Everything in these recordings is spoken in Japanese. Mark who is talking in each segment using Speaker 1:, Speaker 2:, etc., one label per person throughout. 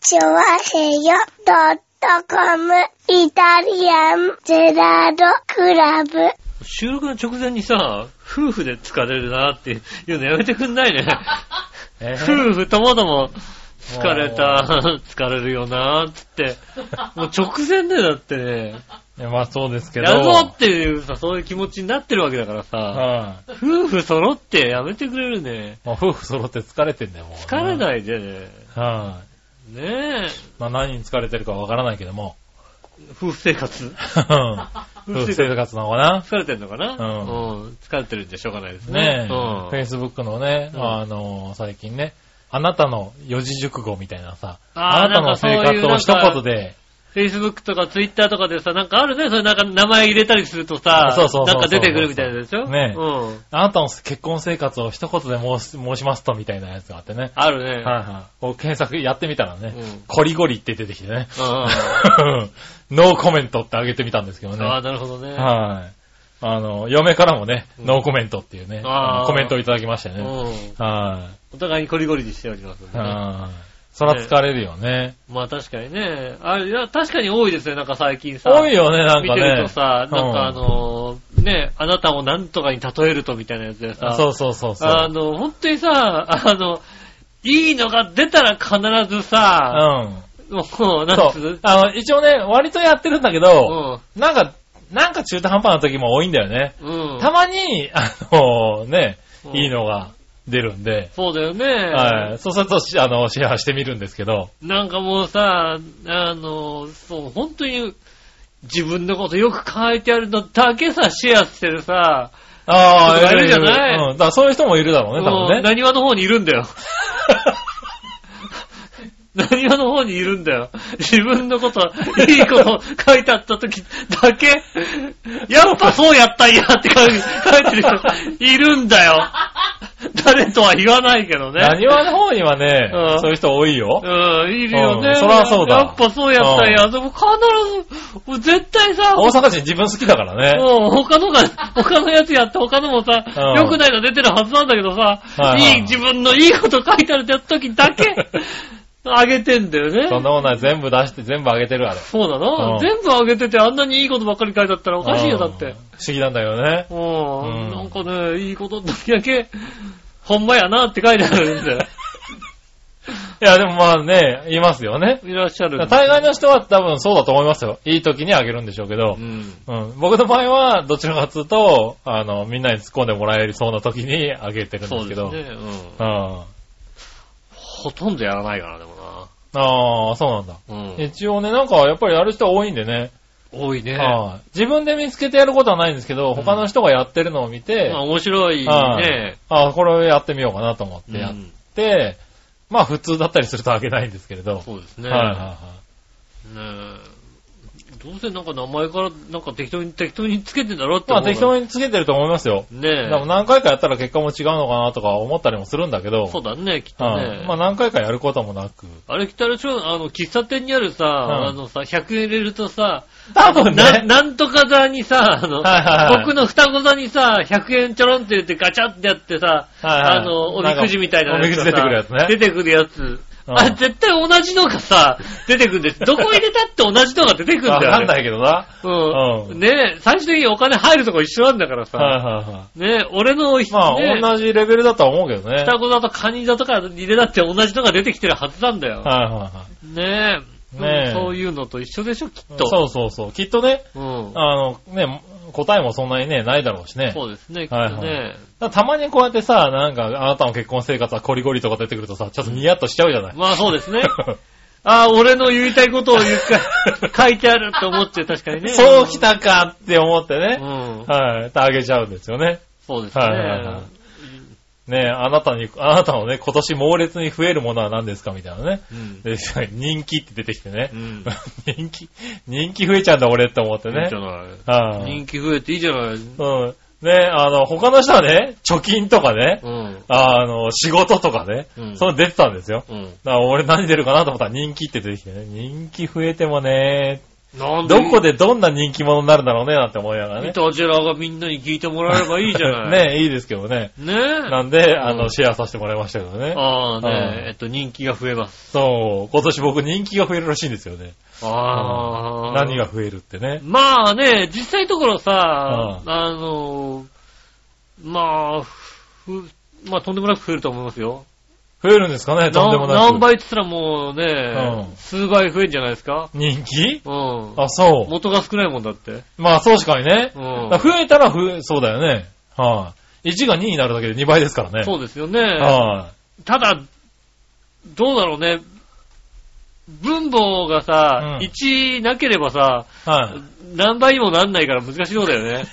Speaker 1: チョワヘヨドットコムイタリアンゼラードクラブ。
Speaker 2: 収録の直前にさ、夫婦で疲れるなっていうのやめてくんないね。
Speaker 3: えー
Speaker 2: 夫婦ともども疲れた、疲れるよなーっつって。もう直前でだってね、
Speaker 3: いやまあそうですけど。
Speaker 2: やろうっていうさ、そういう気持ちになってるわけだからさ、
Speaker 3: はい
Speaker 2: 夫婦揃ってやめてくれるね。
Speaker 3: まあ夫婦揃って疲れてんだよ、もう。
Speaker 2: 疲れ
Speaker 3: い。
Speaker 2: ないでね。
Speaker 3: は
Speaker 2: ねえ、
Speaker 3: い。まあ何に疲れてるかわからないけ ども。
Speaker 2: 夫婦生活。
Speaker 3: 夫婦生活なのかな
Speaker 2: 疲れてんのかな
Speaker 3: うん
Speaker 2: ん疲れてるんでしょうがないですね
Speaker 3: ね。え、
Speaker 2: うん
Speaker 3: Facebook のね、
Speaker 2: うん
Speaker 3: あの、最近ね、あなたの四字熟語みたいなさ、
Speaker 2: あー
Speaker 3: あなたの生活を一言で、
Speaker 2: Facebook とか Twitter とかでさ、なんかあるね。それなんか名前入れたりするとさ、
Speaker 3: そうそうそうそう
Speaker 2: なんか出てくるみたいなやつでしょ
Speaker 3: ねえ
Speaker 2: うん。
Speaker 3: あなたの結婚生活を一言で申し申しますとみたいなやつがあってね。
Speaker 2: あるね。
Speaker 3: はいはい。こう検索やってみたらね、
Speaker 2: うん
Speaker 3: コリゴリって出てきて ね。
Speaker 2: あ
Speaker 3: ノーコメントってあげてみたんですけどね。
Speaker 2: あ、なるほどね。
Speaker 3: はい。あの、嫁からもね、
Speaker 2: うん
Speaker 3: ノーコメントっていうね、
Speaker 2: あー
Speaker 3: あのコメントをいただきましたよね。
Speaker 2: うん
Speaker 3: は
Speaker 2: お互いにコリコリにしておりますん
Speaker 3: い。
Speaker 2: でね。
Speaker 3: はい。そら疲れるよね。
Speaker 2: まあ確かにね。あいや、確かに多いですね、なんか最近さ。
Speaker 3: 多いよね、なん
Speaker 2: 見
Speaker 3: か
Speaker 2: て
Speaker 3: ね。
Speaker 2: るとさ、なんかあ
Speaker 3: うん
Speaker 2: のー、ね、あなたをなんとかに例えるとみたいなやつでさ、
Speaker 3: そうそうそうそう。
Speaker 2: あの、本当にさ、あの、いいのが出たら必ずさ、
Speaker 3: うん。
Speaker 2: もう、なんつ
Speaker 3: そう。あの、一応ね、割とやってるんだけど、
Speaker 2: う
Speaker 3: なんか、なんか中途半端な時も多いんだよね。
Speaker 2: うん。うん。
Speaker 3: たまに、あの、ね
Speaker 2: う、ん
Speaker 3: いいのが出るんで、
Speaker 2: そうだよね。
Speaker 3: はい。そうすると、しあの、シェアしてみるんですけど、
Speaker 2: なんかもうさ、あの、そう、本当に、自分のことよく書いてあるのだけさ、シェアしてるさ、
Speaker 3: あ
Speaker 2: あれじゃない
Speaker 3: うん。だからそういう人もいるだろうね、多
Speaker 2: もう
Speaker 3: 分ね。
Speaker 2: 何話の方にいるんだ よ。何話の方にいるんだよ。自分のこと、いいこと書いてあった時だけ、やっぱそうやったんやって書い書いてる人いるんだよ。誰とは言わないけどね。
Speaker 3: 何話の方にはね、
Speaker 2: うん
Speaker 3: そういう人多いよ。
Speaker 2: うん、いるよね。
Speaker 3: うんそらそうだ
Speaker 2: やっぱそうやったんや。でも必ず、もう絶対さ、
Speaker 3: 大阪人自分好きだからね。
Speaker 2: もう他の が、他のやつやって他のもさ、
Speaker 3: うん
Speaker 2: 良くないの出てるはずなんだけどさ、
Speaker 3: はいはい
Speaker 2: いい、自分のいいこと書いてあるってやった時 だけ、あげてんだよね。
Speaker 3: そんなものは全部出して全部あげてる、あれ。
Speaker 2: そうなの、
Speaker 3: うん
Speaker 2: 全部あげててあんなにいいことばっかり書いてあったらおかしいよ、だっ
Speaker 3: うん
Speaker 2: て。
Speaker 3: 不思議なんだよね。
Speaker 2: うん、
Speaker 3: うん
Speaker 2: なんかね、いいことの時だけ、ほんまやなって書いてある んで、
Speaker 3: いや、でもまあね、言いますよね。
Speaker 2: いらっしゃるんで。
Speaker 3: 大概の人は多分そうだと思いますよ。いい時にあげるんでしょうけど
Speaker 2: う。ん。
Speaker 3: うん、僕の場合は、どちらかというと、あの、みんなに突っ込んでもらえそうな時にあげてるんで
Speaker 2: そう
Speaker 3: すけ
Speaker 2: で
Speaker 3: ど。
Speaker 2: すね。うん。
Speaker 3: うん。あ
Speaker 2: ほとんどやらないから、でも
Speaker 3: あー、そうなんだ。
Speaker 2: な。うん。
Speaker 3: 一応ね、なんかやっぱりやる人多いんでね。
Speaker 2: 多いね。
Speaker 3: はい自分で見つけてやることはないんですけど、他の人がやってるのを見て、
Speaker 2: まあ面白いね。
Speaker 3: ああ、これをやってみようかなと思っ
Speaker 2: うん
Speaker 3: てやって、まあ普通だったりするとあげないんですけれど。
Speaker 2: そうですね。
Speaker 3: はいはいは
Speaker 2: ねえ。どうせなんか名前からなんか適当に、適当につけてんだろっ
Speaker 3: い。
Speaker 2: て
Speaker 3: ま
Speaker 2: 思うの。
Speaker 3: あ適当につけてると思いますよ。
Speaker 2: ねえ
Speaker 3: でも何回かやったら結果も違うのかなとか思ったりもするんだけど、
Speaker 2: そうだね、きっと
Speaker 3: はい
Speaker 2: ね。
Speaker 3: まあ何回かやることもなく。
Speaker 2: あれ、北の町、あの、喫茶店にあるさ、
Speaker 3: ん
Speaker 2: あのさ、100円入れるとさ、
Speaker 3: 多分
Speaker 2: な、
Speaker 3: ね。
Speaker 2: なんとか座にさ、あの、
Speaker 3: はいはいはい
Speaker 2: 僕の双子座にさ、100円ちょろんって入れてガチャってやってさ、
Speaker 3: はいはい
Speaker 2: あの、おみくじみたいな
Speaker 3: なんかおみくじ出てくるやつね
Speaker 2: 出てくるやつ。あ、絶対同じのがさ、出てくるんです。どこ入れたって同じのが出てくるんだ
Speaker 3: わ
Speaker 2: よ、ね。
Speaker 3: かんないけどな。
Speaker 2: う。
Speaker 3: うんん
Speaker 2: ねえ、最終的にお金入るとこ一緒なんだから
Speaker 3: は
Speaker 2: さ。
Speaker 3: いはいは
Speaker 2: ねえ、俺の、ね
Speaker 3: い。ま
Speaker 2: え
Speaker 3: あ同じレベルだとは思うけどね。はい
Speaker 2: 双子座とカニ座とか入れだって同じのが出てきてるはずなんだよ。
Speaker 3: はいは
Speaker 2: ねえ。
Speaker 3: ねえ
Speaker 2: そういうのと一緒でしょ、きっ
Speaker 3: い。
Speaker 2: と。
Speaker 3: そうそうそう。きっとね、
Speaker 2: う。うん。
Speaker 3: あの、ね、答えもそんなにね、ないだろうしね。
Speaker 2: そうですね、きっと
Speaker 3: はい
Speaker 2: ね。
Speaker 3: だからたまにこうやってさ、なんか、あなたの結婚生活はコリコリとか出てくるとさ、ちょっとニヤッとしちゃうじゃない。
Speaker 2: まあそうですね。ああ、俺の言いたいことを言う か、書いてあると思って、確かにね。
Speaker 3: そうきたかって思って
Speaker 2: う
Speaker 3: ね。
Speaker 2: ん。
Speaker 3: はい。あげちゃうんですよね。
Speaker 2: そうです
Speaker 3: はいはいは
Speaker 2: ね
Speaker 3: い。ねえ、あなたに、あなたのね、今年猛烈に増えるものは何ですかみたいなね。
Speaker 2: うん。
Speaker 3: で、人気って出てきてね
Speaker 2: う。ん。
Speaker 3: 人気、人気増えちゃうんだ俺って思って
Speaker 2: いい
Speaker 3: ね
Speaker 2: じゃ。ない。
Speaker 3: はい。
Speaker 2: 人気増えていいじゃない。
Speaker 3: うん。ねあの、他の人はね、貯金とかね
Speaker 2: う、ん。
Speaker 3: あの、仕事とかね
Speaker 2: う、ん
Speaker 3: そういうの出てたんですよ。
Speaker 2: うん。
Speaker 3: だから俺何出るかなと思ったら人気って出てきてね。人気増えてもね
Speaker 2: なんで
Speaker 3: どこでどんな人気者になるんだろうね、なんて思いながら
Speaker 2: イ
Speaker 3: ね。
Speaker 2: タジェラがみんなに聞いてもらえればいいじゃない。
Speaker 3: ねいいですけどね。
Speaker 2: ねえ。
Speaker 3: なんで、あ
Speaker 2: うん
Speaker 3: の、シェアさせてもらいましたけどね。
Speaker 2: ああね
Speaker 3: う、ん
Speaker 2: えっと、人気が増えます。
Speaker 3: そう、今年僕人気が増えるらしいんですよね。
Speaker 2: ああ。
Speaker 3: 何が増えるってね。
Speaker 2: まあね、実際のところさ、
Speaker 3: う
Speaker 2: あの、まあ、ふ、まあとんでもなく増えると思いますよ。
Speaker 3: 増えるんですかねとんでもなく。
Speaker 2: 何倍って言ったらもうね、
Speaker 3: うん
Speaker 2: 数倍増えるんじゃないですか
Speaker 3: 人気
Speaker 2: うん。
Speaker 3: あ、そ
Speaker 2: 元が少ないもんだって。
Speaker 3: う。まあ、そうしかにね
Speaker 2: う。
Speaker 3: だ
Speaker 2: ん
Speaker 3: から。増えたら増え、そうだよね。はい。1が2になるだけで2倍ですからね。
Speaker 2: そうですよね。
Speaker 3: は
Speaker 2: ただ、どうだろうね。分母がさ、
Speaker 3: うん
Speaker 2: 1なければさ、
Speaker 3: い。はい。
Speaker 2: 何倍にもなんないから難しいとこだよ ね。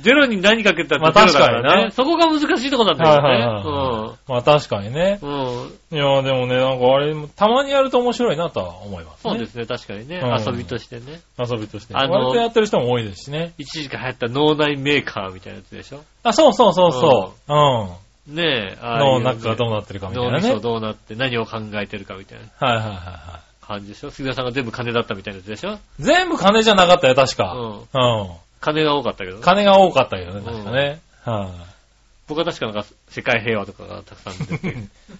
Speaker 2: ゼロに何かけたって
Speaker 3: まあ
Speaker 2: ゼロだからね。
Speaker 3: 確かにな
Speaker 2: そこが難しいとこなんだ
Speaker 3: はいはい
Speaker 2: よ
Speaker 3: は
Speaker 2: ね。
Speaker 3: まあ、確かにね。
Speaker 2: うん。うん。
Speaker 3: いや、でもね、なんかあれ、たまにやると面白いなとは思います、ね。
Speaker 2: そうですね、確かにね。
Speaker 3: うん
Speaker 2: 遊びとしてね。
Speaker 3: 遊びとして。
Speaker 2: あの
Speaker 3: 割とやってる人も多いですしね。
Speaker 2: 一時期流行った脳内メーカーみたいなやつでしょ。
Speaker 3: あ、そうそうそうそう。うん。
Speaker 2: ねえ、ああい
Speaker 3: 脳
Speaker 2: う
Speaker 3: の中がどうなってるかみたい
Speaker 2: 脳
Speaker 3: な
Speaker 2: み
Speaker 3: ね。はい
Speaker 2: そどうなって何を考えてるかみたいな
Speaker 3: はいはいは
Speaker 2: 感じでしょ。杉田さんが全部金だったみたいなやつでしょ。
Speaker 3: い。全部金じゃなかったよ、確
Speaker 2: う
Speaker 3: か。
Speaker 2: ん。
Speaker 3: うん。
Speaker 2: 金が多かったけどね。
Speaker 3: 金が多かったけどね、確かね。は
Speaker 2: 僕は確かなんか世界平和とかがたく さん出てる。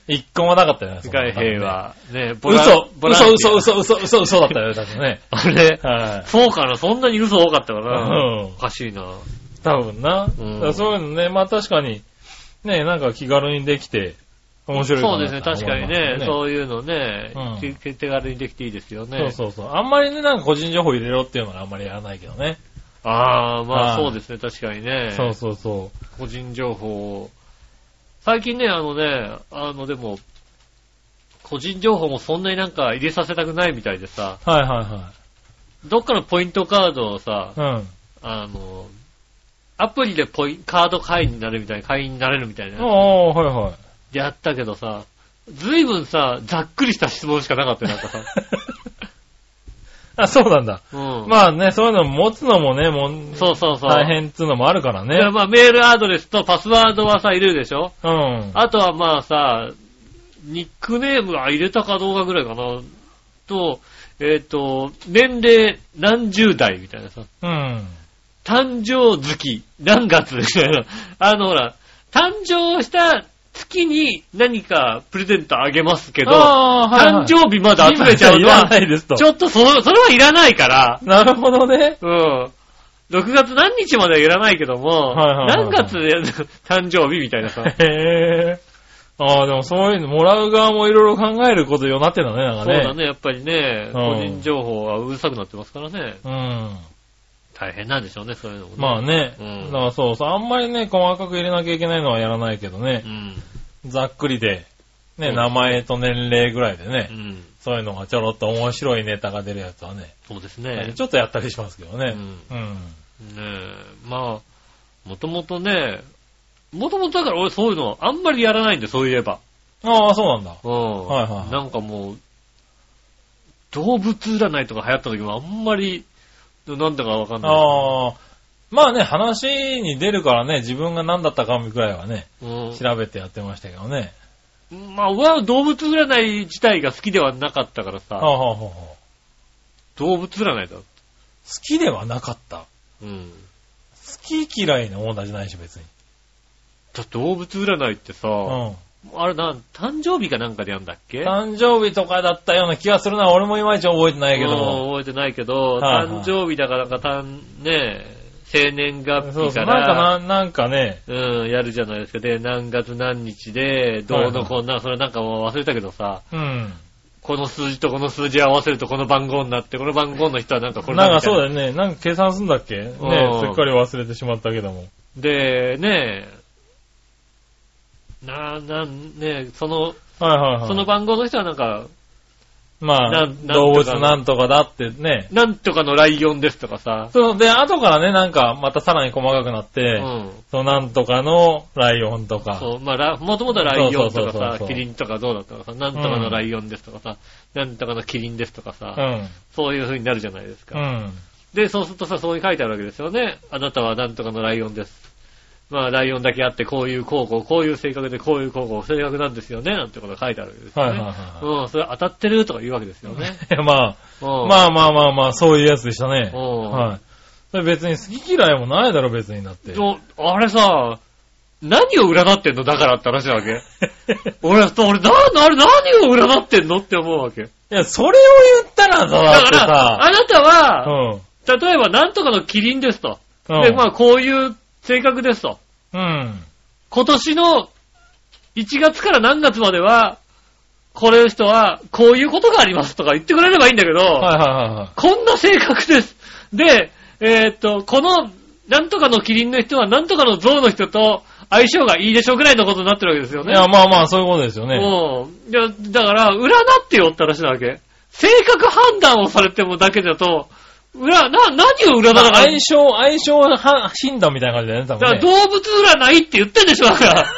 Speaker 3: い。一個もなかったよね、
Speaker 2: 世界平和。ね、ボラ
Speaker 3: 嘘、
Speaker 2: ボランティ
Speaker 3: 嘘、
Speaker 2: ア
Speaker 3: 嘘、嘘、嘘、嘘、嘘だったよ、だってね。
Speaker 2: あれ
Speaker 3: は
Speaker 2: そうかなそんなに嘘多かったか
Speaker 3: い。う
Speaker 2: な、お
Speaker 3: ん。
Speaker 2: かしいな。
Speaker 3: 多分な。
Speaker 2: うん
Speaker 3: だからそういうのね、まあ確かに、ね、なんか気軽にできて、面白い
Speaker 2: そう
Speaker 3: な
Speaker 2: ですね、確かにね、
Speaker 3: と
Speaker 2: そういうのね、
Speaker 3: うん
Speaker 2: 手手軽にできていいですよね。
Speaker 3: 思いますねそうそうそう。あんまりね、なんか個人情報入れろっていうのはあんまりやらないけどね。
Speaker 2: ああ、まあ
Speaker 3: はい
Speaker 2: そうですね、確かにね。
Speaker 3: そうそうそ
Speaker 2: 個人情報を。最近ね、あのね、あのでも、個人情報もそんなになんか入れさせたくないみたいでさ、
Speaker 3: う。はいは
Speaker 2: どっかのポイントカードをさ、
Speaker 3: いはい。
Speaker 2: あの、アプリでポイカード会員になるみたいな、会員になれるみたい
Speaker 3: うん。
Speaker 2: な、
Speaker 3: おー、はいはい。
Speaker 2: やったけどさ、ずいぶんさ、ざっくりした質問しかなかったよ、なんかさ。
Speaker 3: あ、そうなんだ。
Speaker 2: うん。
Speaker 3: まあね、そういうの持つのもね、もん
Speaker 2: そうそうそう。
Speaker 3: 大変っつうのもあるから
Speaker 2: いや
Speaker 3: ね。
Speaker 2: まあ、メールアドレスとパスワードはさ、入れるでしょ
Speaker 3: うん。
Speaker 2: あとはまあさ、ニックネームは入れたかどうかぐらいかな。と、えっ、と、年齢何十代みたいなさ。
Speaker 3: うん。
Speaker 2: 誕生月、何月 みたいな。あのほら、誕生した月に何かプレゼントあげますけど、
Speaker 3: あーはい
Speaker 2: 誕
Speaker 3: はい
Speaker 2: 生日まで集めちゃうの
Speaker 3: 今じゃい
Speaker 2: は
Speaker 3: らないですと、
Speaker 2: ちょっとそのそれはいらないから、
Speaker 3: なるほどね。
Speaker 2: うん。6月何日まではいらないけども、
Speaker 3: はいはいはいは
Speaker 2: 何
Speaker 3: い
Speaker 2: 月で 誕生日みたいなさ。
Speaker 3: へえ。ああ、でもそういうの、もらう側もいろいろ考えることようになってんだね、なんか
Speaker 2: そう
Speaker 3: ね。
Speaker 2: だね、やっぱりね、
Speaker 3: うん
Speaker 2: 個人情報はうるさくなってますからね。
Speaker 3: うん。
Speaker 2: 大変なんでしょうね、そういうのも、ね。
Speaker 3: まあね。
Speaker 2: うん
Speaker 3: だからそうそう。あんまりね、細かく入れなきゃいけないのはやらないけどね
Speaker 2: う。ん。
Speaker 3: ざっくりで、
Speaker 2: そう
Speaker 3: ね、名前と年齢ぐらいでね、
Speaker 2: うん。
Speaker 3: そういうのがちょろっと面白いネタが出るやつはね、
Speaker 2: そうですね。
Speaker 3: ちょっとやったりしますけどね。うん。
Speaker 2: ねえ、まあ、もともとね、もともとだから俺そういうのあんまりやらないんで、そういえば。
Speaker 3: ああ、そうなんだ。
Speaker 2: うん。
Speaker 3: はいはい
Speaker 2: なんかもう、動物占いとか流行った時もあんまり、なんだかわかんない。
Speaker 3: ああ。まあね、話に出るからね、自分が何だったかぐらいはね、
Speaker 2: うん
Speaker 3: 調べてやってましたけどね。
Speaker 2: まあ、俺は動物占い自体が好きではなかったから
Speaker 3: はあ
Speaker 2: さ、
Speaker 3: はあはあはあ好
Speaker 2: 動物占いだ。
Speaker 3: きではなかった。
Speaker 2: うん。
Speaker 3: 好き嫌いの問題じゃないし、別に。
Speaker 2: だって動物占いってさ、
Speaker 3: うん。
Speaker 2: あれな、誕生日かなんかでやんだっけ
Speaker 3: 誕生日とかだったような気がするな。俺もいまいち覚えてないけども。
Speaker 2: うん覚えてないけど、
Speaker 3: はいはい
Speaker 2: 誕生日だからか、たん、ねえ、生年月
Speaker 3: そう
Speaker 2: 日
Speaker 3: そ
Speaker 2: か、
Speaker 3: う。なんからな、なんかね、
Speaker 2: うん、やるじゃないですか。で、何月何日で、どうのこんな、それなんかもう忘れたけどさ、
Speaker 3: うん。
Speaker 2: この数字とこの数字合わせるとこの番号になって、この番号の人はなんかこれ
Speaker 3: なんか
Speaker 2: みたい
Speaker 3: そうだよね。なんか計算すんだっけね
Speaker 2: うん
Speaker 3: すっかり忘れてしまったけども。
Speaker 2: で、ねえ、な、なん、ねえ、その、
Speaker 3: はいはいはい。
Speaker 2: その番号の人はなんか、
Speaker 3: ま
Speaker 2: な
Speaker 3: あ、
Speaker 2: ん
Speaker 3: 動物
Speaker 2: な
Speaker 3: なんとかだってね。
Speaker 2: なんとかのライオンですとかさ、
Speaker 3: そう、で、後からね、なんかまたさらに細かくなって、
Speaker 2: うん。
Speaker 3: そう、なんとかのライオンとか。
Speaker 2: そう、まあラ、もともとライオンと
Speaker 3: そうそうそう
Speaker 2: か
Speaker 3: そ
Speaker 2: さ、
Speaker 3: う
Speaker 2: キリンとかどうだったのかさ、なんとかのライオンですとかさ、なんとかのキリンですとかさ、
Speaker 3: うん。
Speaker 2: そういう風になるじゃないです
Speaker 3: う
Speaker 2: か。
Speaker 3: ん。
Speaker 2: で、そうするとさ、そういう書いてあるわけですよね。あなたはなんとかのライオンです。まあ、ライオンだけあって、こういう高校、こういう性格で、こういう高校、性格なんですよね、なんてことが書いてあるわけですよね。
Speaker 3: はいはいはい
Speaker 2: うん、それ当たってるとか言うわけですよね。
Speaker 3: いやまあ、
Speaker 2: うん
Speaker 3: まあまあまあまあ、そういうやつでしたね。
Speaker 2: うん
Speaker 3: はい。それ別に好き嫌いもないだろ、別になって。
Speaker 2: どあれさ、何を占ってんのだからって話なわ け。俺は、俺、な、あれ何を占ってんのって思うわけ。だ
Speaker 3: いや、それを言ったらさ、だって
Speaker 2: から、
Speaker 3: さ、
Speaker 2: あなたは、
Speaker 3: うん。
Speaker 2: 例えば何とかのキリンですと。
Speaker 3: うん
Speaker 2: で、まあ、こういう性格ですと。
Speaker 3: うん。
Speaker 2: 今年の1月から何月までは、これの人は、こういうことがありますとか言ってくれればいいんだけど、
Speaker 3: はいはいはいはい。
Speaker 2: こんな性格です。で、えーっと、この、なんとかのキリンの人は、なんとかの象の人と相性がいいでしょうぐらいのことになってるわけですよ
Speaker 3: い
Speaker 2: ね。
Speaker 3: や、まあまあ、そういうことですよね。
Speaker 2: うん。いや、だから、占ってよって話なわけ。性格判断をされてもだけだと、裏、な、何を占わ
Speaker 3: まあ
Speaker 2: ない
Speaker 3: 相性、相性は診断みたいな感じだよね、多
Speaker 2: だから
Speaker 3: 分ね。
Speaker 2: 動物占いって言ってんでしょ、だから。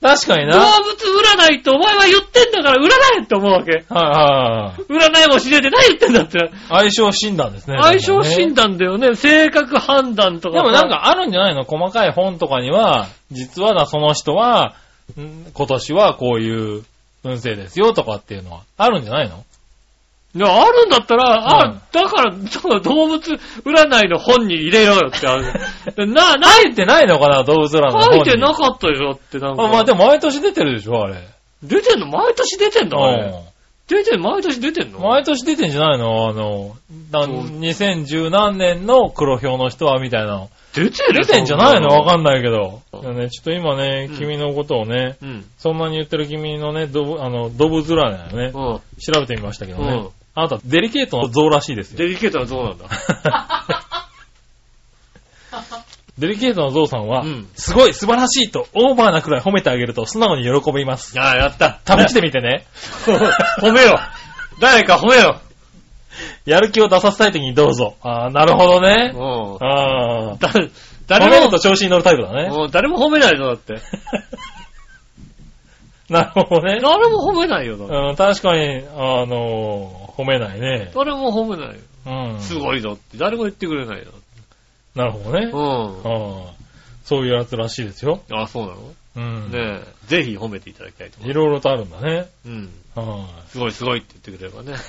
Speaker 3: 確かに な。
Speaker 2: 動
Speaker 3: はい
Speaker 2: 物占いってお前は言ってんだから占えって思うわけ。
Speaker 3: はいはい。
Speaker 2: 占いもしねえで何言ってんだって。
Speaker 3: 相性診断ですね。
Speaker 2: 相性診断
Speaker 3: 断。
Speaker 2: だよね。性格判断とか
Speaker 3: で
Speaker 2: さ
Speaker 3: もなん、かあるんじゃないの細かい本とかには、実はだ、その人は、ん今年はこういう運勢ですよとかっていうのは、あるんじゃないの
Speaker 2: いや、あるんだったら、
Speaker 3: うん
Speaker 2: あ、だから、そう動物占いの本に入れようよってあ る。な、な
Speaker 3: 書いてないのかな動物らの本
Speaker 2: 書
Speaker 3: に。
Speaker 2: いてなかったでしょってなんか。
Speaker 3: あまあでも毎年出てるでしょあれ。
Speaker 2: 出てんの毎年出てんのあれ出てん、毎年出てん
Speaker 3: う
Speaker 2: の
Speaker 3: ん毎年出てんじゃないのあの、な
Speaker 2: そう
Speaker 3: 2010何年の黒表の人はみたいなの。
Speaker 2: 出てる
Speaker 3: 出てんじゃないのわかんないけど。
Speaker 2: うん
Speaker 3: いやね、ちょっと今ね
Speaker 2: う、ん
Speaker 3: 君のことをね、
Speaker 2: んうん。
Speaker 3: そんなに言ってる君のね、動物あの動物占いをね、
Speaker 2: うん。
Speaker 3: 調べてみましたけど
Speaker 2: う
Speaker 3: ね
Speaker 2: ん。
Speaker 3: あなた、デリケートな像らしいですよ。
Speaker 2: デリケートはどうなんだ
Speaker 3: デリケートな像さんは
Speaker 2: うん、
Speaker 3: すごい素晴らしいと、オーバーなくらい褒めてあげると素直に喜びます。
Speaker 2: ああ、やった。
Speaker 3: 試してみてね。
Speaker 2: 褒めろ。誰か褒めろ。
Speaker 3: やる気を出させたい時にどうぞ。あーなるほどね。
Speaker 2: う
Speaker 3: あ
Speaker 2: ん。だ、
Speaker 3: あ。褒め
Speaker 2: 誰
Speaker 3: る
Speaker 2: も
Speaker 3: と、調子に乗るタイプだね。
Speaker 2: もう誰も褒めないぞ、だって。
Speaker 3: なるほどね。
Speaker 2: 誰も褒めないよ、だって
Speaker 3: うん、確かに、あのー褒めないね。
Speaker 2: 誰も褒めないよ。
Speaker 3: うん。
Speaker 2: すごいぞって。誰も言ってくれないよ。
Speaker 3: なるほどね。
Speaker 2: う
Speaker 3: ああそういうやつらしいですよ。
Speaker 2: ん。あ、そうなの
Speaker 3: うん。
Speaker 2: ねえ。ぜひ褒めていただきたいと思
Speaker 3: い
Speaker 2: いま
Speaker 3: ろいろとあるんだね。
Speaker 2: す。うん。
Speaker 3: は
Speaker 2: すごいすごいって言ってくれればね。
Speaker 3: い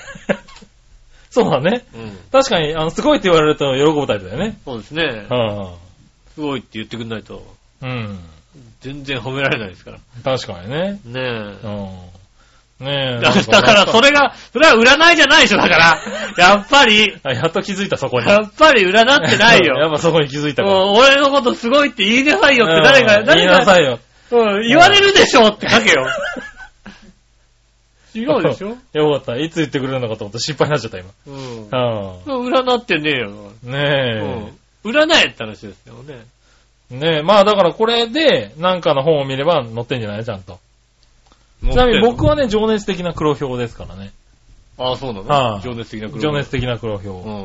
Speaker 3: そうだね。
Speaker 2: うん。
Speaker 3: 確かに、あの、すごいって言われると喜ぶタイプだよね。
Speaker 2: そうですね。
Speaker 3: は
Speaker 2: すごいって言ってくんないと、
Speaker 3: あ、うん。
Speaker 2: 全然褒められないですから。
Speaker 3: 確かにね。
Speaker 2: ねえ
Speaker 3: う。ん。ね え。
Speaker 2: だだから、それが、それは占いじゃないでしょ、だ から。やっぱり、
Speaker 3: あ、やっと気づいた、そこに。
Speaker 2: やっぱり占ってない
Speaker 3: や
Speaker 2: よ。
Speaker 3: っぱそこに気づいたから。
Speaker 2: もう俺のことすごいって言いなさいよって誰
Speaker 3: う
Speaker 2: か、
Speaker 3: ん
Speaker 2: 誰
Speaker 3: 言いな
Speaker 2: か、
Speaker 3: さいよ。
Speaker 2: うん言われるでしょって書 けよ。違うでしょ
Speaker 3: よかった。いつ言ってくれるのかと思って心配になっちゃった、今。
Speaker 2: うん。
Speaker 3: う
Speaker 2: 占ってねえよ。
Speaker 3: ん。
Speaker 2: う
Speaker 3: ね
Speaker 2: ん。占えって話ですよね。
Speaker 3: え。ねえ。まあだからこれで、なんかの本を見れば載ってんじゃないちゃんと。ちなみに僕はね、情熱的な黒表ですからね。
Speaker 2: ああ、そうな
Speaker 3: は
Speaker 2: の
Speaker 3: い
Speaker 2: 情熱的な黒
Speaker 3: 情熱的な黒表。
Speaker 2: うん。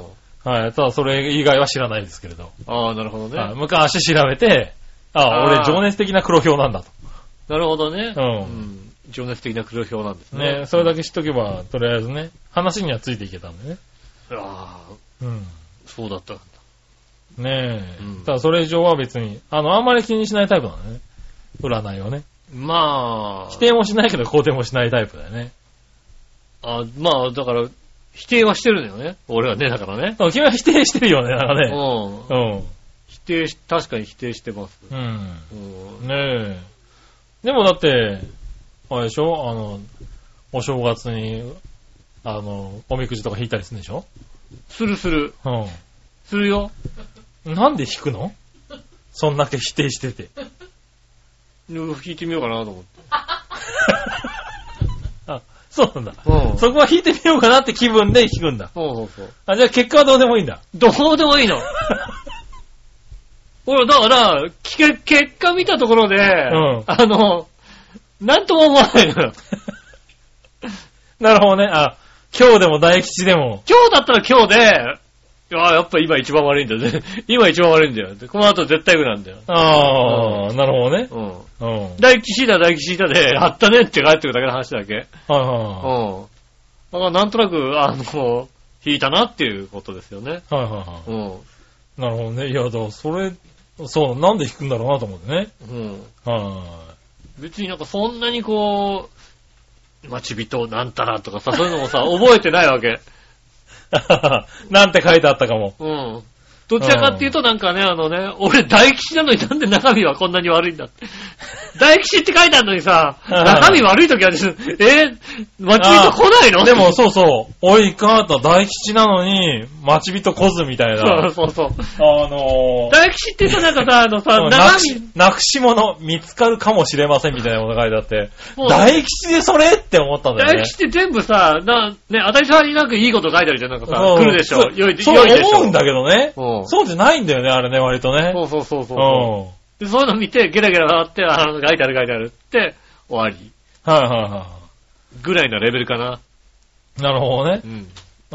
Speaker 3: はい。ただそれ以外は知らないですけれど。
Speaker 2: ああ、なるほど
Speaker 3: は
Speaker 2: ね
Speaker 3: い。昔調べて、あ
Speaker 2: あー
Speaker 3: 俺情熱的な黒表なんだと。
Speaker 2: なるほどね。
Speaker 3: うん
Speaker 2: ん。情熱的な黒表なんですね。
Speaker 3: ねえ。それだけ知っとけば、とりあえずね、話にはついていけたんでね。
Speaker 2: ああ、
Speaker 3: うん。
Speaker 2: そうだったんだ。
Speaker 3: ねえ。
Speaker 2: うん
Speaker 3: ただそれ以上は別に、あの、あんまり気にしないタイプなのね。占いをね。
Speaker 2: まあ、
Speaker 3: 否定もしないけど肯定もしないタイプだよね。
Speaker 2: あまあ、だから、否定はしてるんだよね。俺はね、だからね。
Speaker 3: でも君は否定してるよね、なんか
Speaker 2: う
Speaker 3: ね。
Speaker 2: ん。
Speaker 3: うん。
Speaker 2: 否定し、確かに否定してます。
Speaker 3: うん。
Speaker 2: うん。
Speaker 3: ねえ。でもだって、あれでしょあの、お正月に、あの、おみくじとか引いたりするんでしょ
Speaker 2: するする。
Speaker 3: う
Speaker 2: するよ。
Speaker 3: ん。なんで引くのそんだけ否定し てて。
Speaker 2: 聞いてみようかなと思って。
Speaker 3: そうなんだ。
Speaker 2: うん
Speaker 3: そこは引いてみようかなって気分で引くんだ。
Speaker 2: そうそうそう。
Speaker 3: あ、じゃあ結果はどうでもいいんだ。
Speaker 2: どうでも いいの。俺、だから、聞け、結果見たところで、
Speaker 3: ん
Speaker 2: あの、なんとも思わないのよ。
Speaker 3: なるほどね。あ、今日でも大吉でも。
Speaker 2: 今日だったら今日で、いややっぱ今一番悪いんだよね。今一番悪いんだよ。でこの後絶対上なんだよ。
Speaker 3: ああ、なるほどね。
Speaker 2: うん。
Speaker 3: うん。はい
Speaker 2: 大吉だ、大吉だで、あったねって帰ってくるだけの話だけ。うん。
Speaker 3: は
Speaker 2: だからなんとなく、あの、引いたなっていうことですよね。
Speaker 3: いはい。はいはいはい。
Speaker 2: うん。
Speaker 3: なるほどね。いや、だからそれ、そう、なんで弾くんだろうなと思ってね。
Speaker 2: うん。
Speaker 3: は
Speaker 2: 別になんかそんなにこう、待ち人なんたらとかさ、そういうのもさ、 覚えてないわけ。
Speaker 3: なんて書いてあったかも。
Speaker 2: うん。どちらかっていうとなんかね、あのね、俺大吉なのになんで中身はこんなに悪いんだって。 大吉って書いてあるのに さ、
Speaker 3: うん
Speaker 2: 中身悪い時はです、え待ち人来ないの
Speaker 3: でも、そうそう、おい、カータ大吉なのに、待ち人来ずみたい
Speaker 2: そう
Speaker 3: な。
Speaker 2: そうそう。
Speaker 3: あのー、
Speaker 2: 大吉ってさ、なんかさ、あのさ、
Speaker 3: うんな
Speaker 2: 中
Speaker 3: くし
Speaker 2: 身、、
Speaker 3: なくし物見つかるかもしれませんみたいなものが書いてあって、
Speaker 2: もう
Speaker 3: 大吉でそれって思ったんだよ
Speaker 2: 大
Speaker 3: ね。
Speaker 2: 吉って全部さ、な、ね、当たり障りなくいいこと書いてあるじゃん、なんかさ、
Speaker 3: う
Speaker 2: 来
Speaker 3: ん
Speaker 2: るでしょ、良い、
Speaker 3: そ
Speaker 2: 良いでし
Speaker 3: う
Speaker 2: ょ。
Speaker 3: 思うんだけどね。
Speaker 2: うん
Speaker 3: そうじゃないんだよね、あれね、割とね。。
Speaker 2: そうそうそうそううん
Speaker 3: は
Speaker 2: で。そういうの見て、ゲラゲラ笑って、あ書いてある書いてあるって、終わり。
Speaker 3: いはいは
Speaker 2: ぐらいなレベルかな。
Speaker 3: い。なるほどね
Speaker 2: う。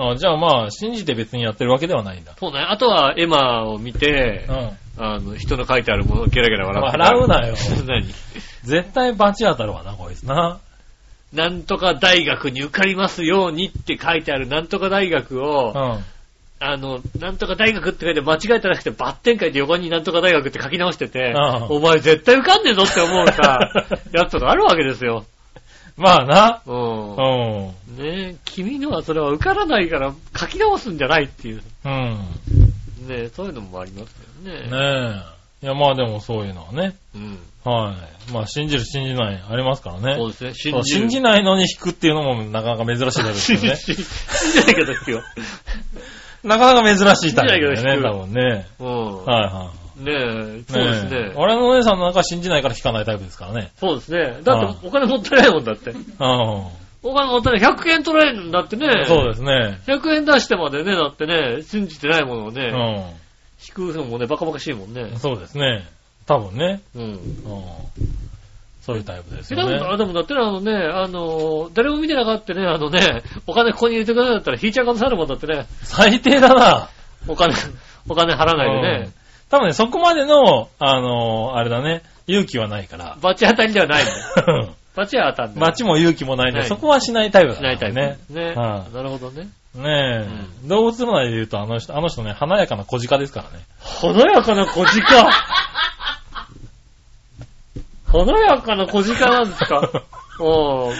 Speaker 2: ん。
Speaker 3: あじゃあまあ、信じて別にやってるわけではないんだ。
Speaker 2: そうね。あとは、エマを見て
Speaker 3: う、ん。
Speaker 2: あの、人の書いてあるものをゲラゲラ笑って。
Speaker 3: 笑うなよ
Speaker 2: 何
Speaker 3: 絶対罰当たるわな、こいつな。
Speaker 2: なんとか大学に受かりますようにって書いてあるなんとか大学を、
Speaker 3: うん。
Speaker 2: あの、なんとか大学って書いて間違えてなくて、バッテン書いて横になんとか大学って書き直してて、
Speaker 3: うん
Speaker 2: お前絶対受かんねえぞって思う さ、やつとかあるわけですよ。
Speaker 3: まあな。
Speaker 2: う
Speaker 3: うん。
Speaker 2: ん。ねえ、君のはそれは受からないから書き直すんじゃないっていう。
Speaker 3: うん。
Speaker 2: ねえ、そういうのもありますよね。
Speaker 3: ねえ。いやまあでもそういうのはね。
Speaker 2: うん。
Speaker 3: はい。まあ信じる信じないありますからね。
Speaker 2: そうですね。信
Speaker 3: そう
Speaker 2: じる
Speaker 3: 信じないのに引くっていうのもなかなか珍しいタイプです
Speaker 2: 信
Speaker 3: よ
Speaker 2: じ
Speaker 3: ね
Speaker 2: ない。。信じないけど引くよ。
Speaker 3: なかなか珍しいタイプだよ
Speaker 2: 信じ
Speaker 3: ね、
Speaker 2: ないけど
Speaker 3: 多分ね。
Speaker 2: うん。
Speaker 3: はいは
Speaker 2: ねえ、
Speaker 3: い。
Speaker 2: そうです
Speaker 3: え
Speaker 2: ね。
Speaker 3: 俺のお姉さんなんか信じないから引かないタイプですからね。
Speaker 2: そうですね。だってお金持ってないもんだって。
Speaker 3: う
Speaker 2: お金持ってない。100円取られるんだってね。
Speaker 3: ん。そうですね。
Speaker 2: 100円出してまでね、だってね、信じてないものを
Speaker 3: う
Speaker 2: ね、
Speaker 3: ん。
Speaker 2: 引くのもね、バカバカしいもんね。
Speaker 3: そうですね。多分ね。
Speaker 2: うん。
Speaker 3: うん。そういうタイプです
Speaker 2: え、
Speaker 3: よ
Speaker 2: だ
Speaker 3: ね。
Speaker 2: あでもだってね、あのね、あの、誰も見てなかったね、あのね、お金ここに入れてくださいだったら引いちゃう可能性あるもんだってね、
Speaker 3: 最低だな。
Speaker 2: お金、 お金払わないで
Speaker 3: うん
Speaker 2: ね、
Speaker 3: 多分ね、そこまでの、あのー、あれだね、勇気はないから。
Speaker 2: バチ当たりではないんだよ。 バチは当たんない。
Speaker 3: 街も勇気もないん
Speaker 2: な
Speaker 3: で、
Speaker 2: い
Speaker 3: そこはしないタイプだ
Speaker 2: し
Speaker 3: か
Speaker 2: な
Speaker 3: ら
Speaker 2: いタイプ。
Speaker 3: ね
Speaker 2: ね。。ね。
Speaker 3: は
Speaker 2: ないるほどね。
Speaker 3: ねえ、動物の内で言うと、あの人、あの人ね、華やかな小鹿ですからね。
Speaker 2: 華やかな小鹿 華やかな小鹿なんです かおー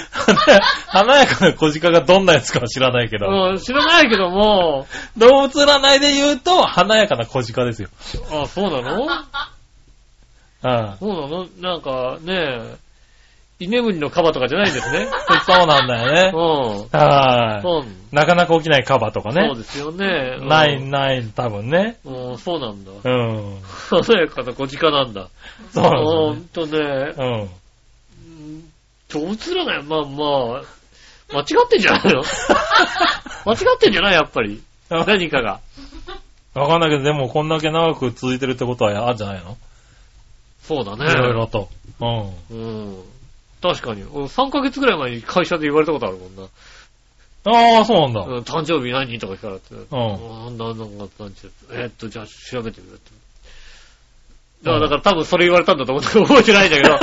Speaker 3: 華やかな小鹿がどんなやつかは知らないけど、
Speaker 2: うん、知らないけども、
Speaker 3: 動物占いで言うと、華やかな小鹿ですよ。
Speaker 2: あ、そうなの
Speaker 3: うん。
Speaker 2: そうなのなんかね、居眠りのカバとかじゃないんですね。
Speaker 3: そうなんだ
Speaker 2: う
Speaker 3: よね。
Speaker 2: ん。
Speaker 3: は
Speaker 2: そう
Speaker 3: い。なかなか起きないカバとか
Speaker 2: そう
Speaker 3: ね。
Speaker 2: ですよね。うん
Speaker 3: ない、。ない、多分ね。
Speaker 2: うん、そうなんだ。
Speaker 3: うん。
Speaker 2: 華やかな小鹿なんだ。
Speaker 3: そうなんだ
Speaker 2: ほ
Speaker 3: よ
Speaker 2: ん
Speaker 3: ね。
Speaker 2: とね、
Speaker 3: うん。
Speaker 2: どうつらないまあまあ、間違ってんじゃない の間違ってんじゃないやっぱり。何かが。
Speaker 3: わかんないけど、でもこんだけ長く続いてるってことは、あるんじゃないの
Speaker 2: そうだね。
Speaker 3: いろいろと。うん。
Speaker 2: うん。確かに。俺3ヶ月ぐらい前に会社で言われたことあるもんな。
Speaker 3: ああ、そうなんだ。
Speaker 2: うん、誕生日何とか聞かれて。
Speaker 3: ん
Speaker 2: なんだなんだなんちゅうえーっと、じゃあ調べてみるって。だから、だから多分それ言われたんだと思って覚えてないんだけど。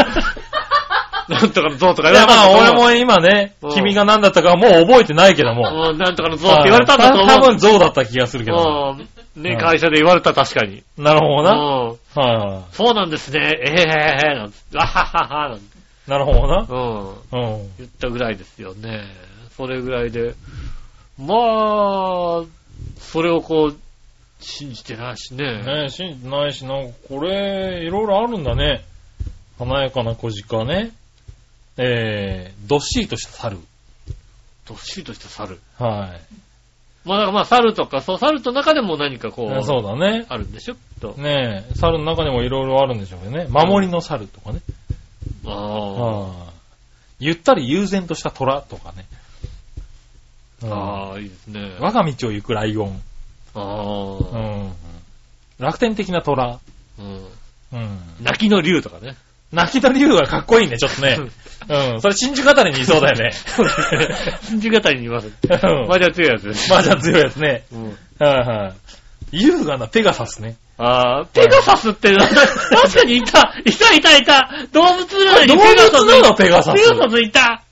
Speaker 2: なんとかの像とか
Speaker 3: い
Speaker 2: 言われ
Speaker 3: や、ま
Speaker 2: た
Speaker 3: あ、
Speaker 2: んだ
Speaker 3: 俺
Speaker 2: と思う。
Speaker 3: も今ね
Speaker 2: うん、
Speaker 3: 君が何だったかはもう覚えてないけども。
Speaker 2: うん、なんとかの像って言われたんだと
Speaker 3: 多
Speaker 2: 思う
Speaker 3: 分象だった気がするけど。。
Speaker 2: うん。ね、
Speaker 3: うん
Speaker 2: 会社で言われた、確かに。
Speaker 3: なるほどな。
Speaker 2: うん。
Speaker 3: はいは
Speaker 2: そうなんですね。えへへへなんつって、あははは、なんて
Speaker 3: い。なるほどな。
Speaker 2: うん。
Speaker 3: うん。
Speaker 2: 言ったぐらいですよね。それぐらいで。まあ、それをこう、信じてないしね。
Speaker 3: ねえ、信じてないし、なんかこれ、いろいろあるんだね。華やかな小鹿ね。えー、どっしりとした猿。
Speaker 2: どっしりとした猿。
Speaker 3: はい。
Speaker 2: まあ、だからまあ、猿とか、そう、猿と中でも何かこう、
Speaker 3: そうだね。
Speaker 2: あるんでしょきっと。
Speaker 3: ねえ、猿の中でもいろいろあるんでしょうけどね。守りの猿とかね。
Speaker 2: あ
Speaker 3: はいゆったり悠然とした虎とかね。
Speaker 2: あ。
Speaker 3: うん
Speaker 2: ああ、いいですね。
Speaker 3: 我が道を行くライオン。
Speaker 2: あ
Speaker 3: う
Speaker 2: あ。
Speaker 3: ん。楽天的な虎。
Speaker 2: うん。
Speaker 3: うん。
Speaker 2: 泣きの竜とかね。
Speaker 3: 泣きと竜はかっこいいね、ちょっと ね。うん。それ真珠語りにいそうだよ ね。
Speaker 2: 信じ方にいます。
Speaker 3: うん
Speaker 2: マジャ強いやつです。
Speaker 3: まあじゃあ強いですね。
Speaker 2: うん。
Speaker 3: はいはい。優雅なペガサスね。
Speaker 2: ああ、ペガサスってな、確かにいた、いたいたいた、動物なのに
Speaker 3: 動
Speaker 2: ペガサス
Speaker 3: 物なのペガサス
Speaker 2: ペガサスいた。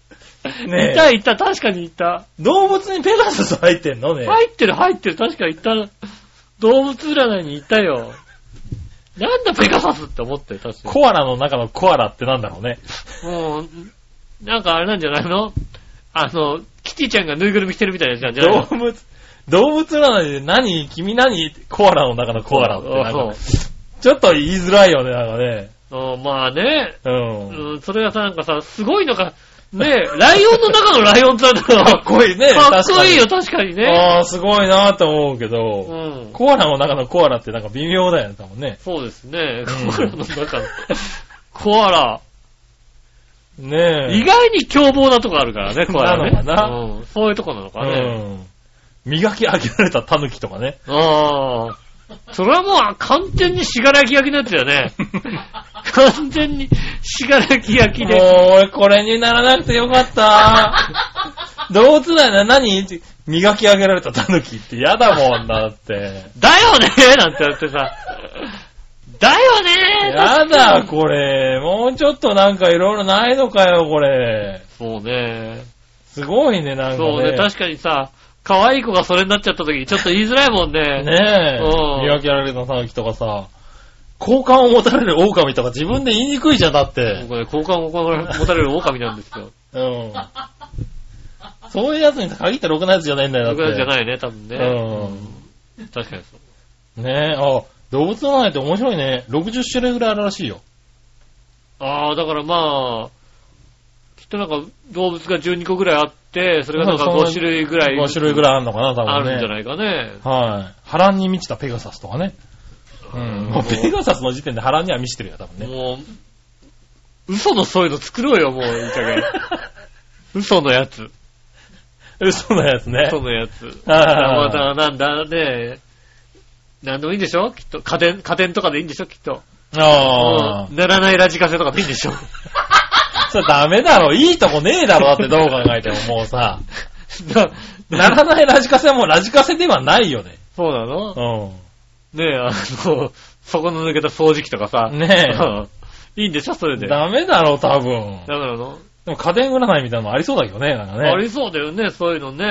Speaker 3: ねえ
Speaker 2: いたいた、確かにいた。
Speaker 3: 動物にペガサス入ってんのね。
Speaker 2: 入ってる入ってる、確かいた。動物占いにいたよ。なんだペガサスって思って、確か
Speaker 3: コアラの中のコアラってなんだろうね。
Speaker 2: に。もう、なんかあれなんじゃないのあの、キティちゃんがぬいぐるみ着てるみたいなやつなんじゃない
Speaker 3: 動
Speaker 2: の
Speaker 3: 物、動物占いで何君何コアラの中のコアラってなん
Speaker 2: そ
Speaker 3: か、ちょっと言いづらいよね、なんかね。
Speaker 2: ううんまあね、
Speaker 3: うん。
Speaker 2: うん、それがさ、なんかさ、すごいのか、ねライオンの中のライオンってなんだから
Speaker 3: かっこい いね。
Speaker 2: かっこいいよ、確かに
Speaker 3: 確かに
Speaker 2: ね。
Speaker 3: ああ、すごいなと思うけ
Speaker 2: う
Speaker 3: ど、
Speaker 2: ん。
Speaker 3: コアラの中のコアラってなんか微妙だよね、多分ね。
Speaker 2: そうですね。
Speaker 3: うん
Speaker 2: コアラの中の。コアラ。
Speaker 3: ねえ。
Speaker 2: 意外に凶暴なとこあるからね、コアラね。
Speaker 3: なのかな
Speaker 2: うん、そういうとこなのかね。
Speaker 3: うん。磨き上げられたタヌキとかね。
Speaker 2: ああ。それはもう完全にしがらき焼きのやつだよ ね。完全にしがらき焼き
Speaker 3: もう
Speaker 2: で。
Speaker 3: 俺これにならなくてよか った。動物だよな、何磨き上げられたタヌキって嫌だもんだって。
Speaker 2: だよねなんてやってさ。だよね
Speaker 3: やだ、これ。もうちょっとなんかいろいろないのかよ、これ。
Speaker 2: そうね。
Speaker 3: すごいね、なんかね。
Speaker 2: そうね、確かにさ、可愛い子がそれになっちゃった時にちょっと言いづらいもんね。
Speaker 3: ねえ。
Speaker 2: うん
Speaker 3: 見分けられたタヌキとかさ、好感を持たれる狼とか自分で言いにくいじゃん、だって。
Speaker 2: 僕ね、好感を持たれる狼なんですよ。
Speaker 3: うん。そういうやつに限ってろ くなやつじゃないんだよ、だって。
Speaker 2: 僕らじゃないね、多分ね。
Speaker 3: う
Speaker 2: うん確かにそう。
Speaker 3: ん。ねえ、あ、動物の名前って面白いね。60種類ぐらいあるらしいよ。
Speaker 2: ああ、だからまあ、きっとなんか動物が12個ぐらいあって、それがなんか
Speaker 3: まあそんな
Speaker 2: 5種類ぐらい
Speaker 3: 5種類ぐらいあるのかな、多分ね。
Speaker 2: あるんじゃないかね。
Speaker 3: はい。波乱に満ちたペガサスとかね。う
Speaker 2: うん
Speaker 3: ん。もうペガサスの時点で波乱には満ちてるよ、多分ね。
Speaker 2: もう、嘘のそういうの作ろうよ、もう、いい加 減。嘘のやつ。
Speaker 3: 嘘のやつね
Speaker 2: 嘘。のやつ。
Speaker 3: あ
Speaker 2: ま
Speaker 3: ー
Speaker 2: た、なんだ、ねなんでもいいんでしょきっと。家電、家電とかでいいんでしょきっと。
Speaker 3: ああ
Speaker 2: う。んならないラジカセとかでいいん でしょ
Speaker 3: それダメだろ。いいとこねえだろ。だってどう考えてももう さ。
Speaker 2: な
Speaker 3: ならないラジカセはもうラジカセではないよね。
Speaker 2: そうなの
Speaker 3: う
Speaker 2: ねえ、あ の、そこの抜けた掃除機とかさ。
Speaker 3: ん。ね
Speaker 2: え。 いいんでしょそれ
Speaker 3: え。
Speaker 2: で。
Speaker 3: ダメだろ、多分。
Speaker 2: だからの、
Speaker 3: でも家電占いみたいなのもありそうだけどね、なんかね。
Speaker 2: ありそうだよね、そういうのね。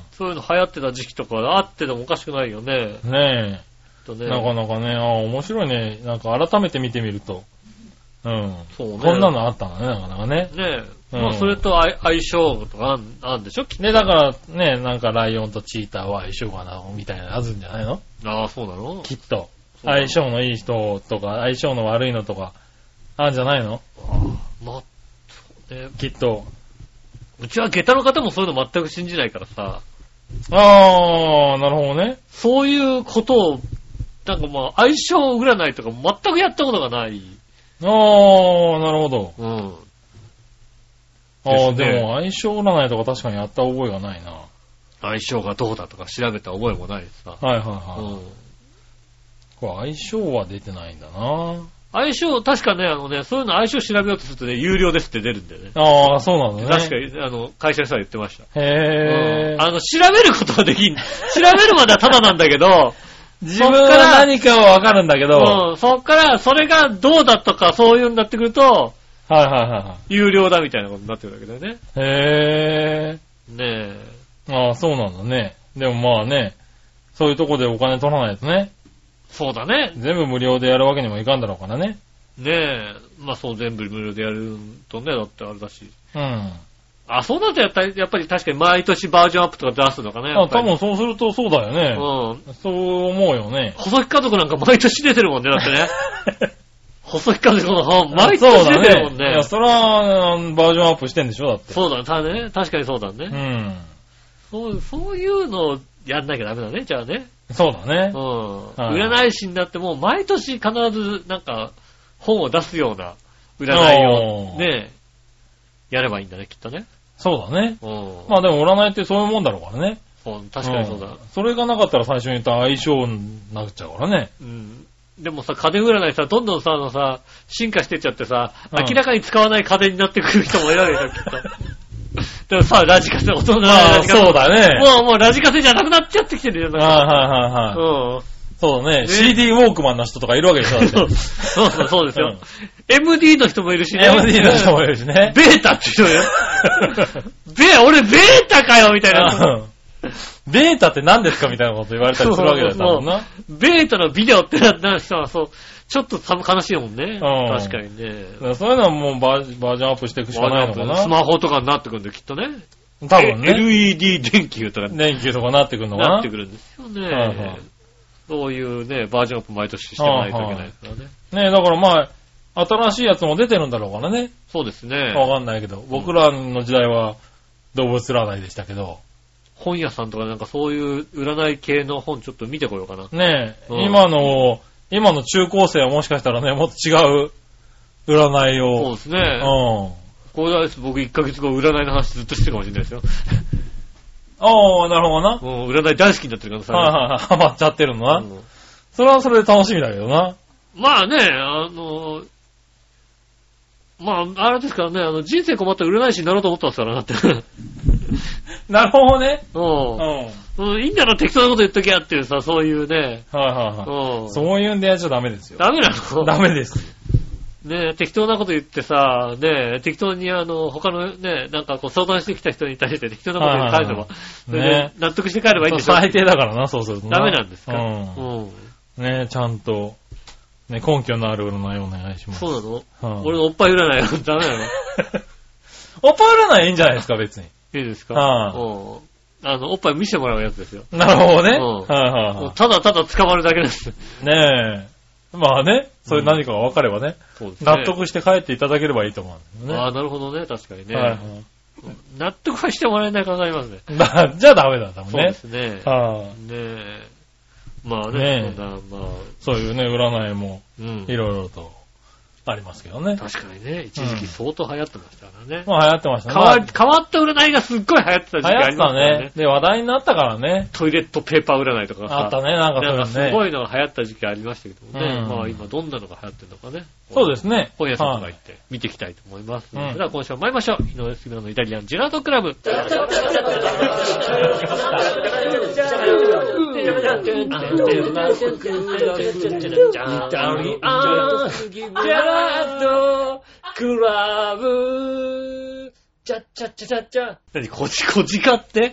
Speaker 3: う
Speaker 2: そういうの流行ってた時期とかあってでもおかしくないよね。
Speaker 3: ん。ね
Speaker 2: と
Speaker 3: え。
Speaker 2: ね
Speaker 3: なかなかね、ああ、面白いね。なんか改めて見てみると。うん。
Speaker 2: そうね。
Speaker 3: こんなのあったんだね、なかなかね。
Speaker 2: ねえ。
Speaker 3: うん
Speaker 2: まあ、それと相相性とかあんあんでしょきっ
Speaker 3: ね、だからね、なんかライオンとチーターは相性がな、みたいなのあるんじゃないの
Speaker 2: と。ああ、そうなの
Speaker 3: きっと。
Speaker 2: そう
Speaker 3: 相性のいい人とか、相性の悪いのとか、あるんじゃないの
Speaker 2: まあ、そうね。
Speaker 3: きっと。
Speaker 2: うちは下駄の方もそういうの全く信じないからさ、
Speaker 3: あー、なるほどね。
Speaker 2: そういうことを、なんかまあ、相性占いとか全くやったことがない。
Speaker 3: あー、なるほど。
Speaker 2: うん。
Speaker 3: あー、
Speaker 2: ですね
Speaker 3: でも相性占いとか確かにやった覚えがないな。
Speaker 2: 相性がどうだとか調べた覚えもないしさ。
Speaker 3: はいはいうはい。
Speaker 2: ん。
Speaker 3: これ相性は出てないんだな。
Speaker 2: 相性、確かね、あのね、そういうの相性調べようとするとね、有料ですって出るんだよね。
Speaker 3: あー、そうなんだね。
Speaker 2: 確かに、あの、会社の人は言ってました。
Speaker 3: へ
Speaker 2: うん
Speaker 3: ー。
Speaker 2: あの、調べることはできん。調べるまではただなんだけど、
Speaker 3: 自分は何かはわかるんだけど。は
Speaker 2: うん、そっから、それがどうだとか、そういうんだってくると、
Speaker 3: いはいは
Speaker 2: 有料だみたいなことになってくるわけだよね。
Speaker 3: いはい。へー。
Speaker 2: ねえ。
Speaker 3: ああ、そうなんだね。でもまあね、そういうとこでお金取らないとね、
Speaker 2: そうだね。
Speaker 3: 全部無料でやるわけにもいかんだろうからね。
Speaker 2: ねえ。まあ、そう全部無料でやるとね、だってあれだし。
Speaker 3: うん。
Speaker 2: あ、そうなるとやっぱり、やっぱり確かに毎年バージョンアップとか出すのかね。や
Speaker 3: あ
Speaker 2: っぱ
Speaker 3: 多
Speaker 2: り
Speaker 3: 分そうするとそうだよね。
Speaker 2: うん。
Speaker 3: そう思うよね。
Speaker 2: 細木家族なんか毎年出てるもんね、だって ね。細木家族の本、
Speaker 3: あ
Speaker 2: 毎
Speaker 3: そう
Speaker 2: 年
Speaker 3: だ
Speaker 2: 出てるもん
Speaker 3: い
Speaker 2: ね
Speaker 3: や、。そら、あのバージョンアップしてんでしょだって。
Speaker 2: そうだねただね。確かにそうだね。
Speaker 3: うん。
Speaker 2: そう、そういうのをやんなきゃダメだね、じゃあね。
Speaker 3: そうだね
Speaker 2: う。ん。
Speaker 3: はい
Speaker 2: 占い師になっても、毎年必ず、なんか、本を出すような、占い
Speaker 3: お
Speaker 2: を、
Speaker 3: ー
Speaker 2: ね、やればいいんだね、きっとね。
Speaker 3: そうだね。
Speaker 2: うん。
Speaker 3: まあでも占いってそういうもんだろうからね。
Speaker 2: そう確かにそうだ。
Speaker 3: んそれがなかったら最初に言った相性になっちゃうからね。
Speaker 2: うん。でもさ、家電占いさ、どんどんさ、あのさ、進化してっちゃってさ、
Speaker 3: うん
Speaker 2: 明らかに使わない家電になってくる人もいるわけだ よ、きっと。でもさ、ラジカセ、大人の
Speaker 3: あ
Speaker 2: ラ
Speaker 3: あ、
Speaker 2: ジカセ。
Speaker 3: そうだね。
Speaker 2: もう、もうラジカセじゃなくなっちゃってきてるよ、
Speaker 3: はい
Speaker 2: なんか
Speaker 3: はいはいはい。
Speaker 2: うん。
Speaker 3: そうだね。
Speaker 2: ね
Speaker 3: CD ウォークマンの人とかいるわけでしょだって
Speaker 2: そう そうそうそうですよ。MD の人もいるしね。
Speaker 3: MD の人もいるしね。
Speaker 2: ベータって人 よ。ベ、俺ベータかよみたいな。
Speaker 3: うんベータって何ですかみたいなこと言われたりするわけだったもんな。
Speaker 2: ベータのビデオってなった人は、そう、ちょっと多分悲しいもんね。
Speaker 3: うん
Speaker 2: 確かにね。
Speaker 3: そういうのはもうバージバージョンアップしていくしかないのか
Speaker 2: ス
Speaker 3: な。
Speaker 2: マホとかになってくるんで、きっとね。
Speaker 3: 多分
Speaker 2: え
Speaker 3: ね、
Speaker 2: LED 電球とかに
Speaker 3: 年休とかなってくるのか
Speaker 2: なっ
Speaker 3: な
Speaker 2: て。くるんですよね。
Speaker 3: はいはい
Speaker 2: そういうね、バージョンアップ毎年してもらいといけないですからね。
Speaker 3: ねだからまあ、新しいやつも出てるんだろうからね。
Speaker 2: そうですね。
Speaker 3: わかんないけど、僕らの時代は動物占いでしたけど、
Speaker 2: 本屋さんとかなんかそういう占い系の本ちょっと見てこようかな。
Speaker 3: ねえ、
Speaker 2: うん
Speaker 3: 今の、今の中高生はもしかしたらね、もっと違う占い
Speaker 2: そう
Speaker 3: を、
Speaker 2: ですね。
Speaker 3: うん。
Speaker 2: これは僕1ヶ月後占いの話ずっとしてるかもしれないですよ。
Speaker 3: ああ、なるほどな。
Speaker 2: もう占い大好きになってるから
Speaker 3: はい
Speaker 2: さ。
Speaker 3: はいはい、ハマっちゃってるのな。
Speaker 2: うん
Speaker 3: それはそれで楽しみだけどな。
Speaker 2: まあね、あの、まあ、あれですからね、あの、人生困ったら占い師になろうと思ってますからな って。
Speaker 3: なるほどね。うん。
Speaker 2: う
Speaker 3: はい
Speaker 2: んうん。いいんだろ、適当なこと言っときゃっていうさ、そういうね。
Speaker 3: はいは
Speaker 2: う
Speaker 3: い。
Speaker 2: ん。
Speaker 3: そういうんでやっちゃダメですよ。
Speaker 2: ダメなの
Speaker 3: ダメです。
Speaker 2: ね適当なこと言ってさ、ね適当にあの、他のね、なんかこう相談してきた人に対して適当なこと言って返せば、それで
Speaker 3: ね
Speaker 2: 納得して帰ればいいんでしょ
Speaker 3: 最低だからな、そうすると。
Speaker 2: ダメなんですか
Speaker 3: う
Speaker 2: うん。
Speaker 3: ん。ねちゃんと、ね、根拠のある占いをお願いします。
Speaker 2: そうなの
Speaker 3: うん
Speaker 2: 俺のおっぱい占いはダメなのい
Speaker 3: おっぱい占いいいんじゃないですか、別に。
Speaker 2: いですか
Speaker 3: はあ
Speaker 2: うんあの、おっぱい見せてもらうやつですよ。
Speaker 3: なるほどね。
Speaker 2: うん
Speaker 3: はいはい
Speaker 2: も
Speaker 3: は
Speaker 2: うただただ捕まるだけです。
Speaker 3: い。ねえ。まあね、そういう何かが分かればね、
Speaker 2: そうですね
Speaker 3: 納得して帰っていただければいいと思うんだ
Speaker 2: あ
Speaker 3: よ
Speaker 2: あ、なるほどね。確かに
Speaker 3: ね。
Speaker 2: ね。
Speaker 3: はいは
Speaker 2: 納得はしてもらえない考えますね。
Speaker 3: い。だじゃあダメだ、多分
Speaker 2: そうで
Speaker 3: ね。
Speaker 2: すね。
Speaker 3: は
Speaker 2: ね
Speaker 3: い
Speaker 2: え。まあ
Speaker 3: ね
Speaker 2: ね、
Speaker 3: え
Speaker 2: そんな、まあ、
Speaker 3: そういうね、占いも
Speaker 2: うん
Speaker 3: い。ろいろとありますけどね。
Speaker 2: 確かにね、一時期相当流行ってましたからね。
Speaker 3: まあ流行ってましたね。
Speaker 2: 変わ
Speaker 3: ま
Speaker 2: 変わった占いがすっごい流行ってた時期
Speaker 3: あ
Speaker 2: あ
Speaker 3: 流行っ
Speaker 2: り
Speaker 3: て
Speaker 2: ました
Speaker 3: た
Speaker 2: から
Speaker 3: ね
Speaker 2: ね。。
Speaker 3: で、話題になったからね。
Speaker 2: トイレットペーパー占いとかさ
Speaker 3: あったね、なんか
Speaker 2: なんか
Speaker 3: そ
Speaker 2: す
Speaker 3: れ
Speaker 2: ご
Speaker 3: ね。
Speaker 2: いのが流行った時期ありましたけども
Speaker 3: う
Speaker 2: ね。
Speaker 3: ん
Speaker 2: まあ今どんなのが流行ってるのかね。
Speaker 3: そうですね。
Speaker 2: 本屋さんとか
Speaker 3: はい
Speaker 2: 行って見ていきたいと思います。
Speaker 3: うん
Speaker 2: それでは今週も参りましょう。井上杉村のイタリアンジェラートクラブ。何こじ、こじかって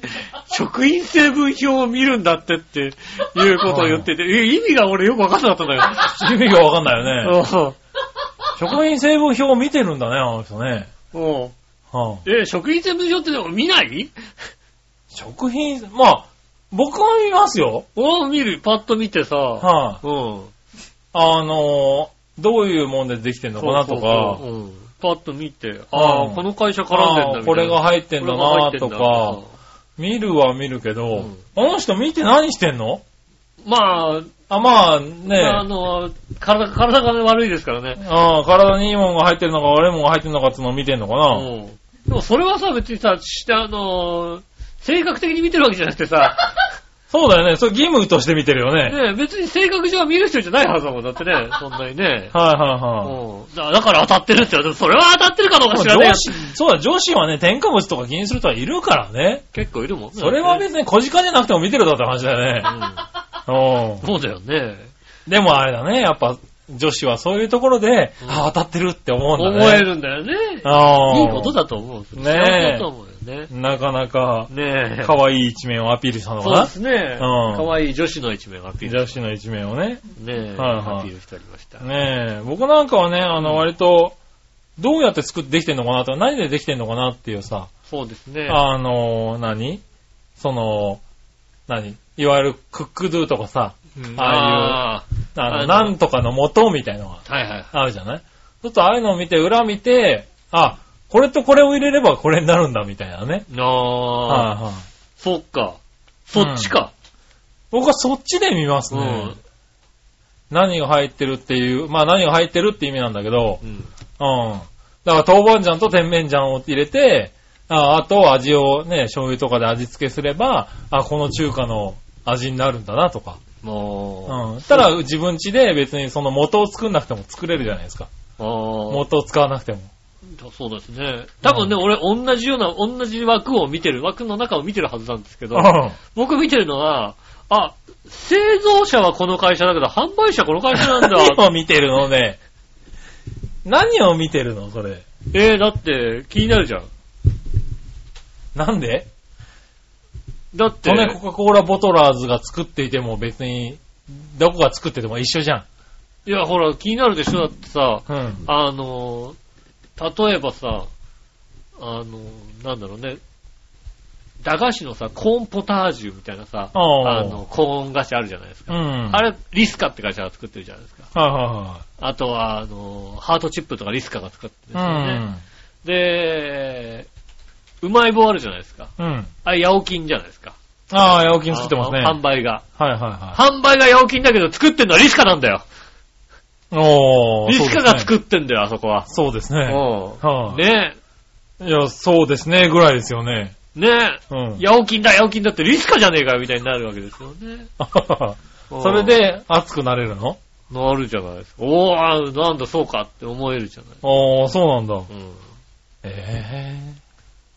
Speaker 2: 職員成分表を見るんだってっていうことを言ってて、え意味が俺よくわかんなかったんだよ。
Speaker 3: 意味がわかんないよね。
Speaker 2: うん
Speaker 3: 職員成分表を見てるんだね、あの人ね。
Speaker 2: うん
Speaker 3: はあ
Speaker 2: え、職員成分表ってでも見ない
Speaker 3: 食品、まあ、僕は見ますよ。
Speaker 2: お見る、パッと見てさ。
Speaker 3: は
Speaker 2: うん。
Speaker 3: あ、あのーどういうもんでできてんのかな
Speaker 2: そ
Speaker 3: と
Speaker 2: う
Speaker 3: か
Speaker 2: そ、うそううんパッと見て、あ
Speaker 3: う
Speaker 2: あ、
Speaker 3: ん
Speaker 2: この会社絡んでん
Speaker 3: あ
Speaker 2: だみ
Speaker 3: ー
Speaker 2: たいな。
Speaker 3: これが入ってんだなと
Speaker 2: これが入っ
Speaker 3: か、見るは見るけど、
Speaker 2: うん
Speaker 3: あの人見て何してんの
Speaker 2: てんだな。まあ、
Speaker 3: あ、まあ
Speaker 2: あ
Speaker 3: ね、
Speaker 2: の、体、体が悪いですからね。
Speaker 3: あー体にいいもんが入ってるのか悪いもんが入ってるのかっていうのを見てんのか
Speaker 2: う
Speaker 3: な、
Speaker 2: ん。でもそれはさ、別にさ、してあの、性格的に見てるわけじゃなくて さ、
Speaker 3: そうだよね、それ義務として見てるよね。
Speaker 2: ねえ別に性格上は見る人じゃないはずだもん。だってね、そんなに ね。
Speaker 3: はいはいはい。
Speaker 2: うん。だだから当たってるって言われてそれは当たってるかどうか知らない
Speaker 3: 上。司、そうだ、上司はね、添加物とか気にする人はいるからね。
Speaker 2: 結構いるもんね。
Speaker 3: それは別に小鹿じゃなくても見てるだって話だよね。 うん
Speaker 2: うんそうだよね。
Speaker 3: でもあれだね、やっぱ女子はそういうところで、
Speaker 2: うん
Speaker 3: あ、当たってるって思うんだね。
Speaker 2: 思えるんだよね。
Speaker 3: ああ。
Speaker 2: いいことだと思う。
Speaker 3: ねえ
Speaker 2: 幸せだと思うよね。
Speaker 3: なかなか、
Speaker 2: ねえ。
Speaker 3: 可愛い一面をアピールしたの
Speaker 2: そうで
Speaker 3: か
Speaker 2: すね。
Speaker 3: うん
Speaker 2: かわいい女子の一面がアピー
Speaker 3: な
Speaker 2: ル。
Speaker 3: 女子の一面をね。
Speaker 2: ねえ、
Speaker 3: はいはい
Speaker 2: アピールしてありました。
Speaker 3: ねえ、僕なんかはね、あの、割と、どうやって作ってできてんのかなとか、何でできてんのかなっていうさ、
Speaker 2: そうですね。
Speaker 3: あの、何その、何いわゆるクックドゥとかさ、
Speaker 2: うん
Speaker 3: あ
Speaker 2: あ
Speaker 3: あの、
Speaker 2: あの
Speaker 3: なんとかの元みたいのが
Speaker 2: あはいはい。
Speaker 3: あるじゃないちょっとああいうのを見て、裏見て、あ、これとこれを入れればこれになるんだみたいなね。
Speaker 2: ああ、
Speaker 3: はいはい。
Speaker 2: そっか。そっちか。
Speaker 3: 僕はそっちで見ます
Speaker 2: うん。
Speaker 3: ね。何が入ってるっていう、まあ何が入ってるって意味なんだけど、
Speaker 2: うん
Speaker 3: うん。だから豆板醤と甜麺醤を入れて、ああと味をね、醤油とかで味付けすれば、あこの中華の味になるんだなとか。
Speaker 2: も
Speaker 3: うん。ただ自分家で別にその元を作んなくても作れるじゃないですか。
Speaker 2: う、あ
Speaker 3: 元を使わなくても。
Speaker 2: あ、そうですね。多分ね、
Speaker 3: う
Speaker 2: 俺、同じような、同じ枠を見てる、枠の中を見てるはずなんですけ
Speaker 3: う
Speaker 2: ど、
Speaker 3: ん。
Speaker 2: 僕見てるのは、あ、製造者はこの会社だけど、販売者この会社 なんだ。
Speaker 3: 何を見てるのね。何を見てるのそれ。
Speaker 2: えー、だって、気になるじゃん。
Speaker 3: なんで
Speaker 2: だって、
Speaker 3: とね、コカ・コーラボトラーズが作っていても別に、どこが作ってても一緒じゃん。
Speaker 2: いや、ほら、気になるでしょだってさ、
Speaker 3: うん。
Speaker 2: あのー、例えばさ、あのー、なんだろうね、駄菓子のさ、コーンポタージュみたいなさ、
Speaker 3: ああ
Speaker 2: あの、コーン菓子あるじゃないです
Speaker 3: う
Speaker 2: か。
Speaker 3: ん。
Speaker 2: あ
Speaker 3: れ
Speaker 2: れ、リスカって会社が作ってるじゃないですか。
Speaker 3: はいは
Speaker 2: あとは、あの、ハートチップとかリスカが作ってるん
Speaker 3: い
Speaker 2: です
Speaker 3: は
Speaker 2: よ
Speaker 3: い
Speaker 2: ね。。で、うまい棒あるじゃないですか。
Speaker 3: うん。うん。
Speaker 2: あれ、ヤオキンじゃないですか。
Speaker 3: ああ、ヤオキン作ってますね。
Speaker 2: あ
Speaker 3: は
Speaker 2: の販
Speaker 3: い
Speaker 2: 売が。
Speaker 3: はいは
Speaker 2: 販売がヤオキンだけど作ってんのはリスカなんだよ。
Speaker 3: い。おー。
Speaker 2: リスカが作
Speaker 3: っ
Speaker 2: ってんだよ、あそこは。
Speaker 3: そうですね。
Speaker 2: うん。
Speaker 3: はい
Speaker 2: ね
Speaker 3: いや、そうですね、ぐらいですよね。
Speaker 2: え、ね
Speaker 3: う
Speaker 2: え、
Speaker 3: ん。
Speaker 2: ヤオキンだ、ヤオキンだってリスカじゃねえかよ、みたいになるわけですよね。うん
Speaker 3: それ、で熱くなれるの
Speaker 2: なるじゃないですか。おー、あなんだ、そうかって思えるじゃない。
Speaker 3: ああ、そうなんだ。
Speaker 2: うん。
Speaker 3: え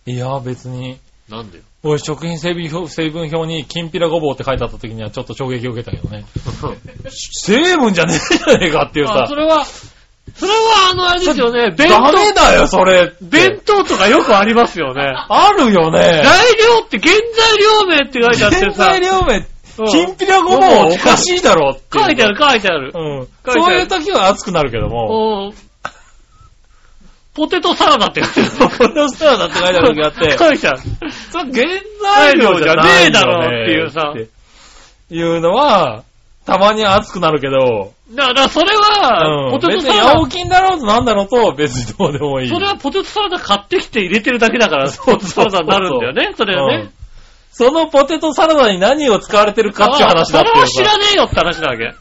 Speaker 3: えいや、別に。
Speaker 2: なんでよ。
Speaker 3: 俺、食品成分表成分表に、きんぴらごぼうって書いてあった時にはちょっと衝撃を受けたけ どね。成分じゃねえじゃねえかっていう
Speaker 2: あ、
Speaker 3: さ
Speaker 2: そ。れは、それはあの、あれですよね、弁
Speaker 3: ダ
Speaker 2: 当、
Speaker 3: メだよ、それ。
Speaker 2: 弁当とかよくありますよ ね。
Speaker 3: あるよね。
Speaker 2: 材料って原材料名って書いてあって
Speaker 3: 原
Speaker 2: さ
Speaker 3: 材、料名、
Speaker 2: うん
Speaker 3: きんぴらごぼうおかしいだろっていう。
Speaker 2: 書いてある書いてある。
Speaker 3: うん。
Speaker 2: 書いてある
Speaker 3: そういう時は熱くなるけど
Speaker 2: う
Speaker 3: も。
Speaker 2: んポテトサラダって書いてある。
Speaker 3: ポテトサラダって書いてある時あって
Speaker 2: 書いてある。
Speaker 3: それ原材料じゃねえだろっていうさ。いうのは、たまに熱くなるけど、
Speaker 2: だからそれは、ポ
Speaker 3: 別
Speaker 2: テト
Speaker 3: に
Speaker 2: サラ
Speaker 3: 青
Speaker 2: ダ、
Speaker 3: 金だろうとなんだろうと別にどうでもいい。
Speaker 2: それはポテトサラダ買ってきて入れてるだけだ から、ポテトサラダになるんだよね、それは
Speaker 3: うん
Speaker 2: ね。
Speaker 3: そのポテトサラダに何を使われてるかっていう話だって
Speaker 2: それは知
Speaker 3: いう
Speaker 2: ら
Speaker 3: さ
Speaker 2: ねえよって話なわけ。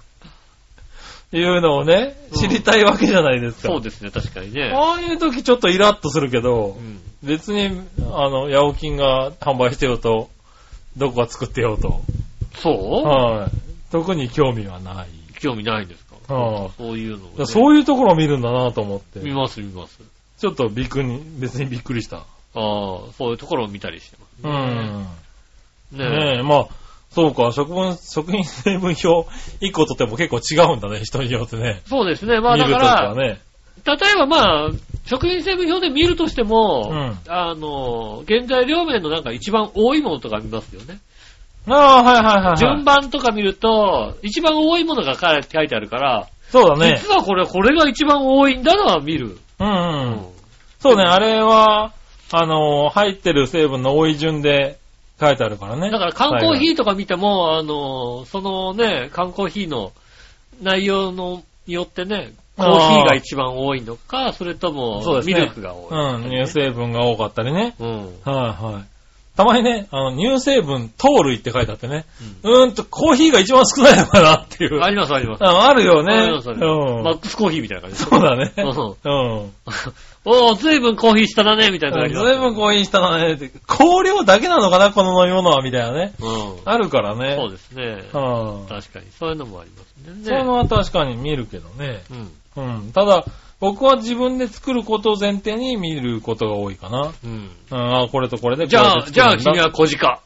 Speaker 3: いうのをね、
Speaker 2: うん
Speaker 3: 知りたいわけじゃないですか。
Speaker 2: そうですね、確かにね。
Speaker 3: ああいう時ちょっとイラッとするけど
Speaker 2: う、ん
Speaker 3: 別に、あの、ヤオキンが販売してようと、どこが作ってようと、
Speaker 2: そ
Speaker 3: はい。特に興味はない。
Speaker 2: う興味ないんですか
Speaker 3: うん
Speaker 2: そういうのをね。
Speaker 3: そういうところを見るんだなと思って。
Speaker 2: 見ます、見ます。
Speaker 3: ちょっとびっくり、別にびっくりした。
Speaker 2: ああ、そういうところを見たりしてます。
Speaker 3: うん。
Speaker 2: ね
Speaker 3: ねえ、まあ、そうか、食分、食品成分表1個とっても結構違うんだね、人によってね。
Speaker 2: そうですね。まあ
Speaker 3: 見
Speaker 2: だ
Speaker 3: る
Speaker 2: か
Speaker 3: と
Speaker 2: ら
Speaker 3: か、ね。
Speaker 2: 例えばまあ、食品成分表で見るとしても、
Speaker 3: うん
Speaker 2: あの、原材料名のなんか一番多いものとか見ますよね。
Speaker 3: ああ、はいはいはいはい。
Speaker 2: 順番とか見ると、一番多いものが書いてあるから、
Speaker 3: そうだね。
Speaker 2: 実はこれ、これが一番多いんだのは見る。
Speaker 3: うん、
Speaker 2: う
Speaker 3: うん。そうね、あれは、あのー入ってる成分の多い順で書いてあるからね。
Speaker 2: だから缶コーヒ
Speaker 3: ー。
Speaker 2: ーとか見ても、あの、そのね、缶コーヒーの内容のによってね、コーヒーが一番多いのか、それと
Speaker 3: そう
Speaker 2: も
Speaker 3: です
Speaker 2: ミ
Speaker 3: ね
Speaker 2: ルクが多いのか
Speaker 3: う
Speaker 2: ね、
Speaker 3: ん、乳成分が多かったりね。
Speaker 2: うん。
Speaker 3: はいはい。たまにね、あの、乳成分、糖類って書いてあってね。
Speaker 2: う
Speaker 3: うーんと、コーヒーが一番少ないのかなっていう。
Speaker 2: あります、あります。
Speaker 3: ああるよね。
Speaker 2: ありますあります
Speaker 3: うん
Speaker 2: マックスコーヒーみたいな感じ。
Speaker 3: そうだね。
Speaker 2: うん
Speaker 3: うん。
Speaker 2: おー、ずいぶんコーヒーしただね、みたいな
Speaker 3: ず
Speaker 2: 感
Speaker 3: い
Speaker 2: じ。
Speaker 3: ぶんコーヒーしたのねって。香料だけなのかなこの飲み物は、みたいなね。
Speaker 2: うん。
Speaker 3: あるからね。
Speaker 2: そうですね。
Speaker 3: うん。
Speaker 2: 確かに。そういうのもありますね。
Speaker 3: そういうのは確かに見るけどね。
Speaker 2: うん。
Speaker 3: うん。ただ、僕は自分で作ることを前提に見ることが多いかな。
Speaker 2: うん。
Speaker 3: うん、あこれとこれで
Speaker 2: じゃあ、
Speaker 3: これで
Speaker 2: じゃ
Speaker 3: 作る
Speaker 2: あ
Speaker 3: ん
Speaker 2: 君
Speaker 3: だ
Speaker 2: は小鹿。
Speaker 3: だか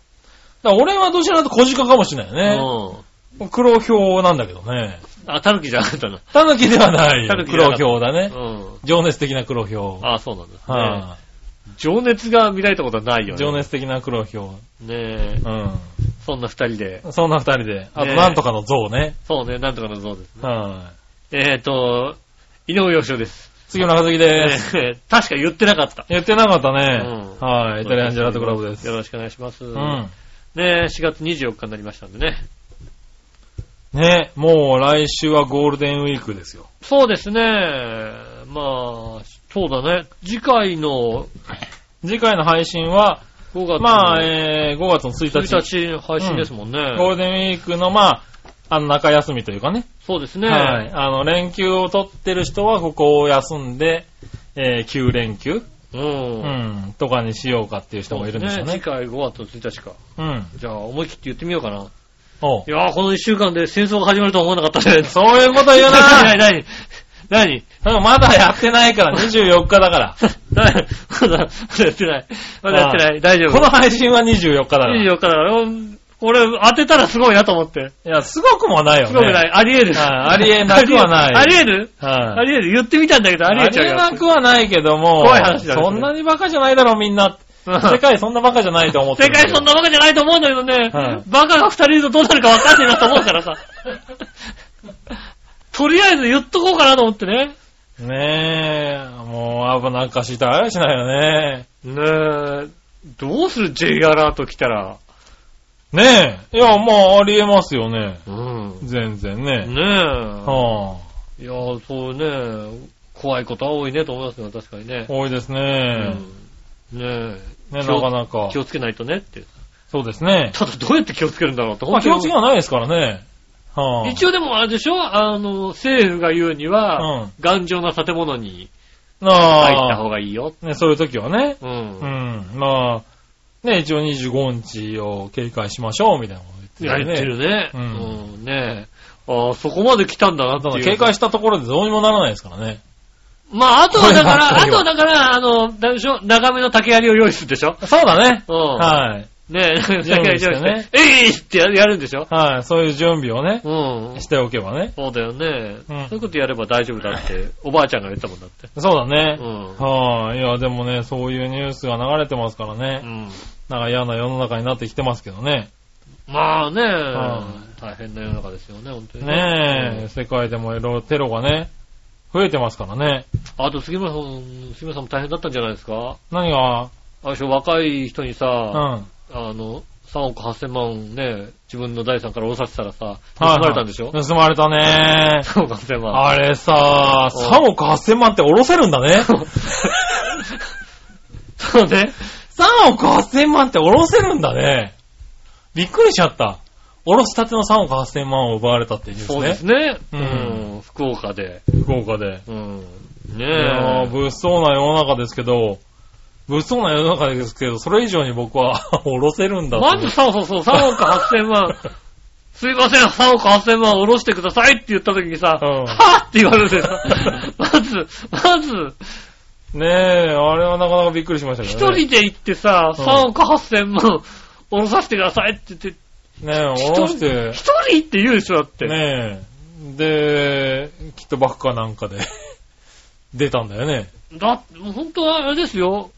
Speaker 3: ら俺はどちらかというと小鹿かもしれな
Speaker 2: う
Speaker 3: いよね。
Speaker 2: ん。
Speaker 3: 黒表なんだけどね。
Speaker 2: あ、タヌキじゃなかったな。
Speaker 3: タヌキではないよ。
Speaker 2: 狸じゃ
Speaker 3: 黒
Speaker 2: なかった
Speaker 3: 表だね。
Speaker 2: うん。
Speaker 3: 情熱的な黒表。はい、
Speaker 2: あ、そうなんですね。情熱が見られたことはないよね。
Speaker 3: 情。熱的な黒表。う
Speaker 2: ねえ。
Speaker 3: ん。
Speaker 2: そんな二人で。
Speaker 3: そんな二人で。あと、
Speaker 2: ねえ
Speaker 3: なんとかの像ね。
Speaker 2: そうね、なんとかの像ですね。
Speaker 3: はい、
Speaker 2: えーと、井上洋雄です。
Speaker 3: 次の中杉
Speaker 2: え
Speaker 3: です。
Speaker 2: ー確か言ってなかった。
Speaker 3: 言ってなかった
Speaker 2: う
Speaker 3: ね。
Speaker 2: ん
Speaker 3: はい、イタリアンジェラートクラブです。
Speaker 2: よろしくお願いします。
Speaker 3: うん。
Speaker 2: ねえ、4月24日になりましたんでね。
Speaker 3: ね、もう来週はゴールデンウィークですよ。
Speaker 2: そうですね。まあ、そうだね。次回の
Speaker 3: 次回の配信は、
Speaker 2: 5月の
Speaker 3: まあ、えー、5月の1日。
Speaker 2: 1日配信ですもんね。
Speaker 3: ゴールデンウィークの、まあ、あの、中休みというかね。
Speaker 2: そうですね。
Speaker 3: はい。あの、連休を取ってる人は、ここを休んで、えー、9連休
Speaker 2: う。
Speaker 3: うんん、とかにしようかっていう人もいるんでしょう
Speaker 2: そうすね次
Speaker 3: ね。
Speaker 2: 回5月の1日か。
Speaker 3: うん。
Speaker 2: じゃあ、思い切って言ってみようかな。
Speaker 3: おう
Speaker 2: いやー、この1週間で戦争が始まるとは思わなかった ね。
Speaker 3: そういうこと 言うな
Speaker 2: 何何何
Speaker 3: うんまだやってないから、24日だ から。
Speaker 2: 何まだやってない。まだやってない。大丈夫。
Speaker 3: この配信は24日だから。い
Speaker 2: 24日だから、うんこれ当てたらすごいなと思って。
Speaker 3: や、すごくもないよね。。
Speaker 2: すごくないい。あり得る。
Speaker 3: はいありえなくはない
Speaker 2: あり得るあ
Speaker 3: はい。
Speaker 2: り得る。言ってみたんだけど、あり
Speaker 3: あ
Speaker 2: 得ちゃ
Speaker 3: り
Speaker 2: う
Speaker 3: え
Speaker 2: よ。
Speaker 3: なくはないけども、
Speaker 2: 怖い話だね
Speaker 3: そんなにバカじゃないだろ、みんな。世界そんなバカじゃないと思って
Speaker 2: 世
Speaker 3: るだけ
Speaker 2: 界
Speaker 3: ど。
Speaker 2: そんなバカじゃないと思うんだけどね、
Speaker 3: はい
Speaker 2: バカが二人いるとどうなるか分かんねえなと思うから さ。とりあえず言っとこうかなと思ってね。
Speaker 3: ねえ、もう、危なんかしたらしないよね。
Speaker 2: ねえ。どうする J アラート来たら。
Speaker 3: ねえ。いや、まあ、ありえますよね。
Speaker 2: うん。
Speaker 3: 全然
Speaker 2: ねえ。
Speaker 3: ね。はあ。
Speaker 2: いやー、そうね、怖いことは多いねと思いますよ、確かにね。
Speaker 3: 多いです
Speaker 2: う
Speaker 3: ね。
Speaker 2: んねえ。
Speaker 3: ね、
Speaker 2: 気を
Speaker 3: なかなか
Speaker 2: 気。をつけないとねって。
Speaker 3: そうですね。
Speaker 2: ただどうやって気をつけるんだろうって、
Speaker 3: まあ、気持ち
Speaker 2: に
Speaker 3: がないですからね。はあ。
Speaker 2: 一応でもあれでしょあの、政府が言うには、
Speaker 3: うん。
Speaker 2: 頑丈な建物に入った
Speaker 3: あ
Speaker 2: 方がいいよ。
Speaker 3: あ。ね、そういう時はね。
Speaker 2: う。
Speaker 3: うんん。まあ、ね、一応25日を警戒しましょう、みたいなこと言って
Speaker 2: や
Speaker 3: た
Speaker 2: れ
Speaker 3: よね
Speaker 2: てるね。
Speaker 3: う
Speaker 2: うんん。ねえ。ああ、そこまで来たんだなって
Speaker 3: だか
Speaker 2: い
Speaker 3: ら
Speaker 2: う。
Speaker 3: 警戒したところでどうにもならないですからね。
Speaker 2: まあ、あとはだ から、
Speaker 3: は
Speaker 2: あ
Speaker 3: い
Speaker 2: とはだから、あの、だでしょ長めの竹槍を用意するでしょ
Speaker 3: そうだね。
Speaker 2: うん。
Speaker 3: はい。
Speaker 2: ねえ、竹槍用意して
Speaker 3: ね
Speaker 2: ね。 えいってやるんでしょ
Speaker 3: はい。そういう準備をね、
Speaker 2: うん。
Speaker 3: しておけばね。
Speaker 2: そうだよね。
Speaker 3: うん
Speaker 2: そういうことやれば大丈夫だって、 おばあちゃんが言ったもんだって。
Speaker 3: そうだね
Speaker 2: う。ん。
Speaker 3: はい。いや、でもね、そういうニュースが流れてますから
Speaker 2: う
Speaker 3: ね。
Speaker 2: ん。
Speaker 3: なんか嫌な世の中になってきてますけどね。
Speaker 2: まあね、
Speaker 3: は
Speaker 2: 大変な世の中ですよね、本当に
Speaker 3: ねえ、世界でもいろいろテロがね、増えてますからね。
Speaker 2: うんあと杉村さん、杉村さんも大変だったんじゃないですか
Speaker 3: 何が、
Speaker 2: あれでしょ若い人に
Speaker 3: う
Speaker 2: さ、
Speaker 3: ん。
Speaker 2: あの、3億8000万ね、自分の財産から下ろさせたらさ、盗
Speaker 3: はいはい
Speaker 2: まれたんでしょ、
Speaker 3: 盗まれたね。
Speaker 2: ?3 億8000万。
Speaker 3: あれさ、
Speaker 2: うん
Speaker 3: 3億8000万って下ろせるんだね。
Speaker 2: そうね。
Speaker 3: 3億8000万って下ろせるんだね。びっくりしちゃった。下ろしたての3億8000万を奪われたっていうニ ュ
Speaker 2: そう
Speaker 3: ー
Speaker 2: で
Speaker 3: ス
Speaker 2: す
Speaker 3: ね。
Speaker 2: ね。う
Speaker 3: う
Speaker 2: んん、福岡で。
Speaker 3: 福岡で。
Speaker 2: うん。
Speaker 3: いやー
Speaker 2: ね
Speaker 3: 物騒な世の中ですけど、物騒な世の中ですけど、それ以上に僕は 下ろせるん
Speaker 2: え。
Speaker 3: だと
Speaker 2: まずそうそうそう、3億8000万。すいません、3億8000万下ろしてくださいって言った時にさ、
Speaker 3: うん
Speaker 2: はぁって言われて さ、まず、まず、
Speaker 3: ねえ、あれはなかなかびっくりしましたけ
Speaker 2: 一
Speaker 3: どね。
Speaker 2: 人で行ってさ、
Speaker 3: うん
Speaker 2: 3億8000万下ろさせてくださいって言って、
Speaker 3: ねえ、下ろして、
Speaker 2: 一人って言うでしょ、だって。
Speaker 3: ねえ、で、きっとバッカなんかで 出たんだよね。
Speaker 2: だ、本当はあれですよ。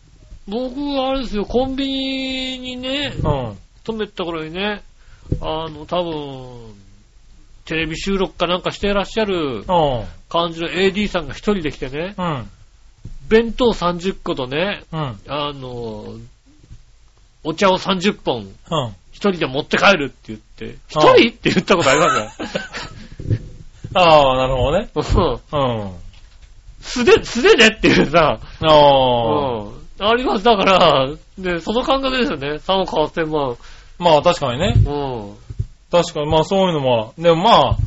Speaker 2: 僕はあれですよ、コンビニにね、
Speaker 3: うん。
Speaker 2: 勤めてた頃にね、あの、多分、テレビ収録かなんかしてらっしゃる
Speaker 3: うん。
Speaker 2: 感じの AD さんが一人で来てね、
Speaker 3: うん。
Speaker 2: 弁当30個とね、
Speaker 3: うん。
Speaker 2: あの、お茶を30本
Speaker 3: うん。
Speaker 2: 一人で持って帰るって言って、一
Speaker 3: ああ
Speaker 2: 人って言ったことあります
Speaker 3: ああ、なるほどね。
Speaker 2: よ。うん
Speaker 3: うん。
Speaker 2: 素手、素手でっていうさ、
Speaker 3: ああ。
Speaker 2: うん。あります。だから、ね、その感覚ですよね。3億8000万。
Speaker 3: まあ確かにね。
Speaker 2: うん。
Speaker 3: 確かに、まあそういうのも、でもまあ、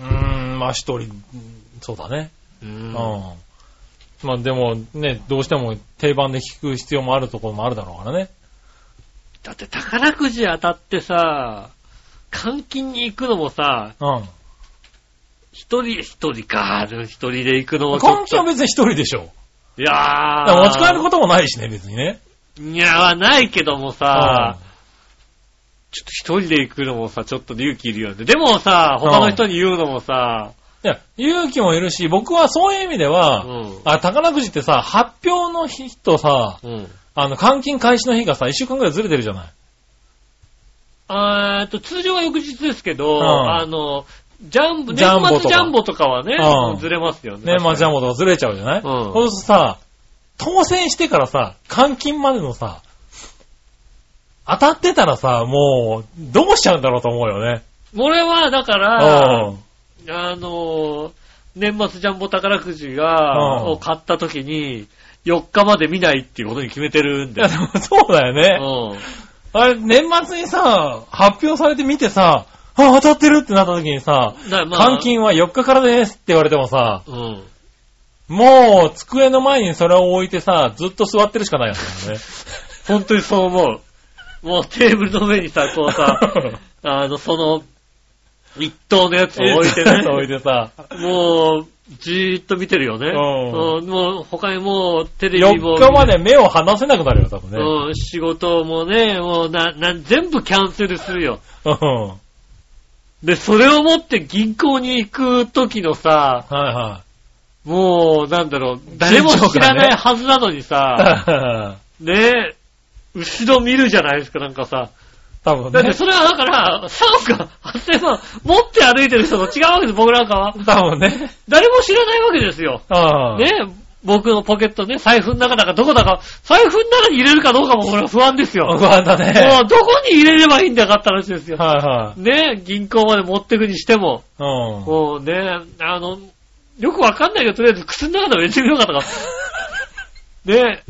Speaker 3: うーん、まあ一人、そうだね。
Speaker 2: う
Speaker 3: うんん。まあでもね、どうしても定番で聞く必要もあるところもあるだろうからね。
Speaker 2: だって宝くじ当たってさ、監禁に行くのもさ、
Speaker 3: う
Speaker 2: 一人、一人か、でも一人で行くのも
Speaker 3: ん。
Speaker 2: ちょ
Speaker 3: 関
Speaker 2: っ
Speaker 3: 係
Speaker 2: と
Speaker 3: は別に一人でしょ。
Speaker 2: いや
Speaker 3: だから
Speaker 2: ー。
Speaker 3: 持ち帰ることもないしね、別にね。
Speaker 2: いやはないけどもさ
Speaker 3: あ、
Speaker 2: ちょっと一人で行くのもさ、ちょっと勇気いるよね。でもさ、他の人に言うのもさ、
Speaker 3: いや、勇気もいるし、僕はそういう意味で
Speaker 2: う
Speaker 3: は、
Speaker 2: ん。
Speaker 3: あ、宝くじってさ、発表の日とさ、
Speaker 2: うん。
Speaker 3: あの、監禁開始の日がさ、一週間くらいずれてるじゃない。
Speaker 2: あーえっと、通常は翌日ですけど、
Speaker 3: うん
Speaker 2: あの、ジャンボ、
Speaker 3: ジャンボと
Speaker 2: 年
Speaker 3: か
Speaker 2: 末ジャンボとかはね、
Speaker 3: うん
Speaker 2: ずれますよね。
Speaker 3: ね、まあジャン
Speaker 2: ボ。
Speaker 3: ボとかずれちゃうじゃない、
Speaker 2: ん
Speaker 3: そうするとさ、当選してからさ、監禁までのさ、当たってたらさ、もう、どうしちゃうんだろうと思うよね。
Speaker 2: 俺は、だか
Speaker 3: う
Speaker 2: ら、
Speaker 3: ん。
Speaker 2: あのー、年末ジャンボ宝くじが、
Speaker 3: うん
Speaker 2: を買った時に、4日まで見ないっていうことに決めてるん
Speaker 3: い
Speaker 2: で
Speaker 3: や、。でもそうだよね。
Speaker 2: うん。
Speaker 3: あれ、年末にさ、発表されてみてさ、あ、当たってるってなった時にさ、
Speaker 2: だからまあ
Speaker 3: 監禁は4日からですって言われてもさ、
Speaker 2: うん。
Speaker 3: もう、机の前にそれを置いてさ、ずっと座ってるしかないやつだよね。
Speaker 2: 本当にそう思う。もうテーブルの上にさ、こう さ、あの、その、一等のやつを 置いてね。
Speaker 3: 置いてさ。
Speaker 2: もう、じーっと見てるよね。
Speaker 3: うん
Speaker 2: うんもう、他にもう、テレビも。
Speaker 3: 4日まで目を離せなくなるよ、多分ね。
Speaker 2: うん、仕事もね、もうな、な、全部キャンセルするよ。
Speaker 3: うん。はい
Speaker 2: で、それを持って銀行に行く時のさ、
Speaker 3: は
Speaker 2: もう、なんだろう、誰も知らないはずなのに さ、
Speaker 3: い。
Speaker 2: ね、後ろ見るじゃないですか、なんかさ。
Speaker 3: 多分
Speaker 2: だって
Speaker 3: ね。
Speaker 2: それはだから、3億8000万持って歩いてる人と違うわけです、僕なんかは。
Speaker 3: 多分ね。
Speaker 2: 誰も知らないわけですよ。
Speaker 3: ああ。
Speaker 2: ね、僕のポケットね、財布の中だかどこだか、財布の中に入れるかどうかもこれは不安ですよ。
Speaker 3: 不安だ
Speaker 2: も
Speaker 3: ね。
Speaker 2: うどこに入れればいいんだかって話ですよ。
Speaker 3: は
Speaker 2: ね、銀行まで持ってくにしても、
Speaker 3: いはい。うん。
Speaker 2: もうね、あの、よくわかんないけど、とりあえず靴の中でも入れてみようかと か。ね、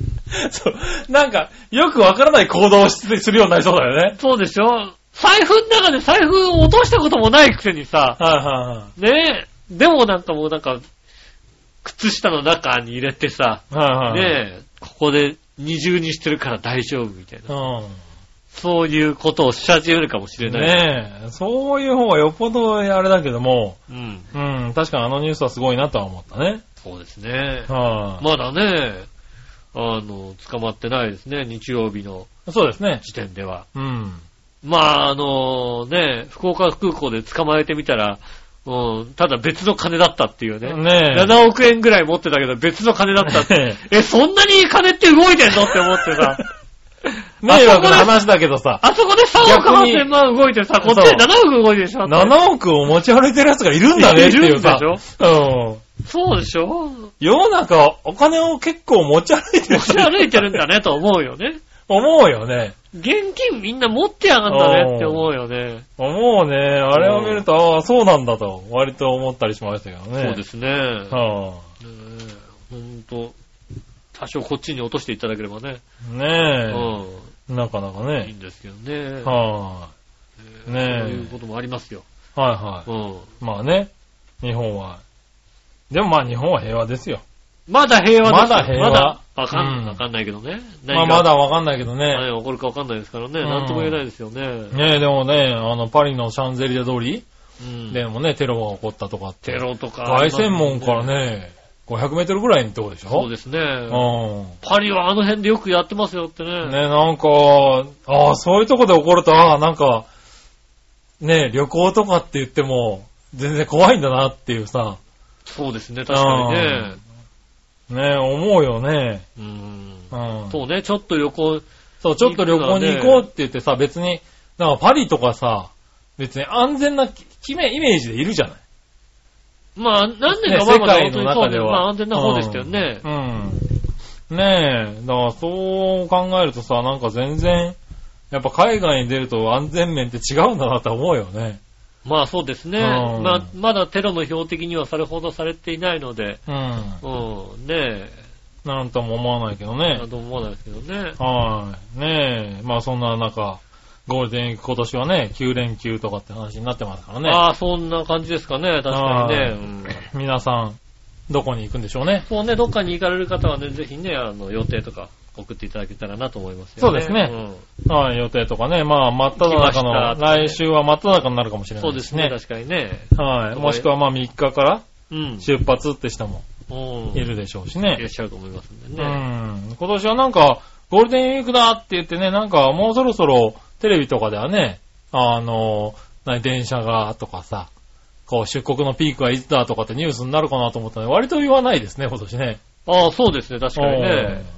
Speaker 3: そう。なんか、よくわからない行動をしするようになりそうだよね。
Speaker 2: そうでしょ財布の中で財布を落としたこともないくせにさ、
Speaker 3: はいはいはい。
Speaker 2: ね、でもなんかもうなんか、靴下の中に入れてさ、
Speaker 3: はいはい。
Speaker 2: ね、ここで二重にしてるから大丈夫みたいな。
Speaker 3: う
Speaker 2: そういうことをし始めるかもしれ
Speaker 3: ん。
Speaker 2: ない。
Speaker 3: ねえ、そういう方がよっぽどあれだけども、
Speaker 2: うん。
Speaker 3: うん、確かにあのニュースはすごいなとは思ったね。
Speaker 2: そうですね。
Speaker 3: はい、
Speaker 2: まだね、あの、捕まってないですね、日曜日の
Speaker 3: そうですね。
Speaker 2: 時点では。
Speaker 3: うん。
Speaker 2: まあ、あのね、福岡空港で捕まえてみたら、うん、ただ別の金だったっていうね。
Speaker 3: ねえ。
Speaker 2: 7億円ぐらい持ってたけど別の金だった って。
Speaker 3: ね
Speaker 2: え、そんなに金って動いてんのって思ってさ。
Speaker 3: え迷惑な話だけどさ、
Speaker 2: あそこで3億8千万動いてさ、こっちで7億動いてるでしょ
Speaker 3: 7億を持ち歩いてる奴がいるんだねっていうさ
Speaker 2: いるん。で
Speaker 3: うん。
Speaker 2: そうでしょ
Speaker 3: 世の中、お金を結構持ち歩いてる
Speaker 2: 持ち 歩いてるんだねと思うよね。
Speaker 3: 思うよね。
Speaker 2: 現金みんな持ってやがんだねって思うよね。
Speaker 3: 思うね。あれを見ると、ああ、そうなんだと、割と思ったりしましたけどね。。
Speaker 2: そうですすね。
Speaker 3: は
Speaker 2: ねえほんと、多少こっちに落としていただければね、
Speaker 3: あ、ね
Speaker 2: う
Speaker 3: え。なかなか
Speaker 2: ん、いい
Speaker 3: ね。
Speaker 2: んですけどね。
Speaker 3: は
Speaker 2: え
Speaker 3: ねえ
Speaker 2: そういうこともありますよ。
Speaker 3: い、はいはい。
Speaker 2: うん、
Speaker 3: まあね、日本は。でもまあ日本は平和ですよ。
Speaker 2: まだ平和ですよ
Speaker 3: まだ平和
Speaker 2: まだわか
Speaker 3: うんん
Speaker 2: わかんないけどね。
Speaker 3: まあ
Speaker 2: 何が
Speaker 3: まだわかんないけどね。
Speaker 2: 何が起こるかわかんないですからね。
Speaker 3: うん
Speaker 2: なんとも言えないですよね。
Speaker 3: ねえ、でもね、あの、パリのシャンゼリア通り
Speaker 2: うん
Speaker 3: でもね、テロが起こったとかって。
Speaker 2: テロとか。
Speaker 3: 凱旋門から。ね、500メートルぐらいのとこでしょ
Speaker 2: そうで
Speaker 3: で
Speaker 2: すね。
Speaker 3: う
Speaker 2: パリはあの辺でよくやってますよって
Speaker 3: ん。
Speaker 2: ね。
Speaker 3: ねなんか、ああ、そういうとこで起こると、ああ、なんか、ね旅行とかって言っても、全然怖いんだなっていうさ、
Speaker 2: そうですね、確かにね。
Speaker 3: ね思うよね。
Speaker 2: うん。
Speaker 3: うん。
Speaker 2: そうね、ちょっと旅行、
Speaker 3: そう、ちょっと旅行に行こうって言ってさ、別に、なんかパリとかさ、別に安全なききめイメージでいるじゃない。
Speaker 2: まあ、何年か
Speaker 3: ね
Speaker 2: 前までは
Speaker 3: 世界
Speaker 2: 本当にそ
Speaker 3: の
Speaker 2: う
Speaker 3: 中
Speaker 2: で
Speaker 3: では
Speaker 2: まあ安全な方でしたよね。
Speaker 3: うん。ねえ、だからそう考えるとさ、なんか全然、やっぱ海外に出ると安全面って違うんだなって思うよね。
Speaker 2: まあそうですね。
Speaker 3: うん
Speaker 2: まあ、まだテロの標的にはそれほどされていないので、
Speaker 3: うん。
Speaker 2: うん、ね
Speaker 3: なんとも思わないけど
Speaker 2: え、
Speaker 3: ね
Speaker 2: な。んとも思わないですけどね。
Speaker 3: はい。ねえ、まあそんな中、ゴールデンウィーク今年はね、9連休とかって話になってますからね。
Speaker 2: ああ、そんな感じですかね、確かにね。うん
Speaker 3: 皆さん、どこに行くんでしょうね。
Speaker 2: そうね、どっかに行かれる方はね、ぜひね、あの、予定とか送っていただけたらなと思いますよね。
Speaker 3: そうですねはい、予定とかね。まあ、真っ只中
Speaker 2: 行
Speaker 3: の、
Speaker 2: きました
Speaker 3: 来週は真っ只中になるかもし
Speaker 2: う
Speaker 3: れ
Speaker 2: ん。
Speaker 3: な
Speaker 2: そ
Speaker 3: いう
Speaker 2: ですね、。確かにね。
Speaker 3: はい。もしくはまあ3日から
Speaker 2: うん。
Speaker 3: 出発って人も
Speaker 2: うん
Speaker 3: いるでしょうし
Speaker 2: いらっ
Speaker 3: ね。
Speaker 2: しゃると思いますん
Speaker 3: う
Speaker 2: でね。
Speaker 3: ん。今年はなんか、ゴールデンウィークだって言ってね、なんかもうそろそろテレビとかではね、あの、何、電車がとかさ、こう出国のピークはいつだとかってニュースになるかなと思ったので、割と言わないですね、今年ね。
Speaker 2: ああ、そうですね、確かにね。
Speaker 3: うん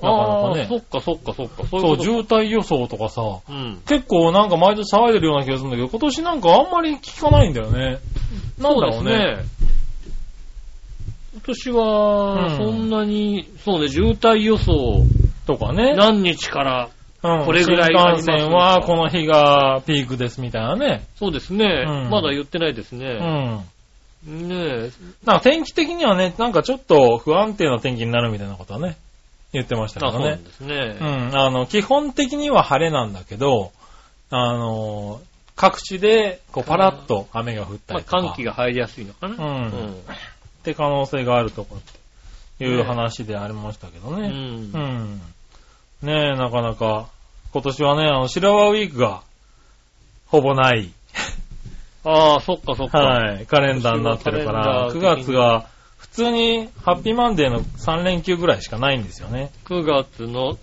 Speaker 3: なかなか
Speaker 2: ああそ
Speaker 3: ね。
Speaker 2: っかそっかそっか。そうい
Speaker 3: そう
Speaker 2: こ
Speaker 3: う、
Speaker 2: と
Speaker 3: 渋滞予想とかさ、
Speaker 2: うん。
Speaker 3: 結構なんか毎年騒いでるような気がするんだけど、今年なんかあんまり聞かないんだよね。なんだろうね。。
Speaker 2: 今年は、
Speaker 3: うん
Speaker 2: そんなに、そうね、渋滞予想、
Speaker 3: とかね。
Speaker 2: 何日から、
Speaker 3: うん
Speaker 2: これぐらいあり
Speaker 3: 新
Speaker 2: ますよ
Speaker 3: 幹線はこの日がピークですみたいなね。
Speaker 2: そうですね、
Speaker 3: うん
Speaker 2: まだ言ってないです
Speaker 3: う
Speaker 2: ね。
Speaker 3: ん。
Speaker 2: ねえ、
Speaker 3: なんか天気的にはね、なんかちょっと不安定な天気になるみたいなことはね、言ってましたけ
Speaker 2: あそ
Speaker 3: ど
Speaker 2: うなん
Speaker 3: ね。
Speaker 2: ですね。
Speaker 3: うん。あの、基本的には晴れなんだけど、あの、各地でこうパラッと雨が降った
Speaker 2: まあ、
Speaker 3: りとか。
Speaker 2: 寒気が入りやすいのかな。
Speaker 3: うんって可能性があるとかっていう話でありましたけど
Speaker 2: う
Speaker 3: ね。
Speaker 2: ん。
Speaker 3: う
Speaker 2: うん
Speaker 3: ん。ねえ、なかなか、今年はね、あの、シラワーウィークが、ほぼない、
Speaker 2: ああ、そっかそっか。
Speaker 3: はい、カレンダーになってるから、
Speaker 2: 今年はカ
Speaker 3: 9
Speaker 2: レンダー的に
Speaker 3: 月が、普通に、ハッピーマンデーの3連休ぐらいしかないんですよね。
Speaker 2: 9月の、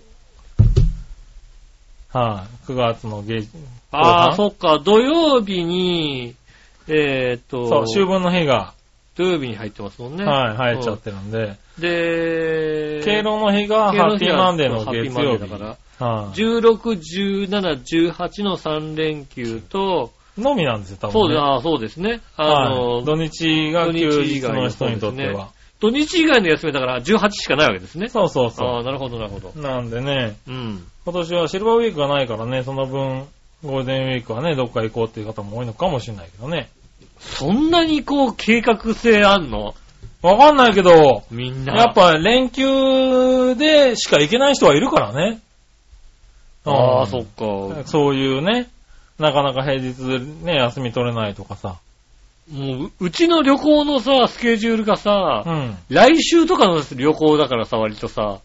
Speaker 3: はい、9月の下、
Speaker 2: ああ、
Speaker 3: 後
Speaker 2: そっか、土曜日に、えーっと、
Speaker 3: そう、秋分の日が、
Speaker 2: 土曜日に入ってますもんね。
Speaker 3: はい、入っちゃってるんで、
Speaker 2: うん。で、
Speaker 3: 敬老の日が、
Speaker 2: 敬老
Speaker 3: ハ
Speaker 2: の
Speaker 3: ッピ
Speaker 2: 日
Speaker 3: ー
Speaker 2: は
Speaker 3: マンデーの
Speaker 2: そうハ
Speaker 3: 月
Speaker 2: ッピーマンデ
Speaker 3: 曜
Speaker 2: ーだ
Speaker 3: 日。
Speaker 2: から、
Speaker 3: はい
Speaker 2: 16、17、18の3連休と、
Speaker 3: のみなんですよ、多
Speaker 2: そう
Speaker 3: 分
Speaker 2: で
Speaker 3: ね。
Speaker 2: ああそうですね。あ
Speaker 3: は
Speaker 2: の、
Speaker 3: い。土日が
Speaker 2: 土日
Speaker 3: 休
Speaker 2: 以
Speaker 3: 日
Speaker 2: 外
Speaker 3: の
Speaker 2: はそ
Speaker 3: 人
Speaker 2: うですね
Speaker 3: にとっては。
Speaker 2: 土日以外の休みだから18しかないわけですね。
Speaker 3: そうそう
Speaker 2: あ
Speaker 3: そ
Speaker 2: あ、なるほど、なるほど。
Speaker 3: う。なんでね、
Speaker 2: うん。
Speaker 3: 今年はシルバーウィークがないからね、その分、ゴールデンウィークはね、どっか行こうっていう方も多いのかもしれないけどね。
Speaker 2: そんなにこう、計画性あんの
Speaker 3: わかんないけど、
Speaker 2: みんな。
Speaker 3: やっ、ぱ連休でしか行けない人はいるからね。
Speaker 2: あ
Speaker 3: う
Speaker 2: あ、
Speaker 3: ん
Speaker 2: そっか。
Speaker 3: そういうね、なかなか平日ね、休み取れないとかさ。
Speaker 2: もう、うちの旅行のさ、スケジュールがさ、
Speaker 3: うん。
Speaker 2: 来週とかの旅行だからさ、割とさ、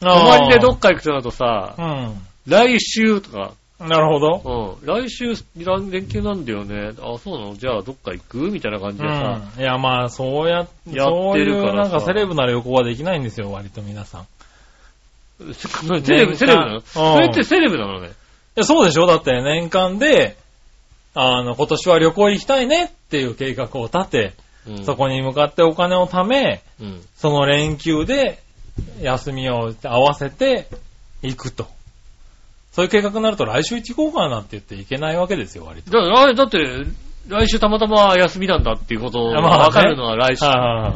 Speaker 3: 泊
Speaker 2: 泊まりでどっか行くとなるとさ、
Speaker 3: う
Speaker 2: 来週とか、
Speaker 3: ん。なるほど。
Speaker 2: うん、来週連休なんだよね。あ、そうなのじゃあどっか行くみたいな感じ
Speaker 3: う
Speaker 2: でさ、
Speaker 3: ん。いや、まあ、そうや、
Speaker 2: やっ
Speaker 3: そう
Speaker 2: て
Speaker 3: い
Speaker 2: るからさ
Speaker 3: うなんかセレブな旅行はできないんですよ、割と皆さん。い
Speaker 2: セレブ、セレブな
Speaker 3: う
Speaker 2: の
Speaker 3: ん
Speaker 2: それってセレブなのね。
Speaker 3: や、そうでしょだって年間で、あの、今年は旅行行きたいねっていう計画を立て、
Speaker 2: うん
Speaker 3: そこに向かってお金を貯め、
Speaker 2: うん。
Speaker 3: その連休で休みを合わせて行くと。そういう計画になると来週行こうかなって言って行けないわけですよ、割と。
Speaker 2: だあだって、来週たまたま休みなんだっていうことが
Speaker 3: まあね
Speaker 2: わかるのは来週。
Speaker 3: は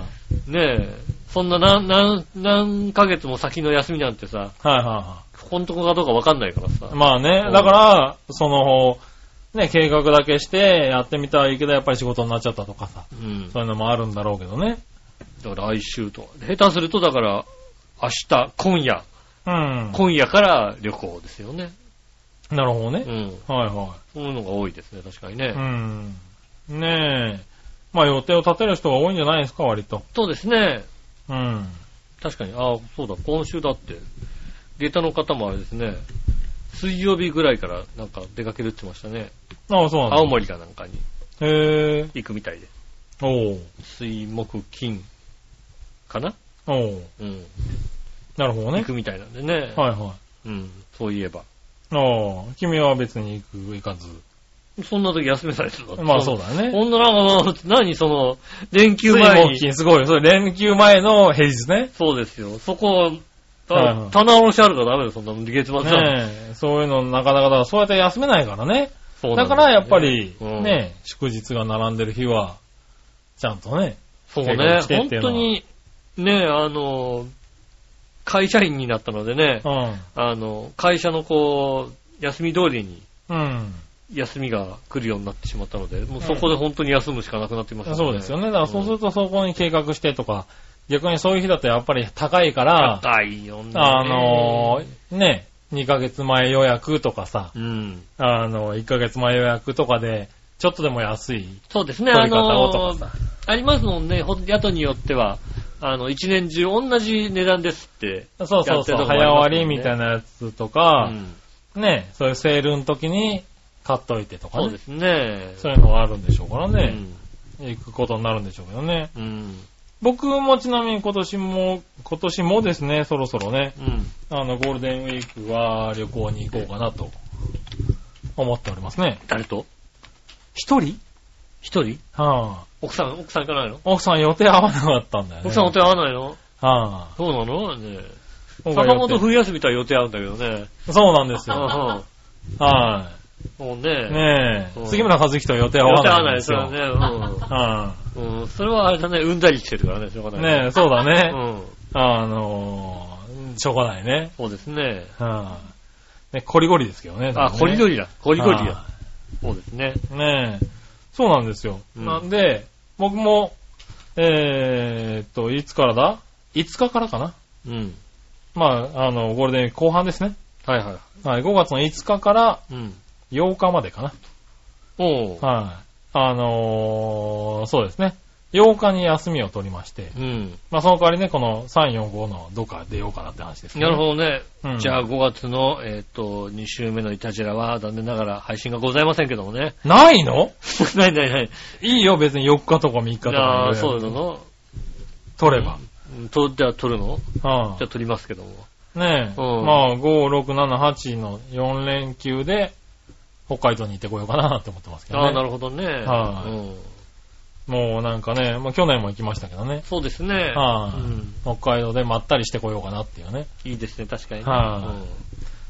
Speaker 3: い
Speaker 2: ねえ。そんな何、何、何ヶ月も先の休みなんてさ、
Speaker 3: はいはい。はいは
Speaker 2: ここのとこかどうかわかんないからさ
Speaker 3: い。。まあね、だから、その、ね、計画だけしてやってみたいけどやっぱり仕事になっちゃったとかさ、
Speaker 2: うん。
Speaker 3: そういうのもあるんだろうけどね。
Speaker 2: だから来週と。下手すると、だから、明日、今夜、
Speaker 3: うん。
Speaker 2: 今夜から旅行ですよね。
Speaker 3: なるほど
Speaker 2: う
Speaker 3: ね。
Speaker 2: ん。
Speaker 3: はいは
Speaker 2: そういうのが多いですね、確かに
Speaker 3: い。
Speaker 2: ね
Speaker 3: う。ん。ねえ。まあ予定を立てる人が多いんじゃないですか、割と。
Speaker 2: そうですね。
Speaker 3: うん。
Speaker 2: 確かに、ああ、そうだ、今週だって、下駄の方もあれですね、水曜日ぐらいからなんか出かけるって言ってましたね。
Speaker 3: ああ、そうなんだ。
Speaker 2: 青森かなんかに
Speaker 3: へえ。
Speaker 2: 行くみたいで。
Speaker 3: おう。
Speaker 2: 水、木、金、かな
Speaker 3: おう。
Speaker 2: うん。
Speaker 3: なるほど
Speaker 2: 行
Speaker 3: ね。
Speaker 2: くみたいなんでね。
Speaker 3: はいはい。
Speaker 2: うん、そういえば。
Speaker 3: ああ、君は別に行く、行かず。
Speaker 2: そんな時休めされてるの
Speaker 3: まあそうだね。
Speaker 2: ほんとなんか、何その、連休
Speaker 3: 水
Speaker 2: 前
Speaker 3: 木
Speaker 2: に。
Speaker 3: 金すごいよ。それ連休前の平日ね。
Speaker 2: そうですよ。そこ、
Speaker 3: はいは
Speaker 2: た
Speaker 3: い
Speaker 2: 棚卸しあるからダメだよ、そんなの月末だもん
Speaker 3: ねえ、そういうのなかなかだ、そうやって休めないからね。
Speaker 2: そうな
Speaker 3: だ
Speaker 2: ん
Speaker 3: か
Speaker 2: よ
Speaker 3: らやっぱり、
Speaker 2: うん
Speaker 3: ねえ、祝日が並んでる日は、ちゃんとね。
Speaker 2: そう
Speaker 3: 計画
Speaker 2: ね
Speaker 3: し、てっ
Speaker 2: 本
Speaker 3: ていうの
Speaker 2: 当
Speaker 3: は
Speaker 2: に、ね、あの、会社員になったのでね
Speaker 3: う、ん。
Speaker 2: あの、会社のこう、休み通りに
Speaker 3: うん。
Speaker 2: 休みが来るようになってしまったので、もうそこで本当に休むしかなくなってきました
Speaker 3: そうですよ
Speaker 2: ね。
Speaker 3: ね。だからそうするとそこに計画してとか、逆にそういう日だとやっぱり高いから、
Speaker 2: 高いよね。
Speaker 3: あのー、ねえ、2ヶ月前予約とかさ、
Speaker 2: うん。
Speaker 3: あの、1ヶ月前予約とかで、ちょっとでも安い
Speaker 2: そうですね、あ
Speaker 3: 取り方をと
Speaker 2: の
Speaker 3: かさ。
Speaker 2: ありますもんね、ほん宿によっては、あの、一年中同じ値段ですって。
Speaker 3: そうそうそう、早割りみたい
Speaker 2: な。
Speaker 3: なやつとか
Speaker 2: う、ん
Speaker 3: ね、そういうセールの時に買っといてとか
Speaker 2: そうで
Speaker 3: ね。
Speaker 2: すね。
Speaker 3: そういうのがあるんでしょうから
Speaker 2: う
Speaker 3: ね、
Speaker 2: ん
Speaker 3: 行くことになるんでしょうけどね。
Speaker 2: うん。
Speaker 3: 僕もちなみに今年も、今年もですね、そろそろね、
Speaker 2: うん。
Speaker 3: あの、ゴールデンウィークは旅行に行こうかなと思っておりますね。
Speaker 2: 誰と
Speaker 3: 一人
Speaker 2: 一人
Speaker 3: はあ、
Speaker 2: 奥さん、奥さん行かないの
Speaker 3: 奥さん予定合わなかったんだよね。
Speaker 2: 奥さん予定合わないの
Speaker 3: はあ、
Speaker 2: そうなのね
Speaker 3: 僕が
Speaker 2: 坂
Speaker 3: 予定
Speaker 2: 本冬休みとは予定合うんだけど ね。
Speaker 3: そうなんです
Speaker 2: うん
Speaker 3: よ。
Speaker 2: うん
Speaker 3: は
Speaker 2: もう
Speaker 3: い。
Speaker 2: ね
Speaker 3: ね
Speaker 2: そう
Speaker 3: え、杉村和樹と予定合
Speaker 2: 予
Speaker 3: わ
Speaker 2: 定合わ
Speaker 3: な
Speaker 2: ない
Speaker 3: い
Speaker 2: で
Speaker 3: んですす
Speaker 2: よ
Speaker 3: よ。
Speaker 2: ね。
Speaker 3: は
Speaker 2: うんうん。それはあれだね、うんざりしてるからね、しょうが
Speaker 3: い
Speaker 2: ない。
Speaker 3: ねえ、そうだ
Speaker 2: う
Speaker 3: ね。
Speaker 2: ん。
Speaker 3: あのー、しょうがないね。
Speaker 2: そうですね。
Speaker 3: はい。ね、コリゴリですけどね。
Speaker 2: あ、コリゴ
Speaker 3: リ。
Speaker 2: リだ。コリゴリだ
Speaker 3: は。
Speaker 2: そうですね。
Speaker 3: いねえ、そうなんですよ。
Speaker 2: うん
Speaker 3: なんで、僕も、えーっと、いつからだ ?5 日からかな
Speaker 2: うん。
Speaker 3: まあ、あの、ゴールデンウィーク後半ですね。
Speaker 2: はいは
Speaker 3: はい、5月の5日から
Speaker 2: い。うん。
Speaker 3: 8日までかな。
Speaker 2: おう。
Speaker 3: はい。あのー、そうですね。8日に休みを取りまして、
Speaker 2: うん。
Speaker 3: まあその代わりね、この3、4、5のどっか出ようかなって話ですね。
Speaker 2: なるほどね。
Speaker 3: うん
Speaker 2: じゃあ5月の、えっと、2週目のイタジラは残念ながら配信がございませんけども ね。
Speaker 3: ないの
Speaker 2: ないないない。
Speaker 3: いいよ、別に4日とか3日とか。
Speaker 2: ああ、そうなの
Speaker 3: 取れば。
Speaker 2: うんと、じゃあ撮るの
Speaker 3: うん
Speaker 2: じゃあ撮りますけども。
Speaker 3: ねえ。
Speaker 2: うん
Speaker 3: まあ、5、6、7、8の4連休で、北海道に行ってこようかなって思ってますけどね。
Speaker 2: ああ、なるほどね。
Speaker 3: はい
Speaker 2: うん
Speaker 3: もうなんかね、まあ去年も行きましたけどね。
Speaker 2: そうですね。
Speaker 3: はい
Speaker 2: うん
Speaker 3: 北海道でまったりしてこようかなっていうね。
Speaker 2: いいですね、確かにね。
Speaker 3: は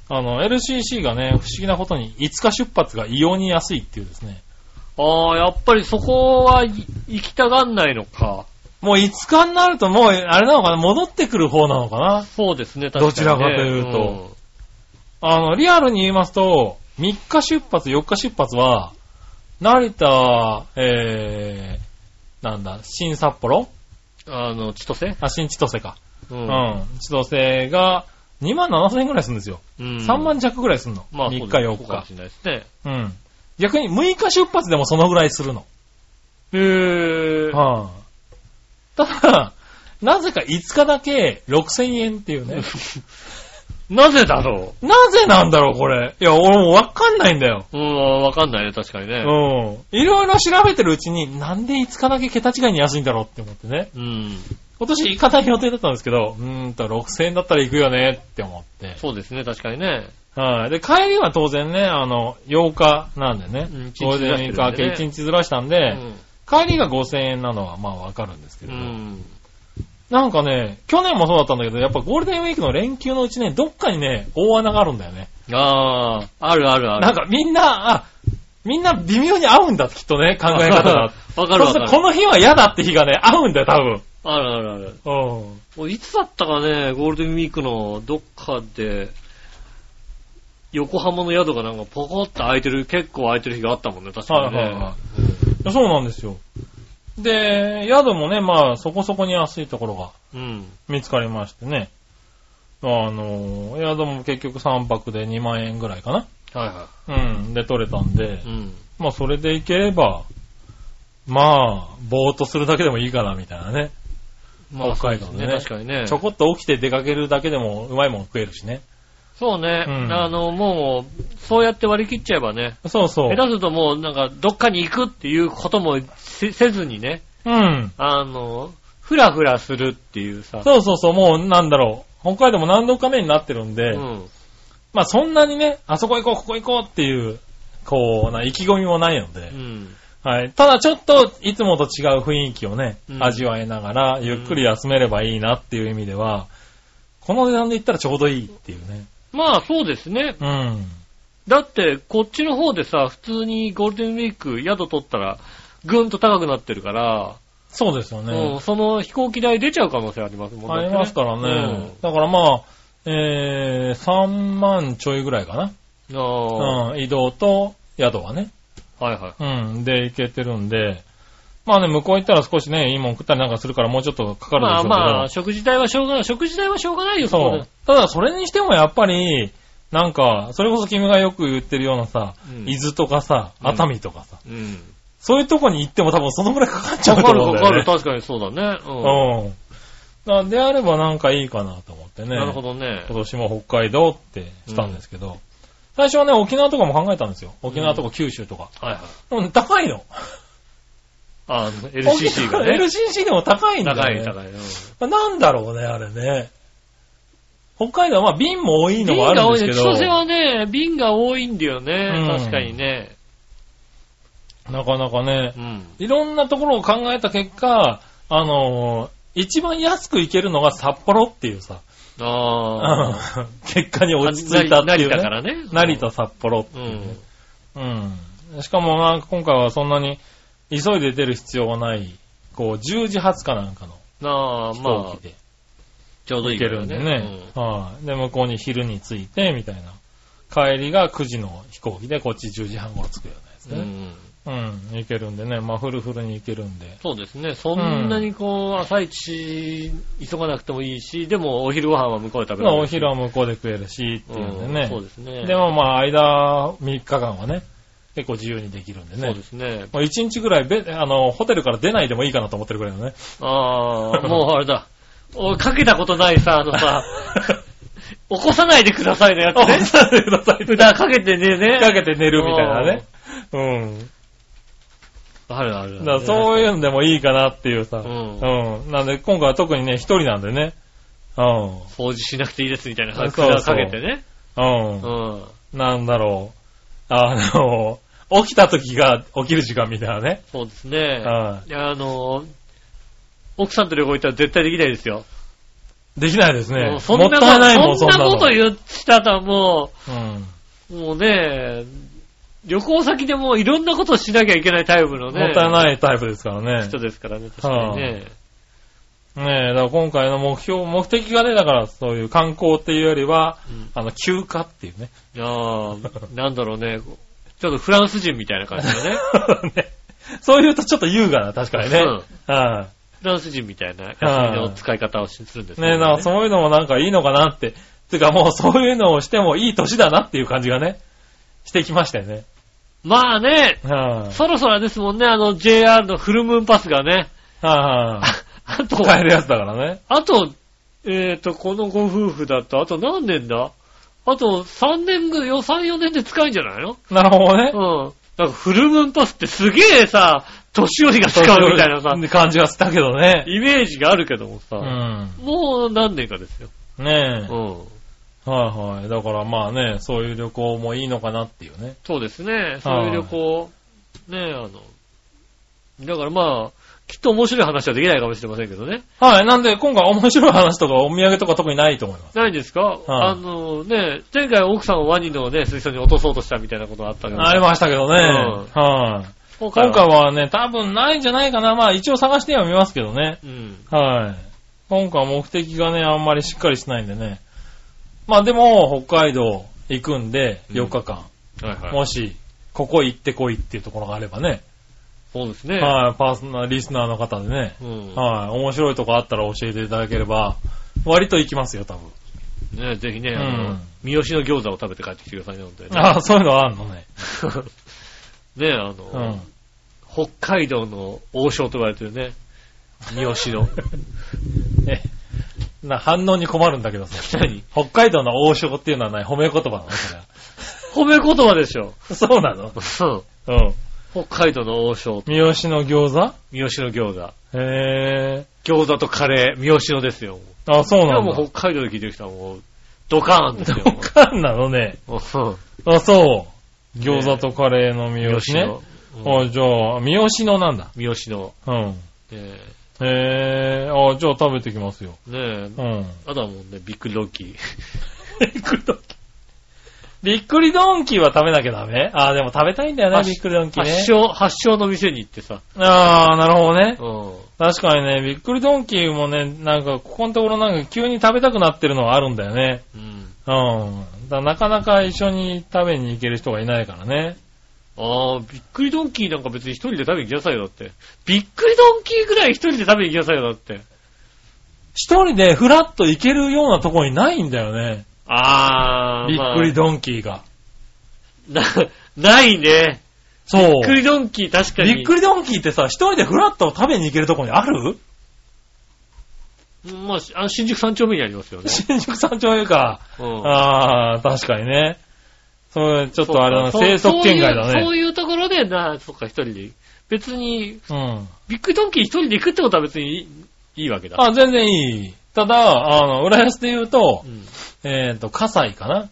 Speaker 3: あの、LCC がね、不思議なことに5日出発が異様に安いっていうですね。
Speaker 2: うんああ、やっぱりそこはい行きたがんないのか。
Speaker 3: もう5日になるともう、あれなのかな、戻ってくる方なのかな。
Speaker 2: そうですね、確かに、ね。
Speaker 3: どちらかというとあの、リアルに言いますと、3日出発、4日出発は、成田、えー、なんだ、新札幌
Speaker 2: うん。あの、千歳
Speaker 3: あ、新千歳か。
Speaker 2: う
Speaker 3: うんん。千歳が、2万7千円くらいするんですよ。
Speaker 2: うん
Speaker 3: 3万弱ぐらいするの。
Speaker 2: まあ、
Speaker 3: 3日
Speaker 2: そうです
Speaker 3: 4
Speaker 2: そうかも
Speaker 3: 日
Speaker 2: し。れないですね。
Speaker 3: うん。逆に6日出発でもそのぐらいするの。
Speaker 2: へぇー。
Speaker 3: はあ、ただ、なぜか5日だけ6000円っ ていうね。
Speaker 2: なぜだろ
Speaker 3: なぜなんだろう、これ。いや、俺もわかんないんだよ。
Speaker 2: う。うん、わかんないね、確かに
Speaker 3: う
Speaker 2: ね。
Speaker 3: ん。いろいろ調べてるうちに、なんで5日だけ桁違いに安いんだろうって思ってね。
Speaker 2: うん。
Speaker 3: 今年行かない予定だったんですけど、うーんと、6000円だったら行くよねって思って。
Speaker 2: そうですね、確かにね。
Speaker 3: はい。で、帰りは当然ね、あの、8日なんでね
Speaker 2: うん。
Speaker 3: ゴールデンウィーク明け
Speaker 2: 一日ずらしてるんで
Speaker 3: 1
Speaker 2: ね
Speaker 3: 日ずらしたん
Speaker 2: うん。
Speaker 3: で、帰りが5000円なのはまあわかるんですけ
Speaker 2: う
Speaker 3: ど、
Speaker 2: ん。
Speaker 3: なんかね、去年もそうだったんだけど、やっぱゴールデンウィークの連休のうちね、どっかにね、大穴があるんだよね。
Speaker 2: あー、あるあるある。
Speaker 3: なんかみんな、あ、みんな微妙に合うんだってきっとね、考え方が。
Speaker 2: わかるわか
Speaker 3: そうするとこ
Speaker 2: る。
Speaker 3: の日は嫌だって日がね、合うんだよ、多
Speaker 2: あるあるある。
Speaker 3: 分。うん。
Speaker 2: もういつだったかね、ゴールデンウィークのどっかで、横浜の宿がなんかポコッと空いてる、結構空いてる日があったもんね、確かにね。
Speaker 3: はいはいはいいやそうなんですよ。で、宿もね、まあ、そこそこに安いところが
Speaker 2: うん。
Speaker 3: 見つかりましてね。あの、宿も結局3泊で2万円ぐらいか
Speaker 2: はいは
Speaker 3: な。うん。で、取れたんで、
Speaker 2: い。うん。
Speaker 3: まあ、それで行ければ、まあ、ぼーっとするだけでもいいかな、みたいなね。
Speaker 2: まあ、
Speaker 3: 北海道
Speaker 2: そう
Speaker 3: の
Speaker 2: です
Speaker 3: ね
Speaker 2: ね。確かにね。
Speaker 3: ちょこっと起きて出かけるだけでもうまいもん食えるしね。
Speaker 2: そうね。
Speaker 3: うん
Speaker 2: あの、もう、そうやって割り切っちゃえばね。
Speaker 3: そうそ
Speaker 2: 下
Speaker 3: う
Speaker 2: 手。するともう、なんか、どっかに行くっていうこともせせずにね、
Speaker 3: うん。
Speaker 2: あの、ふらふらするっていうさ。
Speaker 3: そうそうそう、もうなんだろう。北海道も何度か目になってるんで、
Speaker 2: うん。
Speaker 3: まあそんなにね、あそこ行こう、ここ行こうっていう、こう、な意気込みもないので、
Speaker 2: うん。
Speaker 3: はい。ただちょっと、いつもと違う雰囲気をね、
Speaker 2: うん
Speaker 3: 味わいながら、ゆっくり休めればいいなっていう意味では、この値段で言ったらちょうどいいっていうね。
Speaker 2: まあ、そうですね。
Speaker 3: うん。
Speaker 2: だって、こっちの方でさ、普通にゴールデンウィーク宿取ったら、ぐんと高くなってるから、
Speaker 3: そうですよね。
Speaker 2: うん、その飛行機代出ちゃう可能性ありますもん
Speaker 3: ありますからね。だからまあ、えー、3万ちょいぐらいかな。
Speaker 2: うん、ああ、
Speaker 3: うん、移動と宿はね。
Speaker 2: はいは
Speaker 3: うん、で行けてるんで、まあね、向こう行ったら少しね、いいもん食ったりなんかするからもうちょっとかか
Speaker 2: い。
Speaker 3: るで
Speaker 2: まあ
Speaker 3: しょうけど。
Speaker 2: まあ、食事代はしょうがない。食事代はしょうがないよ、こ
Speaker 3: そ
Speaker 2: で
Speaker 3: う。ただそれにしてもやっぱり、なんか、それこそ君がよく言ってるようなさ、
Speaker 2: うん
Speaker 3: 伊豆とかさ、
Speaker 2: うん
Speaker 3: 熱海とかさ、
Speaker 2: うん。
Speaker 3: そういうとこに行っても多分そのぐらいかかっちゃう
Speaker 2: か
Speaker 3: と
Speaker 2: かる
Speaker 3: 思うん
Speaker 2: か
Speaker 3: だ
Speaker 2: か
Speaker 3: よ
Speaker 2: る。
Speaker 3: ね。
Speaker 2: 確かにそうだね。う
Speaker 3: うん。なんであればなんかいいかなと思ってね。
Speaker 2: ん。なるほどね。
Speaker 3: 今年も北海道ってしたんですけど、最初はね、沖縄とかも考えたんですよ。沖縄とか九州とか。
Speaker 2: はいはい。
Speaker 3: でもね高いの。
Speaker 2: あの、LCC がね。
Speaker 3: LCC でも高いんだ
Speaker 2: 高
Speaker 3: よ
Speaker 2: い
Speaker 3: ね。
Speaker 2: 高い。うん
Speaker 3: まあなんだろうね、あれね。北海道はまあ便も多いの
Speaker 2: 便
Speaker 3: もある
Speaker 2: が
Speaker 3: ん
Speaker 2: 多
Speaker 3: で
Speaker 2: い
Speaker 3: す
Speaker 2: ね。
Speaker 3: け
Speaker 2: 千
Speaker 3: ど。
Speaker 2: 歳はね、便が多いんだよね。
Speaker 3: うん
Speaker 2: 確かにね。
Speaker 3: なかなかね
Speaker 2: う、ん。
Speaker 3: いろんなところを考えた結果、あのー一番安く行けるのが札幌っていうさ、
Speaker 2: ああ。
Speaker 3: 結果に落ち着いたってい
Speaker 2: 成
Speaker 3: う、ね。
Speaker 2: 田からね。
Speaker 3: 成田札幌って
Speaker 2: う
Speaker 3: いうね
Speaker 2: ん。
Speaker 3: うん。しかもなんか今回はそんなに急いで出る必要がない、こう、10時20かなんかの
Speaker 2: なあ、
Speaker 3: 飛
Speaker 2: ま
Speaker 3: 行
Speaker 2: あ
Speaker 3: 機、で
Speaker 2: ちょうどいい
Speaker 3: 行け
Speaker 2: か
Speaker 3: る
Speaker 2: ら
Speaker 3: ん
Speaker 2: ね。
Speaker 3: でね。はい。で、向こうに昼に着いて、みたいな。帰りが9時の飛行機で、こっち10時半頃着くよう
Speaker 2: う
Speaker 3: なやつね。
Speaker 2: ん。
Speaker 3: うん、行けるんでね。まあ、フルフルに行けるんで。
Speaker 2: そうですね。そんなにこう、朝一急がなくてもいいし、でもお昼ご飯は向こうで食べ
Speaker 3: ま
Speaker 2: ら
Speaker 3: あ、
Speaker 2: れ
Speaker 3: お
Speaker 2: るし。
Speaker 3: 昼は向こうで食えるし、っていうんで
Speaker 2: うん
Speaker 3: ね。
Speaker 2: そうですね。
Speaker 3: でもまあ、間3日間はね、結構自由にできるんで
Speaker 2: そう
Speaker 3: ね
Speaker 2: で。すね。
Speaker 3: もう1日ぐらいべ、あの、ホテルから出ないでもいいかなと思ってるぐらいのね。
Speaker 2: ああ、もうあれだ。おかけたことないさ、あの さ、起こさないでくださいのやつね。
Speaker 3: 起こさないでください
Speaker 2: 札かけてねえね。
Speaker 3: かけて寝るみたいなね。うん。
Speaker 2: あるある。
Speaker 3: だからそう
Speaker 2: う。
Speaker 3: いうのでもいいかなっていうさ。
Speaker 2: ん
Speaker 3: うん。なんで今回は特にね、一人なんでね。うん。
Speaker 2: 掃除しなくていいですみたいな
Speaker 3: そう
Speaker 2: 札
Speaker 3: そ
Speaker 2: か
Speaker 3: う
Speaker 2: けてね。
Speaker 3: う。
Speaker 2: うんん。
Speaker 3: なんだろう。あの、 起きた時が起きる時間みたいなね。
Speaker 2: そうですね。
Speaker 3: はい
Speaker 2: や、あの、奥さんと旅行行ったら絶対できないですよ。
Speaker 3: できないです
Speaker 2: も
Speaker 3: ね
Speaker 2: う。そん
Speaker 3: も
Speaker 2: な
Speaker 3: っ
Speaker 2: こと、
Speaker 3: たいないもん、
Speaker 2: そ
Speaker 3: そ
Speaker 2: ん
Speaker 3: ん
Speaker 2: な
Speaker 3: なの。
Speaker 2: こと言ったらも
Speaker 3: うん。
Speaker 2: う、もうね、旅行先でもういろんなことしなきゃいけないタイプのね、
Speaker 3: もったいないタイプですからね
Speaker 2: 人。ですからね、確かにね。
Speaker 3: ねえ、だから今回の目標、目的がね、だからそういう観光っていうよりは、
Speaker 2: うん
Speaker 3: あの、休暇っていうね。
Speaker 2: いやー、なんだろうね。ちょっとフランス人みたいな感じだ ね。
Speaker 3: ねそう言うとちょっと優雅な、確かにね。
Speaker 2: うん
Speaker 3: は
Speaker 2: フランス人みたいな感じの使い方をするんで
Speaker 3: い
Speaker 2: す
Speaker 3: ねえ、なんかそういうのもなんかいいのかなって。てかもうそういうのをしてもいい年だなっていう感じがね、してきましたよね。
Speaker 2: まあね、
Speaker 3: はい、
Speaker 2: そろそろですもんね、あの JR のフルムーンパスが ね、
Speaker 3: はい、
Speaker 2: あと、
Speaker 3: 買えるやつだからね。
Speaker 2: あと、えっ、と、このご夫婦だと、あと何年だあと3年ぐ、よ3、4年で使えんじゃないの
Speaker 3: なるほどね。
Speaker 2: うん。なんかフルムーンパスってすげえさ、年寄りが使うみたいなさ、
Speaker 3: 感じがしたけどね。
Speaker 2: イメージがあるけどもさ、
Speaker 3: うん。
Speaker 2: もう何年かですよ。
Speaker 3: ねえ。
Speaker 2: うん。
Speaker 3: はいはい。だからまあね、そういう旅行もいいのかなっていうね。
Speaker 2: そうですね。そういう旅行、ねえ、あの、だからまあ、きっと面白い話はできないかもしれませんけどね。
Speaker 3: はい。なんで今回面白い話とかお土産とか特にないと思います。
Speaker 2: ないんですか、
Speaker 3: い
Speaker 2: あのね、前回奥さんをワニのね、水槽に落とそうとしたみたいなことがあったけど、
Speaker 3: ありましたけどね。
Speaker 2: う
Speaker 3: はい。
Speaker 2: 今回
Speaker 3: 今
Speaker 2: は、
Speaker 3: 回はね、多分ないんじゃないかな。まあ一応探してはみますけどね。
Speaker 2: うん。
Speaker 3: はい。今回は目的がね、あんまりしっかりしないんでね。まあでも、北海道行くんで、
Speaker 2: うん
Speaker 3: 4日間。
Speaker 2: はいはい。
Speaker 3: もし、ここ行ってこいっていうところがあればね。
Speaker 2: そうですね。
Speaker 3: はい。パーソナリスナーの方でね。
Speaker 2: うん。
Speaker 3: はい。面白いとこあったら教えていただければ、割と行きますよ、多分。
Speaker 2: ね、ぜひね、
Speaker 3: うん
Speaker 2: あの、三好の餃子を食べて帰ってきてくださいね、本当にね。
Speaker 3: ああ、そういうのあんのね。
Speaker 2: ね、あ
Speaker 3: う
Speaker 2: の、
Speaker 3: ん。
Speaker 2: 北海道の王将と言われてるね、三好の。
Speaker 3: え、な、反応に困るんだけどさ。
Speaker 2: 何
Speaker 3: 北海道の王将っていうのはない褒め言葉なのそれは
Speaker 2: 褒め言葉でしょ。
Speaker 3: そうなの
Speaker 2: うん
Speaker 3: うん。
Speaker 2: 北海道の王将、
Speaker 3: 三好の餃子
Speaker 2: 三好の餃子。
Speaker 3: へえ。
Speaker 2: 餃子とカレー、三好のですよ。
Speaker 3: あ、そう
Speaker 2: いや
Speaker 3: な
Speaker 2: も
Speaker 3: の
Speaker 2: う北海道で聞いてる人はもう、ドカーンですよ。
Speaker 3: かんなのね。
Speaker 2: うん
Speaker 3: あ、そう。餃子とカレーの 三
Speaker 2: 三
Speaker 3: 好
Speaker 2: 好
Speaker 3: ね
Speaker 2: の。。うん
Speaker 3: あ、じゃあ、三好のなんだ。
Speaker 2: 三好の。
Speaker 3: うん。
Speaker 2: え
Speaker 3: へえ。あ、じゃあ食べてきますよ。
Speaker 2: ーねえ
Speaker 3: う、ん。
Speaker 2: あとはもうね、ビッグロッキー。
Speaker 3: びっくりドンキー。びっくりドンキーは食べなきゃダメあ、でも食べたいんだよね、
Speaker 2: 発
Speaker 3: びっくりドンキーね
Speaker 2: 発。祥、発祥の店に行ってさ。
Speaker 3: あー、なるほどね。
Speaker 2: うん。
Speaker 3: 確かにね、びっくりドンキーもね、なんか、ここのところなんか急に食べたくなってるのはあるんだよね。
Speaker 2: うん。
Speaker 3: うん。だからなかなか一緒に食べに行ける人がいないからね。
Speaker 2: ああ、びっくりドンキーなんか別に一人で食べに行きなさいよ、だって。びっくりドンキーぐらい一人で食べに行きなさいよ、だって。
Speaker 3: 一人でフラッと行けるようなところにないんだよね。
Speaker 2: ああ、
Speaker 3: びっくり
Speaker 2: ド
Speaker 3: ドンキーが。
Speaker 2: ン。な、ないね。
Speaker 3: そう。
Speaker 2: びっくりドンキー確かに。
Speaker 3: びっくりドンキーってさ、一人でフラッと食べに行けるところにある
Speaker 2: まあ、しあの新宿三丁目にありますよね。
Speaker 3: 新宿三丁目か。
Speaker 2: うん。
Speaker 3: ああ、確かにね。そう、ちょっとあれだな、
Speaker 2: そうか
Speaker 3: 生息圏外
Speaker 2: そ
Speaker 3: だ
Speaker 2: ういうそう
Speaker 3: ね。
Speaker 2: いうところで、な、そっか、一人で。別に、
Speaker 3: うん。
Speaker 2: ビッグドンキー一人で行くってことは別にいいいいわけだ。
Speaker 3: あ、全然いい。ただ、あの、浦安で言うと
Speaker 2: う、ん
Speaker 3: えっ、と、葛西かな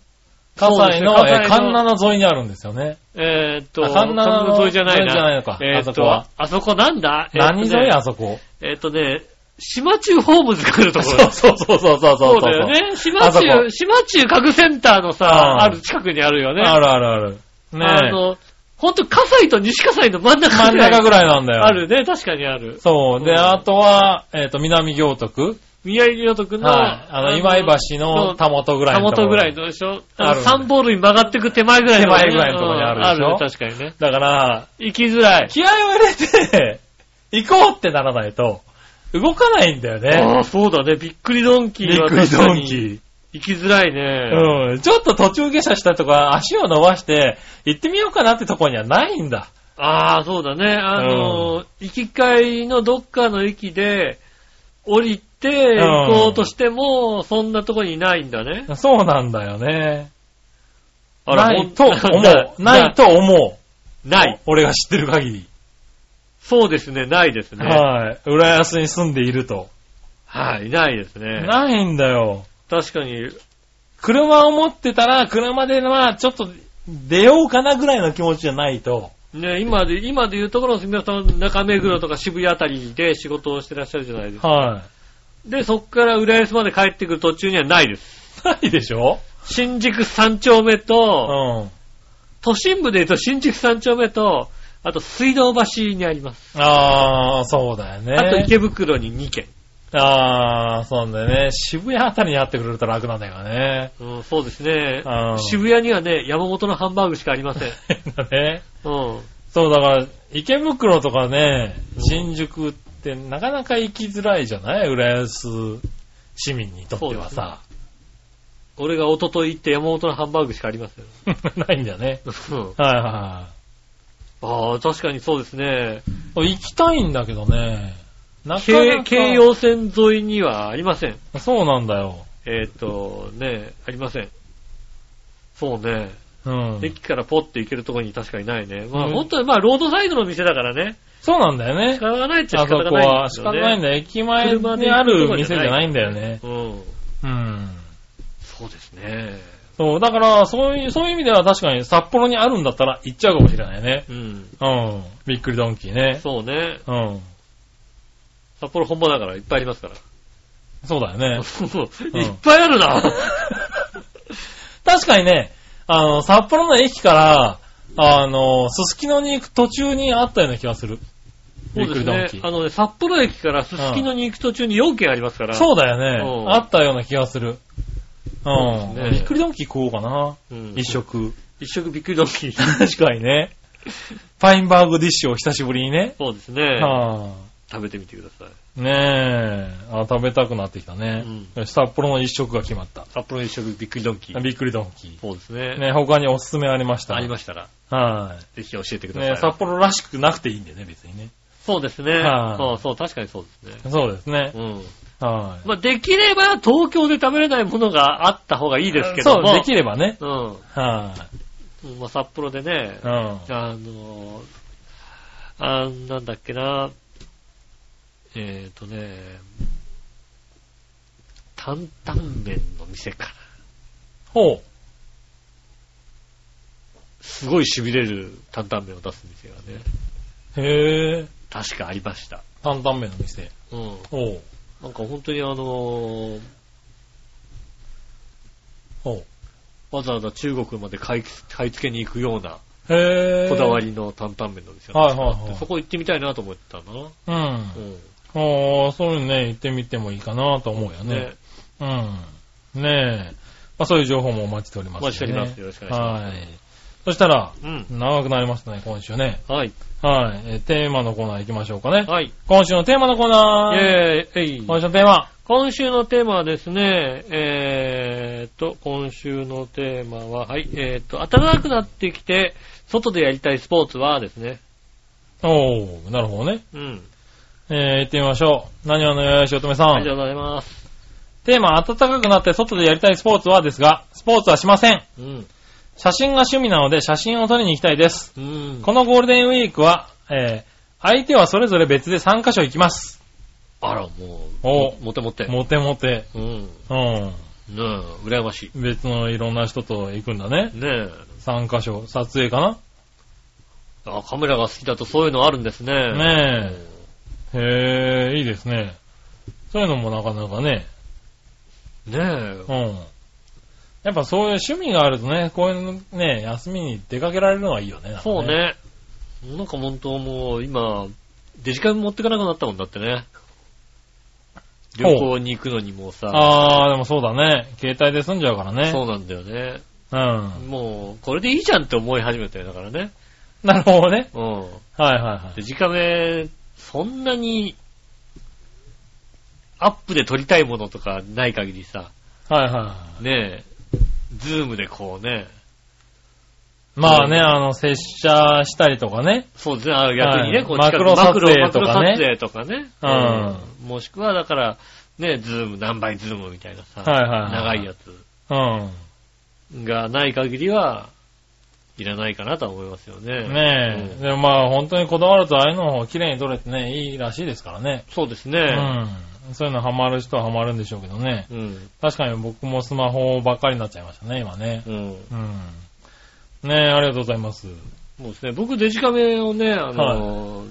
Speaker 2: そう
Speaker 3: 葛
Speaker 2: です
Speaker 3: 西
Speaker 2: ね
Speaker 3: の、えー、
Speaker 2: 葛西
Speaker 3: 神
Speaker 2: の
Speaker 3: 奈沿いにあるんですよね。
Speaker 2: えーっと、
Speaker 3: あ神田の
Speaker 2: 神田沿いじゃない
Speaker 3: 沿いじゃない
Speaker 2: な。
Speaker 3: のか
Speaker 2: えーっ
Speaker 3: あ
Speaker 2: と、
Speaker 3: そこは
Speaker 2: あそこなんだえーっとね
Speaker 3: 何沿いあそこ。
Speaker 2: えーっとね、島中ホームズが来るところ。
Speaker 3: そうそうそうそうそう
Speaker 2: そう
Speaker 3: う。
Speaker 2: だよね。島
Speaker 3: あそこ
Speaker 2: 中、島中核センターの
Speaker 3: う
Speaker 2: さ、
Speaker 3: ん
Speaker 2: ある近くにあるよね。
Speaker 3: あるあるある。
Speaker 2: あ
Speaker 3: ねえ。
Speaker 2: の、ほんと、火災と西火災の真ん中
Speaker 3: 真ん中ぐらいなんだよ。
Speaker 2: あるね。確かにある。
Speaker 3: そう。で、
Speaker 2: うん
Speaker 3: あとは、えっ、と、南行徳。
Speaker 2: 宮城洋徳の、
Speaker 3: はい。あの、今井橋のたもとぐらい
Speaker 2: た
Speaker 3: の
Speaker 2: も
Speaker 3: ところ。
Speaker 2: とぐらいのでしょ
Speaker 3: あ
Speaker 2: あの、
Speaker 3: るね
Speaker 2: 三ボールに曲がってく手前ぐらいの、
Speaker 3: 手前ぐらいのところにあるでしょ
Speaker 2: あるね、確かにね。
Speaker 3: だから、
Speaker 2: 行きづらい。
Speaker 3: 気合を入れて、行こうってならないと、動かないんだよ
Speaker 2: あ
Speaker 3: ね。
Speaker 2: あ、そうだね。びっくりドンキ
Speaker 3: び
Speaker 2: ー
Speaker 3: っ
Speaker 2: は
Speaker 3: くり
Speaker 2: 確か
Speaker 3: ドン
Speaker 2: に
Speaker 3: キー。
Speaker 2: 行きづらいね。
Speaker 3: うん。ちょっと途中下車したとか、足を伸ばして、行ってみようかなってとこにはないんだ。
Speaker 2: ああ、そうだね。あの、行き帰りのどっかの駅で降りて行こうとしても、そんなとこにないんだね。
Speaker 3: そうなんだよね。
Speaker 2: あら
Speaker 3: ないと
Speaker 2: ほん
Speaker 3: 思う。ない。と思。。
Speaker 2: ないう
Speaker 3: 俺が知ってる限り。
Speaker 2: そうですね、ないですね。
Speaker 3: はい。浦安に住んでいると。
Speaker 2: はい、ないですね。
Speaker 3: ないんだよ。
Speaker 2: 確かに、
Speaker 3: 車を持ってたら、車で、まあ、ちょっと、出ようかなぐらいの気持ちじゃないと。
Speaker 2: ね、今で、今で言うところの皆さん、中目黒とか渋谷あたりで仕事をしてらっしゃるじゃないですか。
Speaker 3: は
Speaker 2: で、そっから浦安まで帰ってくる途中にはないです。
Speaker 3: い。ないでしょ
Speaker 2: 新宿三丁目
Speaker 3: う
Speaker 2: と、
Speaker 3: ん。
Speaker 2: 都心部で言うと新宿三丁目と、あと水道橋にあります。
Speaker 3: あー、そうだよね。
Speaker 2: あと池袋に2軒。
Speaker 3: あー、そうなんだよね。渋谷あたりにあってくれると楽なんだよ ね。
Speaker 2: うん、そうですね
Speaker 3: う。ん
Speaker 2: 渋谷にはね、山本のハンバーグしかありません。
Speaker 3: だね。
Speaker 2: うん。
Speaker 3: そう、だから、池袋とかね
Speaker 2: う、ん
Speaker 3: 新宿ってなかなか行きづらいじゃない浦安市民にとってはさ。
Speaker 2: 俺が一昨日行って山本のハンバーグしかありません。
Speaker 3: ないんだよね。
Speaker 2: うん
Speaker 3: はいはいはい。
Speaker 2: ああ、確かにそうですね。
Speaker 3: 行きたいんだけどね。なかな
Speaker 2: 京
Speaker 3: か。
Speaker 2: 京葉線沿いにはありません。
Speaker 3: そうなんだよ。
Speaker 2: えっ、と、ね、ありません。そうね。
Speaker 3: うん。
Speaker 2: 駅からポッて行けるところに確かにないね。まあ、
Speaker 3: うん
Speaker 2: 本当に、まあ、ロードサイドの店だからね。
Speaker 3: そうなんだよ
Speaker 2: 仕
Speaker 3: ね。
Speaker 2: 方がないっちゃ
Speaker 3: あ
Speaker 2: 仕
Speaker 3: そ
Speaker 2: 方が
Speaker 3: こ
Speaker 2: ないん
Speaker 3: は
Speaker 2: です
Speaker 3: 仕
Speaker 2: よ
Speaker 3: 方
Speaker 2: ね。
Speaker 3: ないんだよ。駅前にある店じゃないんだよね。
Speaker 2: うん。
Speaker 3: うん。
Speaker 2: そうですね。
Speaker 3: そう、だから、そういう、そういう意味では確かに札幌にあるんだったら行っちゃうかもしれないね。
Speaker 2: うん。
Speaker 3: うん。びっくりドンキーね。
Speaker 2: そうね。
Speaker 3: うん。
Speaker 2: 札幌本場だからいっぱいありますから。
Speaker 3: そうだよ
Speaker 2: い
Speaker 3: ね。
Speaker 2: っぱいあるな。
Speaker 3: 確かにね、あの、札幌の駅から、あの、すすきのに行く途中にあったような気がする。
Speaker 2: そ
Speaker 3: び
Speaker 2: うで
Speaker 3: っく
Speaker 2: す
Speaker 3: りドン
Speaker 2: ね
Speaker 3: キ。ー。
Speaker 2: あのね、札幌駅からすすきのに行く途中に4軒ありますから。。
Speaker 3: そううだよね
Speaker 2: う。ん
Speaker 3: あったような気がする。うん
Speaker 2: そう。ですね
Speaker 3: びっくりドンキー食おうかな。
Speaker 2: ん、
Speaker 3: 一。食。
Speaker 2: 一食びっくりドンキ ー。
Speaker 3: 確かにね。パインバーグディッシュを久しぶりにね。
Speaker 2: そうですね。
Speaker 3: は
Speaker 2: 食べてみてください。
Speaker 3: あ、ねえ。あ、食べたくなってきたね。
Speaker 2: う
Speaker 3: よし札幌の一食が決まった。
Speaker 2: 札幌一食びっくりドンキー。
Speaker 3: びっくりドンキ
Speaker 2: そうです
Speaker 3: ー。
Speaker 2: ね。
Speaker 3: ね、他におすすめありました
Speaker 2: ありましたら、
Speaker 3: す。は
Speaker 2: ぜひ教えてく
Speaker 3: い。
Speaker 2: ださい。
Speaker 3: ね、札幌らしくなくていいんだよね、別にね。
Speaker 2: そうですね。
Speaker 3: はい
Speaker 2: そうそう、確かにそうですね。
Speaker 3: そうですね。
Speaker 2: うん。
Speaker 3: はい。
Speaker 2: まあ、できれば東京で食べれないものがあった方がいいですけども。
Speaker 3: そう、できればね。
Speaker 2: うん。
Speaker 3: は
Speaker 2: まあ、札幌でね
Speaker 3: い。、
Speaker 2: あ
Speaker 3: うん。
Speaker 2: のー、あーなんだっけな、えっ、ー、とね、担々麺の店から、
Speaker 3: ほう。
Speaker 2: すごい痺れる担々麺を出す店がね、
Speaker 3: へえ。
Speaker 2: 確かありました。
Speaker 3: 担々麺の店。
Speaker 2: うん。
Speaker 3: ほう。
Speaker 2: なんか本当にあのー
Speaker 3: ほ
Speaker 2: わざわざ中国まで買い買い付けに行くような
Speaker 3: う。へえ。
Speaker 2: こだわ
Speaker 3: り。
Speaker 2: りの担々麺なんですよ、ね
Speaker 3: はいはいはい
Speaker 2: でそこ行ってみたいなと思ってたな。
Speaker 3: うん。
Speaker 2: うん。
Speaker 3: ああ、そういうのね、行ってみてもいいかなと思うよね。
Speaker 2: ね。
Speaker 3: うん。ねえ。まあそういう情報もお待ちしております、
Speaker 2: お
Speaker 3: ね。
Speaker 2: 待ちしております。よろしくお願いします。
Speaker 3: はい。そしたら、
Speaker 2: うん。
Speaker 3: 長くなりましたね、今週ね。
Speaker 2: はい。
Speaker 3: はい。えーテーマのコーナー行きましょうかね。
Speaker 2: はい。
Speaker 3: 今週のテーマのコーナー。
Speaker 2: えー、えい。
Speaker 3: 今週のテーマ。
Speaker 2: 今週のテーマはですね、えーっと、今週のテーマは、はい、えーっと、暖かくなってきて、外でやりたいスポーツはですね、
Speaker 3: おー、なるほどね。
Speaker 2: うん。
Speaker 3: えー、行ってみましょう。何話のよしおとめさん。
Speaker 2: ありがとうございます。
Speaker 3: テーマ、暖かくなって外でやりたいスポーツはですが、スポーツはしません。
Speaker 2: うん。
Speaker 3: 写真が趣味なので写真を撮りに行きたいです。
Speaker 2: うん。
Speaker 3: このゴールデンウィークは、えー相手はそれぞれ別で3カ所行きます。
Speaker 2: あら、もう、
Speaker 3: お
Speaker 2: モテモテ。
Speaker 3: モテモテ。
Speaker 2: うん。ね
Speaker 3: うん。
Speaker 2: え、羨まし
Speaker 3: 別のいろんな人と行くんだね
Speaker 2: い。。ねえ、
Speaker 3: 3カ所。撮影か
Speaker 2: あカメラが好きだとそういうのあるんですね。
Speaker 3: な
Speaker 2: え
Speaker 3: ねえ。へえ、いいですね。そういうのもなかなかね。
Speaker 2: ねえ、
Speaker 3: うん。やっぱそういう趣味があるとね、こういうのね、休みに出かけられるのはいいよね。なんか
Speaker 2: そう。ね。なんか本当もう、今、デジカメ持ってかなくなったもんだってね。旅行に行くのにもさ、
Speaker 3: あー、でもそうだね。携帯で済んじゃうからね。
Speaker 2: そうなんだよね。
Speaker 3: うん。
Speaker 2: もう、これでいいじゃんって思い始めたよ、だからね。
Speaker 3: なるほどね。
Speaker 2: うん。
Speaker 3: はいはいはい。
Speaker 2: デジカメ、そんなに、アップで撮りたいものとかない限りさ、
Speaker 3: はいはいはい。
Speaker 2: ねえ、ズームでこうね、
Speaker 3: まあね、
Speaker 2: うん
Speaker 3: あの、接写したりとかね。
Speaker 2: そうですね、あ逆にね、
Speaker 3: はい
Speaker 2: こう近く
Speaker 3: マクロ撮影
Speaker 2: マクロ
Speaker 3: とかね
Speaker 2: マクロ撮影とかね。
Speaker 3: う
Speaker 2: うん。もしくは、だから、ね、ズーム、何倍ズームみたいなさ、
Speaker 3: はいはいはい
Speaker 2: 長いや
Speaker 3: うん。
Speaker 2: つがない限りは、いらないかなとは思いますよね。
Speaker 3: ねえ。
Speaker 2: うん
Speaker 3: でもまあ本当にこだわるとああいうのを綺麗に撮れてね、いいらしいですからね。
Speaker 2: そうです
Speaker 3: う
Speaker 2: ね。
Speaker 3: ん。そういうのハマる人はハマるんでしょうけどね。
Speaker 2: うん。
Speaker 3: 確かに僕もスマホばっかりになっちゃいましたね、今ね。
Speaker 2: うん。
Speaker 3: うん。ねえ、ありがとうございます。
Speaker 2: そうですね。僕、デジカメをね、あのー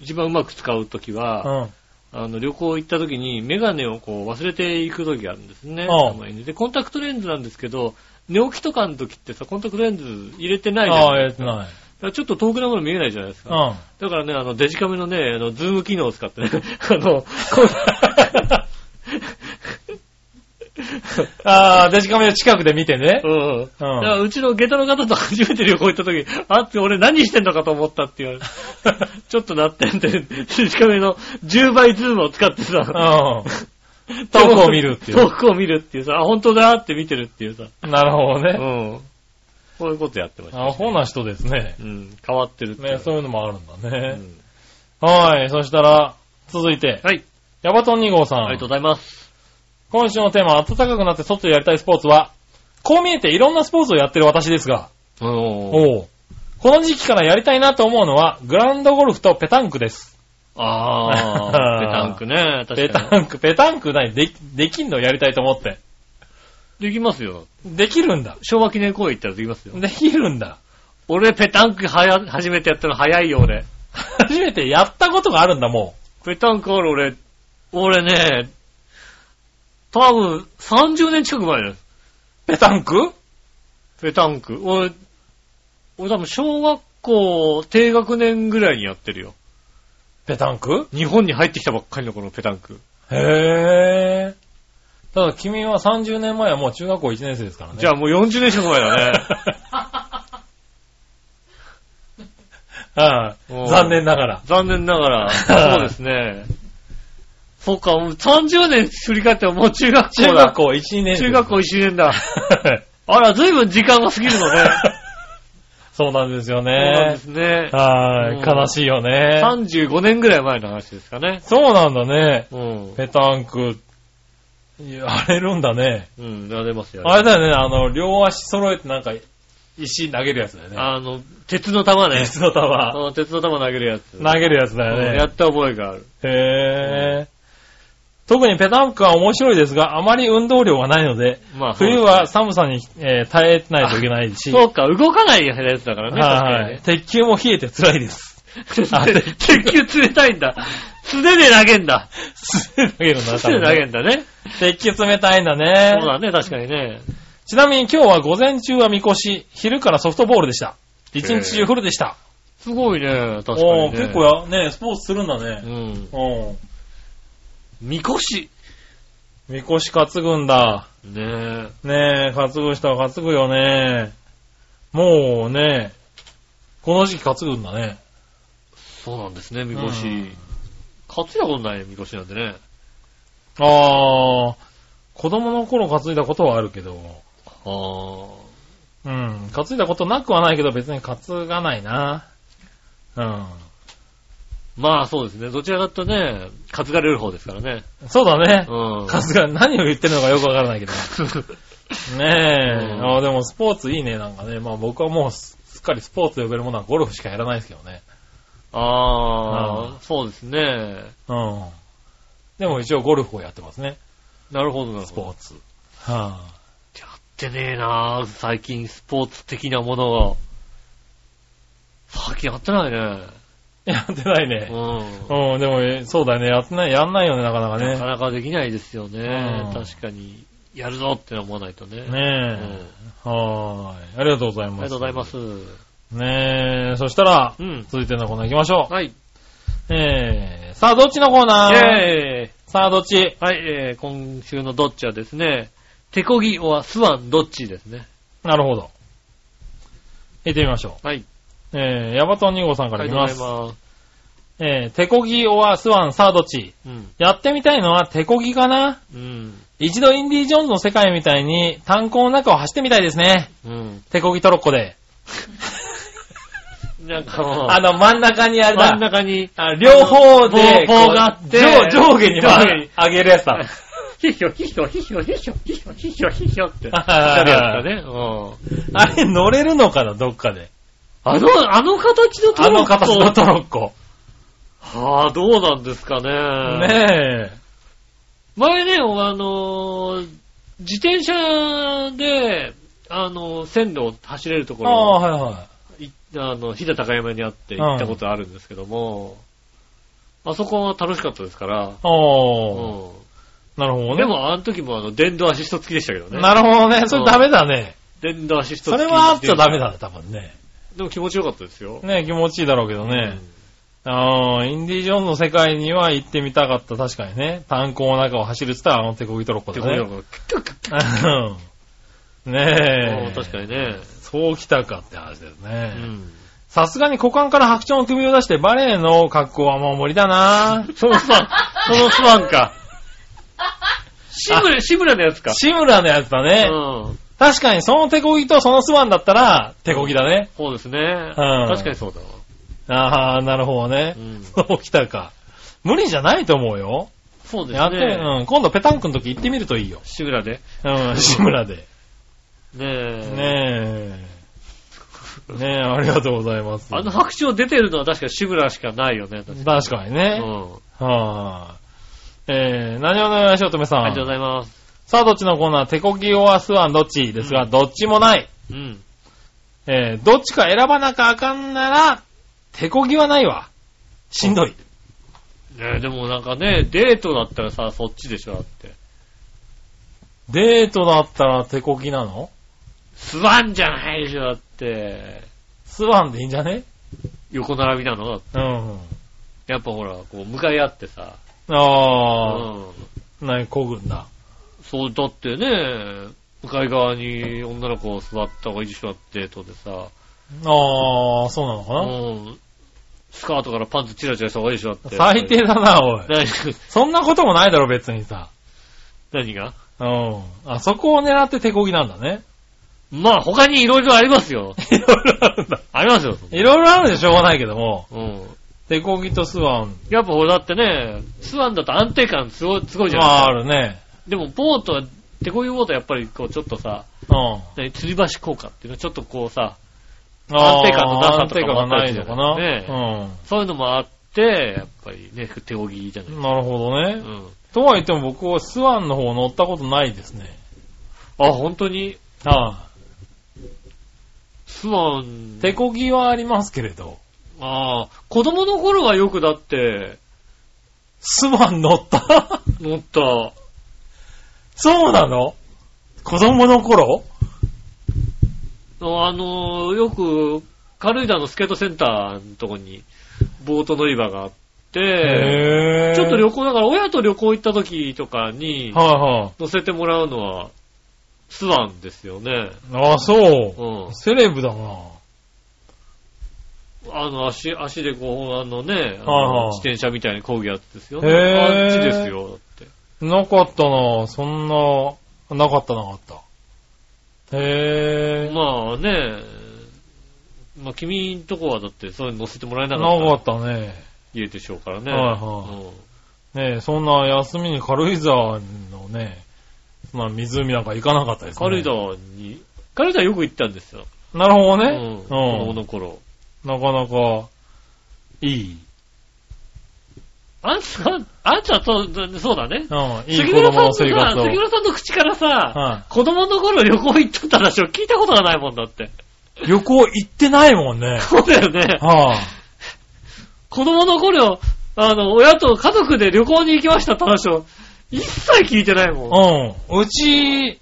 Speaker 2: 一番うまく使うとき
Speaker 3: う
Speaker 2: は、
Speaker 3: ん。
Speaker 2: あの、旅行行ったときに、メガネをこう忘れていくときがあるんですね。
Speaker 3: ああ
Speaker 2: たまにで、コンタクトレンズなんですけど、寝起きとかのときってさ、コンタクトレンズ入れてないじゃん
Speaker 3: ああ、ええ、ない。
Speaker 2: らちょっと遠くなもの見えないじゃないです
Speaker 3: う
Speaker 2: か。
Speaker 3: ん。
Speaker 2: だからね、あの、デジカメのね、あの、ズーム機能を使ってね、 あの、こ
Speaker 3: ああ、デジカメを近くで見てね
Speaker 2: う、。うん。だからうちの下駄の方と初めて旅行行った時、あって俺何してんのかと思ったっていう。ちょっとなってんで、デジカメの10倍ズームを使って
Speaker 3: うん
Speaker 2: さ、。
Speaker 3: 遠くを見るっていう
Speaker 2: 遠くを見るっていうさ、あ、本当だって見てるっていうさ、
Speaker 3: なるほど
Speaker 2: う
Speaker 3: ね。
Speaker 2: ん。こういうことやってました、
Speaker 3: アホな人ですね。
Speaker 2: うん、変わってるっていう
Speaker 3: ね、そういうのもあるんだ
Speaker 2: う
Speaker 3: ね。
Speaker 2: ん
Speaker 3: はい、そしたら、続いて、
Speaker 2: はい、
Speaker 3: ヤバトン2号さん。
Speaker 2: ありがとうございます。
Speaker 3: 今週のテーマ、暖かくなって外でやりたいスポーツは、こう見えていろんなスポーツをやってる私ですが、
Speaker 2: お
Speaker 3: おうこの時期からやりたいなと思うのは、グランドゴルフとペタンクです。
Speaker 2: あー、ペタンク ね、
Speaker 3: ペ
Speaker 2: 確かに。
Speaker 3: タンク、ペタンクない、でき、できんのやりたいと思って。
Speaker 2: できますよ。
Speaker 3: できるんだ。
Speaker 2: 昭和記念公園行ったらできますよ。
Speaker 3: できるんだ。
Speaker 2: 俺、ペタンクはや、初めてやったの早いよ、俺。
Speaker 3: 初めてやったことがあるんだ、も
Speaker 2: ペタンクある、俺。俺ね、多分、30年近く前だよ。
Speaker 3: う。ペタンク
Speaker 2: ペタンク。俺、俺多分、小学校低学年ぐらいにやってるよ。
Speaker 3: ペタンク
Speaker 2: 日本に入ってきたばっかりのこのペタンク。
Speaker 3: へぇー。ただ君は30年前はもう中学校1年生ですからね。
Speaker 2: じゃあもう40年近く前 だね。
Speaker 3: あ、
Speaker 2: お
Speaker 3: う。
Speaker 2: うん
Speaker 3: 残念ながら。
Speaker 2: 残念ながら、そうです ね。そっか、もう30年振り返ってももう中学校
Speaker 3: 中
Speaker 2: だ
Speaker 3: 学。校1、2年生。
Speaker 2: 中学校1年だ。あら、随分時間が過ぎるのね。
Speaker 3: そうなんですよ
Speaker 2: そうなんで
Speaker 3: ね
Speaker 2: す。ね。
Speaker 3: は
Speaker 2: う
Speaker 3: い。
Speaker 2: ん
Speaker 3: 悲しいよね。
Speaker 2: 35年ぐらい前の話ですかね。
Speaker 3: そうなんだね。
Speaker 2: うん。
Speaker 3: ペタンク、やれるんだね。
Speaker 2: うん、やれますよ。
Speaker 3: あれだよね、あの、両足揃えてなんか、石投げるやつだよ ね。
Speaker 2: あの、鉄の玉ね。
Speaker 3: 鉄の玉。
Speaker 2: うん鉄の玉投げるやつ。
Speaker 3: 投げるやつだ
Speaker 2: うんや
Speaker 3: よね。
Speaker 2: った覚えがある。
Speaker 3: へぇー。特にペタンクは面白いですが、あまり運動量がないので、
Speaker 2: まあ、
Speaker 3: 冬は寒さに、えー耐えないといけないし、
Speaker 2: そうか、動かないやつだからね。
Speaker 3: はいはい。鉄球も冷えて辛い です。
Speaker 2: 確かにね鉄球冷たいんだ。素手で投げんだ。
Speaker 3: 素手で投げるんだな、
Speaker 2: 素
Speaker 3: 多
Speaker 2: 手で
Speaker 3: 分
Speaker 2: 投げ
Speaker 3: ね
Speaker 2: んだね。
Speaker 3: 鉄球冷たいんだ
Speaker 2: そう
Speaker 3: ね。
Speaker 2: だね、確かにね。
Speaker 3: ちなみに今日は午前中はみこし、昼からソフトボールでした。一日中フルでした。
Speaker 2: すごいね、確かにね。
Speaker 3: おー結構や、ね、スポーツするんだ
Speaker 2: う
Speaker 3: ね。
Speaker 2: ん。
Speaker 3: お
Speaker 2: みこし。
Speaker 3: みこし担ぐんだ。
Speaker 2: ね
Speaker 3: ねえ、担ぐ人は担ぐよね。もうね、この時期担ぐんだね。
Speaker 2: そうなんですね、みこし
Speaker 3: うん。
Speaker 2: 担いだことないね、みこしなんてね。
Speaker 3: あー、子供の頃担いだことはあるけど、
Speaker 2: あー。
Speaker 3: うん。担いだことなくはないけど、別に担がないな。うん。
Speaker 2: まあそうですね。どちらかというとね、担がれる方ですからね。
Speaker 3: そうだね
Speaker 2: う。ん。
Speaker 3: 担が、何を言ってるのかよくわからないけど。ねえ。
Speaker 2: うん
Speaker 3: あーでもスポーツいいね、なんかね。まあ僕はもうすすっかりスポーツで呼べるものはゴルフしかやらないですけどね。
Speaker 2: あ
Speaker 3: う
Speaker 2: あ、そうですね。
Speaker 3: うん。でも一応ゴルフをやってますね。
Speaker 2: なるほど、なる
Speaker 3: ス
Speaker 2: ほ
Speaker 3: ポ
Speaker 2: ど。
Speaker 3: ーツ。はあ、
Speaker 2: やってねえな最近スポーツ的なものを。最近やってないね。
Speaker 3: やってないう
Speaker 2: ん。
Speaker 3: ね。うん、でも、えそうだよね。やってない、やんないよね、なかなか
Speaker 2: なか
Speaker 3: ね。
Speaker 2: なかできないですよね。
Speaker 3: うん
Speaker 2: 確かに。やるぞって思わないとね。うんあ
Speaker 3: ねえ。はーい。ありがとうございます。
Speaker 2: りがとうございます。。
Speaker 3: ねえ、そしたら、
Speaker 2: うん。
Speaker 3: 続いてのコーナー行きましょう。
Speaker 2: はい。
Speaker 3: えー、さあ、どっちのコーナー
Speaker 2: えー
Speaker 3: さあ、どっち
Speaker 2: はい、えー、今週のどっちはですね、手こぎはスワンどっちですね。
Speaker 3: なるほど。行ってみましょ
Speaker 2: はい。
Speaker 3: う。えー、ヤバトン2号さんか
Speaker 2: あ
Speaker 3: ら
Speaker 2: り
Speaker 3: いき
Speaker 2: がとうご
Speaker 3: ま
Speaker 2: ざ
Speaker 3: す。
Speaker 2: います。
Speaker 3: えー、手こぎ、オア、スワン、さあ、どっち
Speaker 2: うん。
Speaker 3: やってみたいのは手こぎかな
Speaker 2: うん。
Speaker 3: 一度インディ・ジョーンズの世界みたいに炭鉱の中を走ってみたいですね。
Speaker 2: うん。
Speaker 3: 手こぎトロッコで。
Speaker 2: なんかもう、
Speaker 3: あの、真ん中にあれ
Speaker 2: 真ん
Speaker 3: だ。
Speaker 2: 中に、
Speaker 3: あ両方で、
Speaker 2: 棒棒
Speaker 3: こう
Speaker 2: があって
Speaker 3: 上上下に
Speaker 2: 上下に
Speaker 3: 上げるやつだ。
Speaker 2: ひひょひひょひひょひひょひひょひひょひひょって、
Speaker 3: はいはいはい
Speaker 2: なるやつだね。うん。
Speaker 3: あれ乗れるのかな、どっかで。
Speaker 2: あの、あの形のト
Speaker 3: あ
Speaker 2: ロッコ。
Speaker 3: の形のトロッコ。
Speaker 2: はあ、どうなんですかね。
Speaker 3: ねえ。
Speaker 2: 前ね、おあのー、自転車で、あのー、線路を走れるとこ
Speaker 3: ああ、
Speaker 2: ろ、
Speaker 3: はいはい。
Speaker 2: いあの、飛騨高山にあって
Speaker 3: うん
Speaker 2: 行ったことあるんですけども、あそこは楽しかったですから、う
Speaker 3: お
Speaker 2: ん。
Speaker 3: ー。なるほどね。
Speaker 2: でも、あの時もあの、電動アシスト付きでしたけどね。
Speaker 3: なるほどね。それダメだね。
Speaker 2: 電動アシスト
Speaker 3: そ
Speaker 2: 付
Speaker 3: れ
Speaker 2: き。
Speaker 3: はあっちゃダメだね、多分ね。
Speaker 2: でも気持ちよかったですよ。
Speaker 3: ね、気持ちいいだろうけどね。ああ、インディ・ジョーンズの世界には行ってみたかった、確かにね。炭鉱の中を走るって言ったらあの手こぎトロッコ
Speaker 2: うん。って
Speaker 3: だ
Speaker 2: こと
Speaker 3: ね。うんね
Speaker 2: あ
Speaker 3: え。
Speaker 2: あ確かにね。
Speaker 3: そう来たかって話だよ
Speaker 2: う
Speaker 3: ね。
Speaker 2: ん。
Speaker 3: さすがに股間から白鳥の首を出してバレエの格好はもう無理だな
Speaker 2: そのスワ ン、そのスワンか。シムレ、シムレのやつか。
Speaker 3: 志村のやつだ
Speaker 2: う
Speaker 3: ね。
Speaker 2: ん。
Speaker 3: 確かにその手こぎとそのスワンだったら、手こぎだね。
Speaker 2: そうですね。
Speaker 3: うん
Speaker 2: 確かにそうだわ。
Speaker 3: ああ、なるほどね
Speaker 2: う。ん。
Speaker 3: そう来たか。無理じゃないと思うよ。
Speaker 2: そうですね。
Speaker 3: やって、うん。今度ペタンクの時行ってみるといいよ。
Speaker 2: シムラで。
Speaker 3: うん、志村で。
Speaker 2: ねえ。
Speaker 3: ねえ。ねえ、ありがとうございます。
Speaker 2: あの白鳥出てるのは確か志村しかないよね。確か
Speaker 3: 確かに
Speaker 2: に。う
Speaker 3: ね。
Speaker 2: ん。
Speaker 3: はい。えー、何をのよしおとめさ
Speaker 2: あ
Speaker 3: ん。
Speaker 2: りがとうございます。
Speaker 3: さあ、どっちのコーナー手こぎオアスワンどっちですが、どっちもない。
Speaker 2: うん。
Speaker 3: えー、どっちか選ばなきゃあかんなら、手こぎはないわ。しんどい。
Speaker 2: ねえでもなんかね、デートだったらさ、そっちでしょ、だって。
Speaker 3: デートだったら手こぎなの
Speaker 2: スワンじゃないでしょ、だって。
Speaker 3: スワンでいいんじゃね
Speaker 2: 横並びなの
Speaker 3: うん。
Speaker 2: やっぱほら、こう、向かい合ってさ。う
Speaker 3: あ
Speaker 2: ん。
Speaker 3: ー、何こぐんだ。
Speaker 2: そう、だってね、向かい側に女の子を座った方がいいでしょ、だって、デートでさ。
Speaker 3: あー、そうなのか
Speaker 2: う
Speaker 3: な、
Speaker 2: ん。スカートからパンツチラチラした方がいいでしょ、だって。
Speaker 3: 最低だな、おい。
Speaker 2: 何、
Speaker 3: そんなこともないだろ、別にさ。
Speaker 2: 何が
Speaker 3: うん。あそこを狙って手こぎなんだね。
Speaker 2: まあ、他に色々あります よ。
Speaker 3: いろいろあるんだ。
Speaker 2: ありますよ。そんない
Speaker 3: ろいろあるでしょうがないけども。
Speaker 2: うん。
Speaker 3: 手こぎとスワン。
Speaker 2: やっぱ俺だってね、スワンだと安定感すごい、すごいじゃ
Speaker 3: ま
Speaker 2: ない
Speaker 3: あ、あ
Speaker 2: ですか。
Speaker 3: るね。
Speaker 2: でも、ボートは、でこういうボートはやっぱりこう、ちょっとさ、
Speaker 3: うん。
Speaker 2: 何吊り橋効果っていうのはちょっとこうさ、
Speaker 3: あー
Speaker 2: 安定感のなさとか
Speaker 3: 安定感がないのかな。
Speaker 2: ねそういうのもあって、やっぱりね、手こぎじゃない。
Speaker 3: うん。なるほ
Speaker 2: う
Speaker 3: どね。
Speaker 2: ん。
Speaker 3: とはいっても僕はスワンの方乗ったことないですね。
Speaker 2: あ、本当に、
Speaker 3: は
Speaker 2: スワン
Speaker 3: い。、手こぎはありますけれど、
Speaker 2: ああ、子供の頃はよくだって、
Speaker 3: スワン乗った
Speaker 2: 乗った。
Speaker 3: そうなの子供の頃
Speaker 2: あのー、よく、軽井沢のスケートセンターのとこに、ボート乗り場があって、
Speaker 3: へ
Speaker 2: ちょっと旅
Speaker 3: 行
Speaker 2: 行、だから親と旅行行った時とかに、
Speaker 3: は
Speaker 2: 乗せてもらうのは、スワンですよね。
Speaker 3: いはい。あ、そう
Speaker 2: う。ん。
Speaker 3: セレブだな。
Speaker 2: あの、足、足でこう、あのね、あの
Speaker 3: はいはい
Speaker 2: 自転車みたいに漕ぐやつですよね。
Speaker 3: へー
Speaker 2: あっちですよ、だって。
Speaker 3: なかったなそんな、なかったなかった。へぇー。
Speaker 2: まあね、まあ君んとこはだってそういうの乗せてもらえなかった
Speaker 3: なかったね。
Speaker 2: 家でしょうからね。
Speaker 3: はいはいねえ、そんな休みに軽井沢のね、まあ湖なんか行かなかったで
Speaker 2: うん
Speaker 3: すね。
Speaker 2: 軽井沢に、軽井沢よく行ったんですよ。
Speaker 3: なるほど
Speaker 2: うん。
Speaker 3: ね
Speaker 2: 子
Speaker 3: う
Speaker 2: 供
Speaker 3: ん。
Speaker 2: の頃。
Speaker 3: なかなか、いい。
Speaker 2: あんた、あんたと、そうだね。
Speaker 3: うん、いい
Speaker 2: 杉
Speaker 3: 子
Speaker 2: 村
Speaker 3: 供
Speaker 2: さん
Speaker 3: の
Speaker 2: のさ
Speaker 3: 生活を。
Speaker 2: 杉村さんの口からさ、
Speaker 3: は
Speaker 2: 子供の頃旅行行っとった話を聞いたことがないもんだって。。
Speaker 3: い旅行行ってないもん ね
Speaker 2: そうだよね。
Speaker 3: はぁ、
Speaker 2: 子供の頃、あの、親と家族で旅行に行きましたって話を、一切聞いてないもん。
Speaker 3: うん。うち、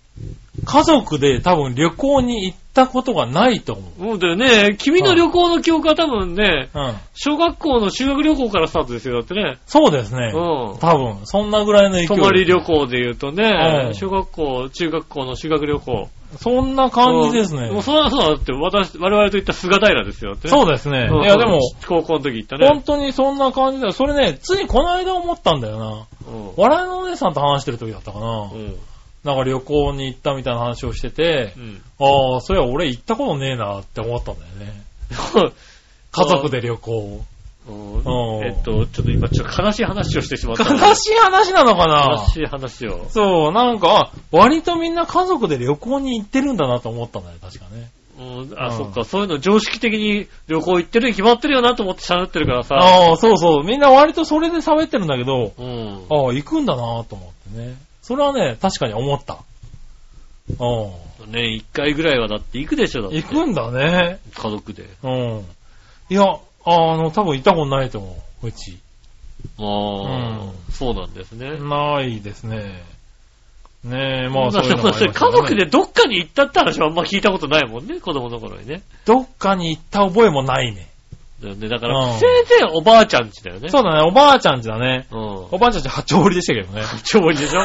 Speaker 3: 家族で多分旅行に行ったことがないと思う。
Speaker 2: そうだよね。君の旅行の記憶は多分ね、
Speaker 3: うん。
Speaker 2: 小学校の修学旅行からスタートですよ、だってね。
Speaker 3: そうですね。
Speaker 2: うん。
Speaker 3: 多分、そんなぐらいの勢い。
Speaker 2: 泊まり旅。行で言うと
Speaker 3: う
Speaker 2: ね、
Speaker 3: ん
Speaker 2: 小学校、中学校の修学旅行。
Speaker 3: そんな感じですね
Speaker 2: もう。そうだそうだって、私、我々と言った菅平ですよ、だってね。
Speaker 3: そうですね
Speaker 2: うん。
Speaker 3: いや、でも、、
Speaker 2: 高校の時行った
Speaker 3: 本
Speaker 2: ね。
Speaker 3: 当にそんな感じだよ。それね、ついこの間思ったんだよな。
Speaker 2: うん
Speaker 3: 笑いのお姉さんと話してる時だったかな
Speaker 2: う。ん。
Speaker 3: なんか旅行に行ったみたいな話をしてて
Speaker 2: う、ん。
Speaker 3: ああ、それは俺行ったことねえなって思ったんだよね。家族で旅行。
Speaker 2: うん
Speaker 3: うん
Speaker 2: えっと、ちょっと今、ちょっと悲しい話をしてしまった。
Speaker 3: 悲しい話なのか
Speaker 2: 悲
Speaker 3: な
Speaker 2: しい話を。
Speaker 3: そう、なんか、あ割とみんな家族で旅行に行ってるんだなと思ったんだよ、確かね。
Speaker 2: うんあ、
Speaker 3: うん
Speaker 2: そっか、そういうの常識的に旅行行ってるに決まってるよなと思って喋ってるからさ。
Speaker 3: ああ、そうそう。みんな割とそれで喋ってるんだけど、
Speaker 2: うん。
Speaker 3: ああ、行くんだなと思ってね。それはね、確かに思った。うん。
Speaker 2: ね、一回ぐらいはだって行くでしょ、だって。
Speaker 3: 行くんだね。
Speaker 2: 家族で。
Speaker 3: うん。いや、あの、多分行ったことないと思う、うち。
Speaker 2: ああ、
Speaker 3: うん
Speaker 2: そうなんですね。
Speaker 3: ないですね。ねえ、まあそ
Speaker 2: そう
Speaker 3: ういうのもありますよね
Speaker 2: 家族でどっかに行ったって話はあんま聞いたことないもんね、子供の頃にね。
Speaker 3: どっかに行った覚えもないね。
Speaker 2: だよねだか
Speaker 3: うん
Speaker 2: ら、せいぜいおばあちゃんちだよね。
Speaker 3: そうだね、おばあちゃんちだね。
Speaker 2: う。うん。
Speaker 3: おばあちゃんち八丁堀でしたけどね。
Speaker 2: 超多いでしょ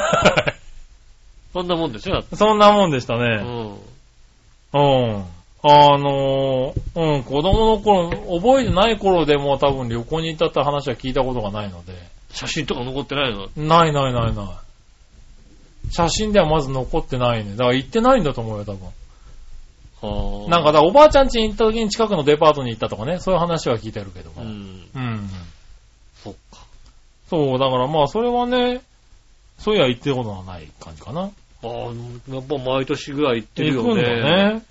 Speaker 2: そんなもんでしょだって。
Speaker 3: そんなもんでした
Speaker 2: う
Speaker 3: ね。
Speaker 2: ん。
Speaker 3: うん。あのーうん、子供の頃、覚えてない頃でもう多分旅行に行ったって話は聞いたことがないので。
Speaker 2: 写真とか残ってないの
Speaker 3: ないないないない。写真ではまず残ってないね。だから行ってないんだと思うよ、多分。
Speaker 2: は
Speaker 3: なんかだ、おばあちゃん家に行った時に近くのデパートに行ったとかね、そういう話は聞いてあるけど
Speaker 2: う
Speaker 3: も。
Speaker 2: ん。
Speaker 3: うん。
Speaker 2: そっか。
Speaker 3: そう、だからまあ、それはね、そういや行ってることはない感じかな。
Speaker 2: ああ、やっぱ毎年ぐらい行ってるよ
Speaker 3: 行くん
Speaker 2: ね。
Speaker 3: だね。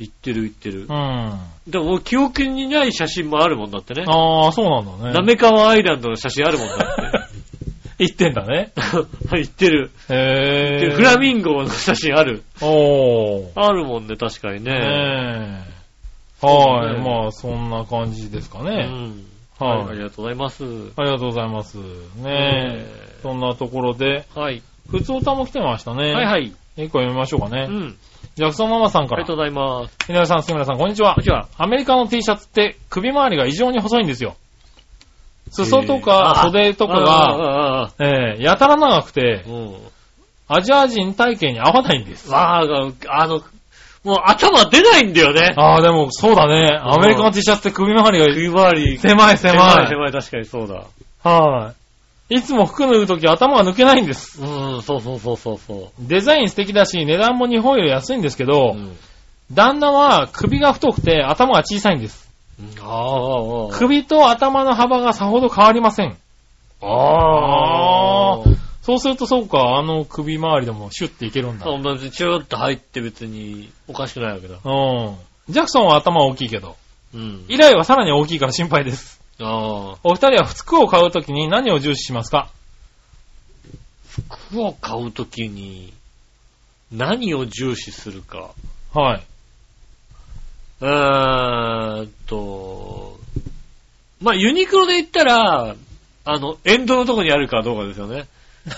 Speaker 2: 行ってる行ってる
Speaker 3: うん。。あ
Speaker 2: でも記憶にない写真もあるもんだってね。
Speaker 3: あー、そうなんだね。
Speaker 2: なめかわアイランドの写真あるもんだ
Speaker 3: 行ってんだね。
Speaker 2: って。行ってる。
Speaker 3: へえ。
Speaker 2: フラミンゴの写真ある。
Speaker 3: おー。
Speaker 2: あるもんね、確かにね。
Speaker 3: ねえ。
Speaker 2: そう
Speaker 3: は
Speaker 2: ね
Speaker 3: い。まあ、そんな感じですか
Speaker 2: う
Speaker 3: ね。
Speaker 2: ん。
Speaker 3: はい
Speaker 2: はい。ありがとうございます。
Speaker 3: ありがとうございます。ねえ。
Speaker 2: え
Speaker 3: そんなところで、
Speaker 2: ーはい。
Speaker 3: 普通歌も来てましたね。
Speaker 2: はいはい。
Speaker 3: 一個読みましょうか
Speaker 2: う
Speaker 3: ね。
Speaker 2: ん。
Speaker 3: ジャクソンママさん
Speaker 2: あ
Speaker 3: か
Speaker 2: り
Speaker 3: ら
Speaker 2: が。とうございます。
Speaker 3: 皆さん、杉村さん、こんにちは。
Speaker 2: こんにちは。
Speaker 3: アメリカの T シャツって首周りが異常に細いんですよ。裾とか
Speaker 2: えー
Speaker 3: 袖とかが、
Speaker 2: が、
Speaker 3: えーやたら長くて
Speaker 2: う、ん。
Speaker 3: アジア人体型に合わないんです。
Speaker 2: わーが、あの、もう頭出ないんだよね。
Speaker 3: ああ、でもそうだね。アメリカの T シャツって首周り
Speaker 2: 首回り
Speaker 3: が。狭い狭
Speaker 2: 狭い
Speaker 3: い。
Speaker 2: 狭い、確かにそうだ。
Speaker 3: はい。いつも服脱ぐとき頭が抜けないんです。
Speaker 2: うん、そうそうそうそうそ
Speaker 3: デザイン素敵だし、値段も日本より安いんですけ
Speaker 2: う。
Speaker 3: ど、
Speaker 2: うん
Speaker 3: 旦那は首が太くて頭が小さいんです。
Speaker 2: ああ、
Speaker 3: 首と頭の幅がさほど変わりません。
Speaker 2: ああ。
Speaker 3: そうするとそうか、あの首周りでもシュッていけるんだ。
Speaker 2: そ
Speaker 3: う
Speaker 2: う、別にチューって入って別におかしくないわけだ。
Speaker 3: ん。ジャクソンは頭大きいけど、
Speaker 2: うん。
Speaker 3: 以来はさらに大きいから心配です。
Speaker 2: ああ。
Speaker 3: お二人は服を買うときに何を重視しますか
Speaker 2: 服を買うときに、何を重視するか。
Speaker 3: はい。
Speaker 2: うーんと、まあ、ユニクロで言ったら、あの、エンドのとこにあるかどうかですよね。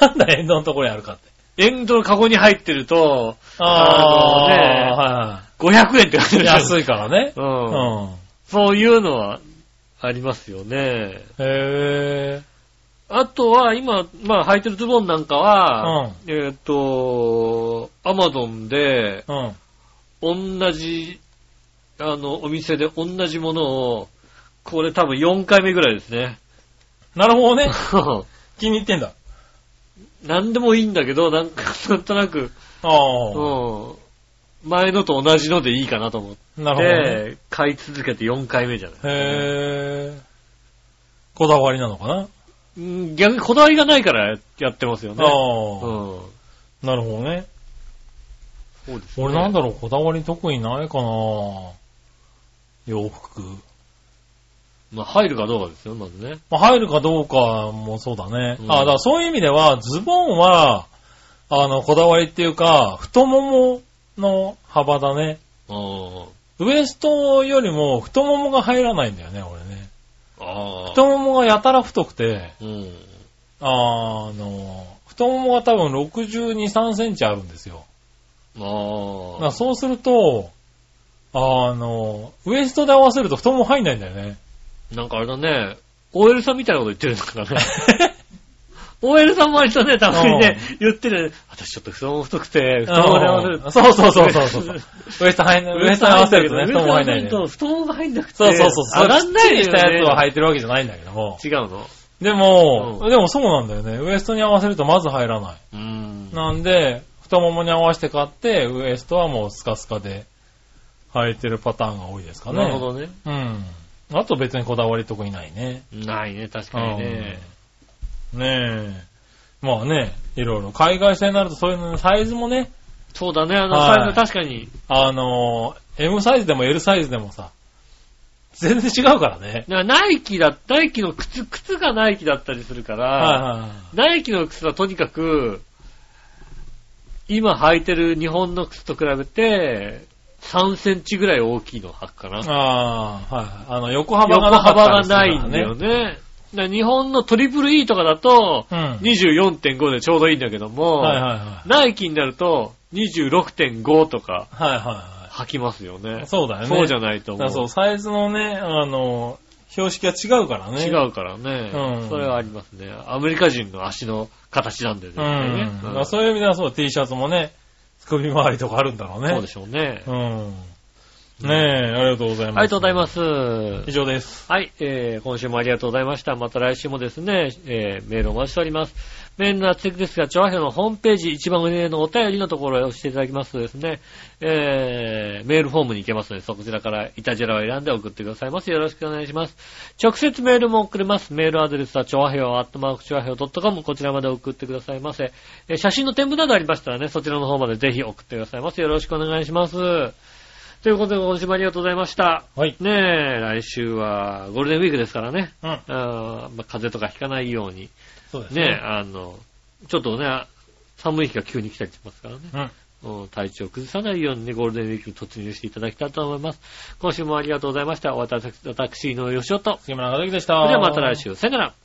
Speaker 3: なんだ、エンドのところにあるかって。
Speaker 2: エンドのカゴに入ってると、
Speaker 3: あ
Speaker 2: あの
Speaker 3: あ、
Speaker 2: 500円って感じ
Speaker 3: はい
Speaker 2: で
Speaker 3: はい。安
Speaker 2: い。
Speaker 3: いからね。
Speaker 2: う。
Speaker 3: うんん。
Speaker 2: そういうのはありますよね。
Speaker 3: へえ。
Speaker 2: あとは、今、まあ、履いてるズボンなんかは、えっ、と、アマゾンで、
Speaker 3: うん。
Speaker 2: 同じ、あの、お店で同じものを、これ多分4回目ぐらいです ね。
Speaker 3: なるほどね。気に入ってんだ。
Speaker 2: 何でもいいんだけど、なんか、 なんとなく、
Speaker 3: ああ。
Speaker 2: うん、前のと同じのでいいかなと思っ
Speaker 3: なるほどね。
Speaker 2: て、買い続けて4回目じゃない。
Speaker 3: へえ。こだわりなのかな
Speaker 2: うん逆にこだわりがないからやってますよね。うん
Speaker 3: ああ。なるほどね。
Speaker 2: そうですね
Speaker 3: 俺なんだろう、こだわり特にないかな洋服。
Speaker 2: まあ、入るかどうかですよ、まずね。
Speaker 3: まあ、入るかどうかもそうだね。
Speaker 2: うん
Speaker 3: あだからそういう意味では、ズボンは、あの、こだわりっていうか、太ももの幅だね。
Speaker 2: うん
Speaker 3: ウエストよりも太ももが入らないんだよね、俺ね。
Speaker 2: ああ。
Speaker 3: 太ももがやたら太くて、
Speaker 2: うん。
Speaker 3: あの、太ももが多分62、3センチあるんですよ。だか
Speaker 2: あ
Speaker 3: ら
Speaker 2: あ。
Speaker 3: そうすると、あの、ウエストで合わせると太もも入んないんだよね。
Speaker 2: なんかあれだね、OL さんみたいなこと言ってるんですからね。OL さんも割とね、たまにね、言ってる、私ちょっと太もも太くて、太ももに合わせると。
Speaker 3: そうそうそうそうそうそう。 ウエスト入んない。ウエストに合わせるとね、太もも入んな
Speaker 2: ウ
Speaker 3: い
Speaker 2: エストに合わせると
Speaker 3: ね。
Speaker 2: 太ももが入んなくて。
Speaker 3: そうそうそう。
Speaker 2: 上がんない
Speaker 3: に
Speaker 2: で
Speaker 3: したやつは
Speaker 2: 入
Speaker 3: 履いてるわけじゃないんだけども。
Speaker 2: 違うの
Speaker 3: でも、
Speaker 2: うん
Speaker 3: でもそうなんだよね。ウエストに合わせるとまず入らない。
Speaker 2: うん。
Speaker 3: なんで、太ももに合わせて買って、ウエストはもうスカスカで履いてるパターンが多いですかね。
Speaker 2: なるほどね。
Speaker 3: うん。あと別にこだわりとこいないね。
Speaker 2: ないね、確かにね。
Speaker 3: うんねえ。まあね、いろいろ。海外製になるとそういうのねサイズもね、
Speaker 2: そうだね、あの
Speaker 3: はい
Speaker 2: サイズ確かに。
Speaker 3: あのー M サイズでも L サイズでもさ、全然違うからね。
Speaker 2: だからナイキだ、ナイキの靴、靴がナイキだったりするから、
Speaker 3: はいはいはい。
Speaker 2: ナイキの靴はとにかく、今履いてる日本の靴と比べて、3センチぐらい大きいのを履くかな。
Speaker 3: ああ、はい。あの、横幅が
Speaker 2: 横
Speaker 3: なか
Speaker 2: 幅
Speaker 3: った
Speaker 2: が
Speaker 3: りするか
Speaker 2: な
Speaker 3: ら
Speaker 2: いんだよね。で日本のトリプル E とかだと、
Speaker 3: うん
Speaker 2: 24.5でちょうどいいんだけども、
Speaker 3: はいはいはい。
Speaker 2: ナイキになると26.5とか
Speaker 3: はいはいは
Speaker 2: 履きますよね
Speaker 3: い。。そうだよね。
Speaker 2: そうじゃ
Speaker 3: ない
Speaker 2: ないと思
Speaker 3: だか
Speaker 2: う。
Speaker 3: らそう、サイズのね、あの、標識が違うからね。
Speaker 2: 違。うからね、
Speaker 3: うん
Speaker 2: それはありますね。アメリカ人の足の形なんでね。
Speaker 3: う
Speaker 2: ね
Speaker 3: ん。だ
Speaker 2: ん
Speaker 3: からそういう意味ではそう、T シャツもね、首周りとかあるんだろうね。
Speaker 2: そうでしょうね。
Speaker 3: うん。ねえ、ありがとうござ
Speaker 2: あ
Speaker 3: います。。
Speaker 2: りがとうございますす。
Speaker 3: 以上です。
Speaker 2: はい、えー、今週もありがとうございました。また来週もですね、えー、メールお待ちしております。メールの圧力ですが、調和表のホームページ一番上のお便りのところへ押していただきますとですね、えー、メールフォームに行けますので、そちらからイタジェラを選んで送ってくださいます。よろしくお願いします。直接メールも送れます。メールアドレスは、調和表、アットマーク調和表 .com、こちらまで送ってくださいませ。えー、写真の添付などありましたらね、そちらの方までぜひ送ってくださいます。よろしくお願いします。ということで、今週もありがとうございました。
Speaker 3: はい。
Speaker 2: ねえ、来週はゴールデンウィークですからね。
Speaker 3: うん。
Speaker 2: あーまあ、風邪とかひかないように。
Speaker 3: そうです
Speaker 2: ねえ、あの、ちょっとね、寒い日が急に来たりしますからね。
Speaker 3: うん。
Speaker 2: うん体調を崩さないようにね、ゴールデンウィークに突入していただきたいと思います。今週もありがとうございました。私、私井上義夫と。
Speaker 3: 杉村和之でした。
Speaker 2: それではまた来。週。さよなら。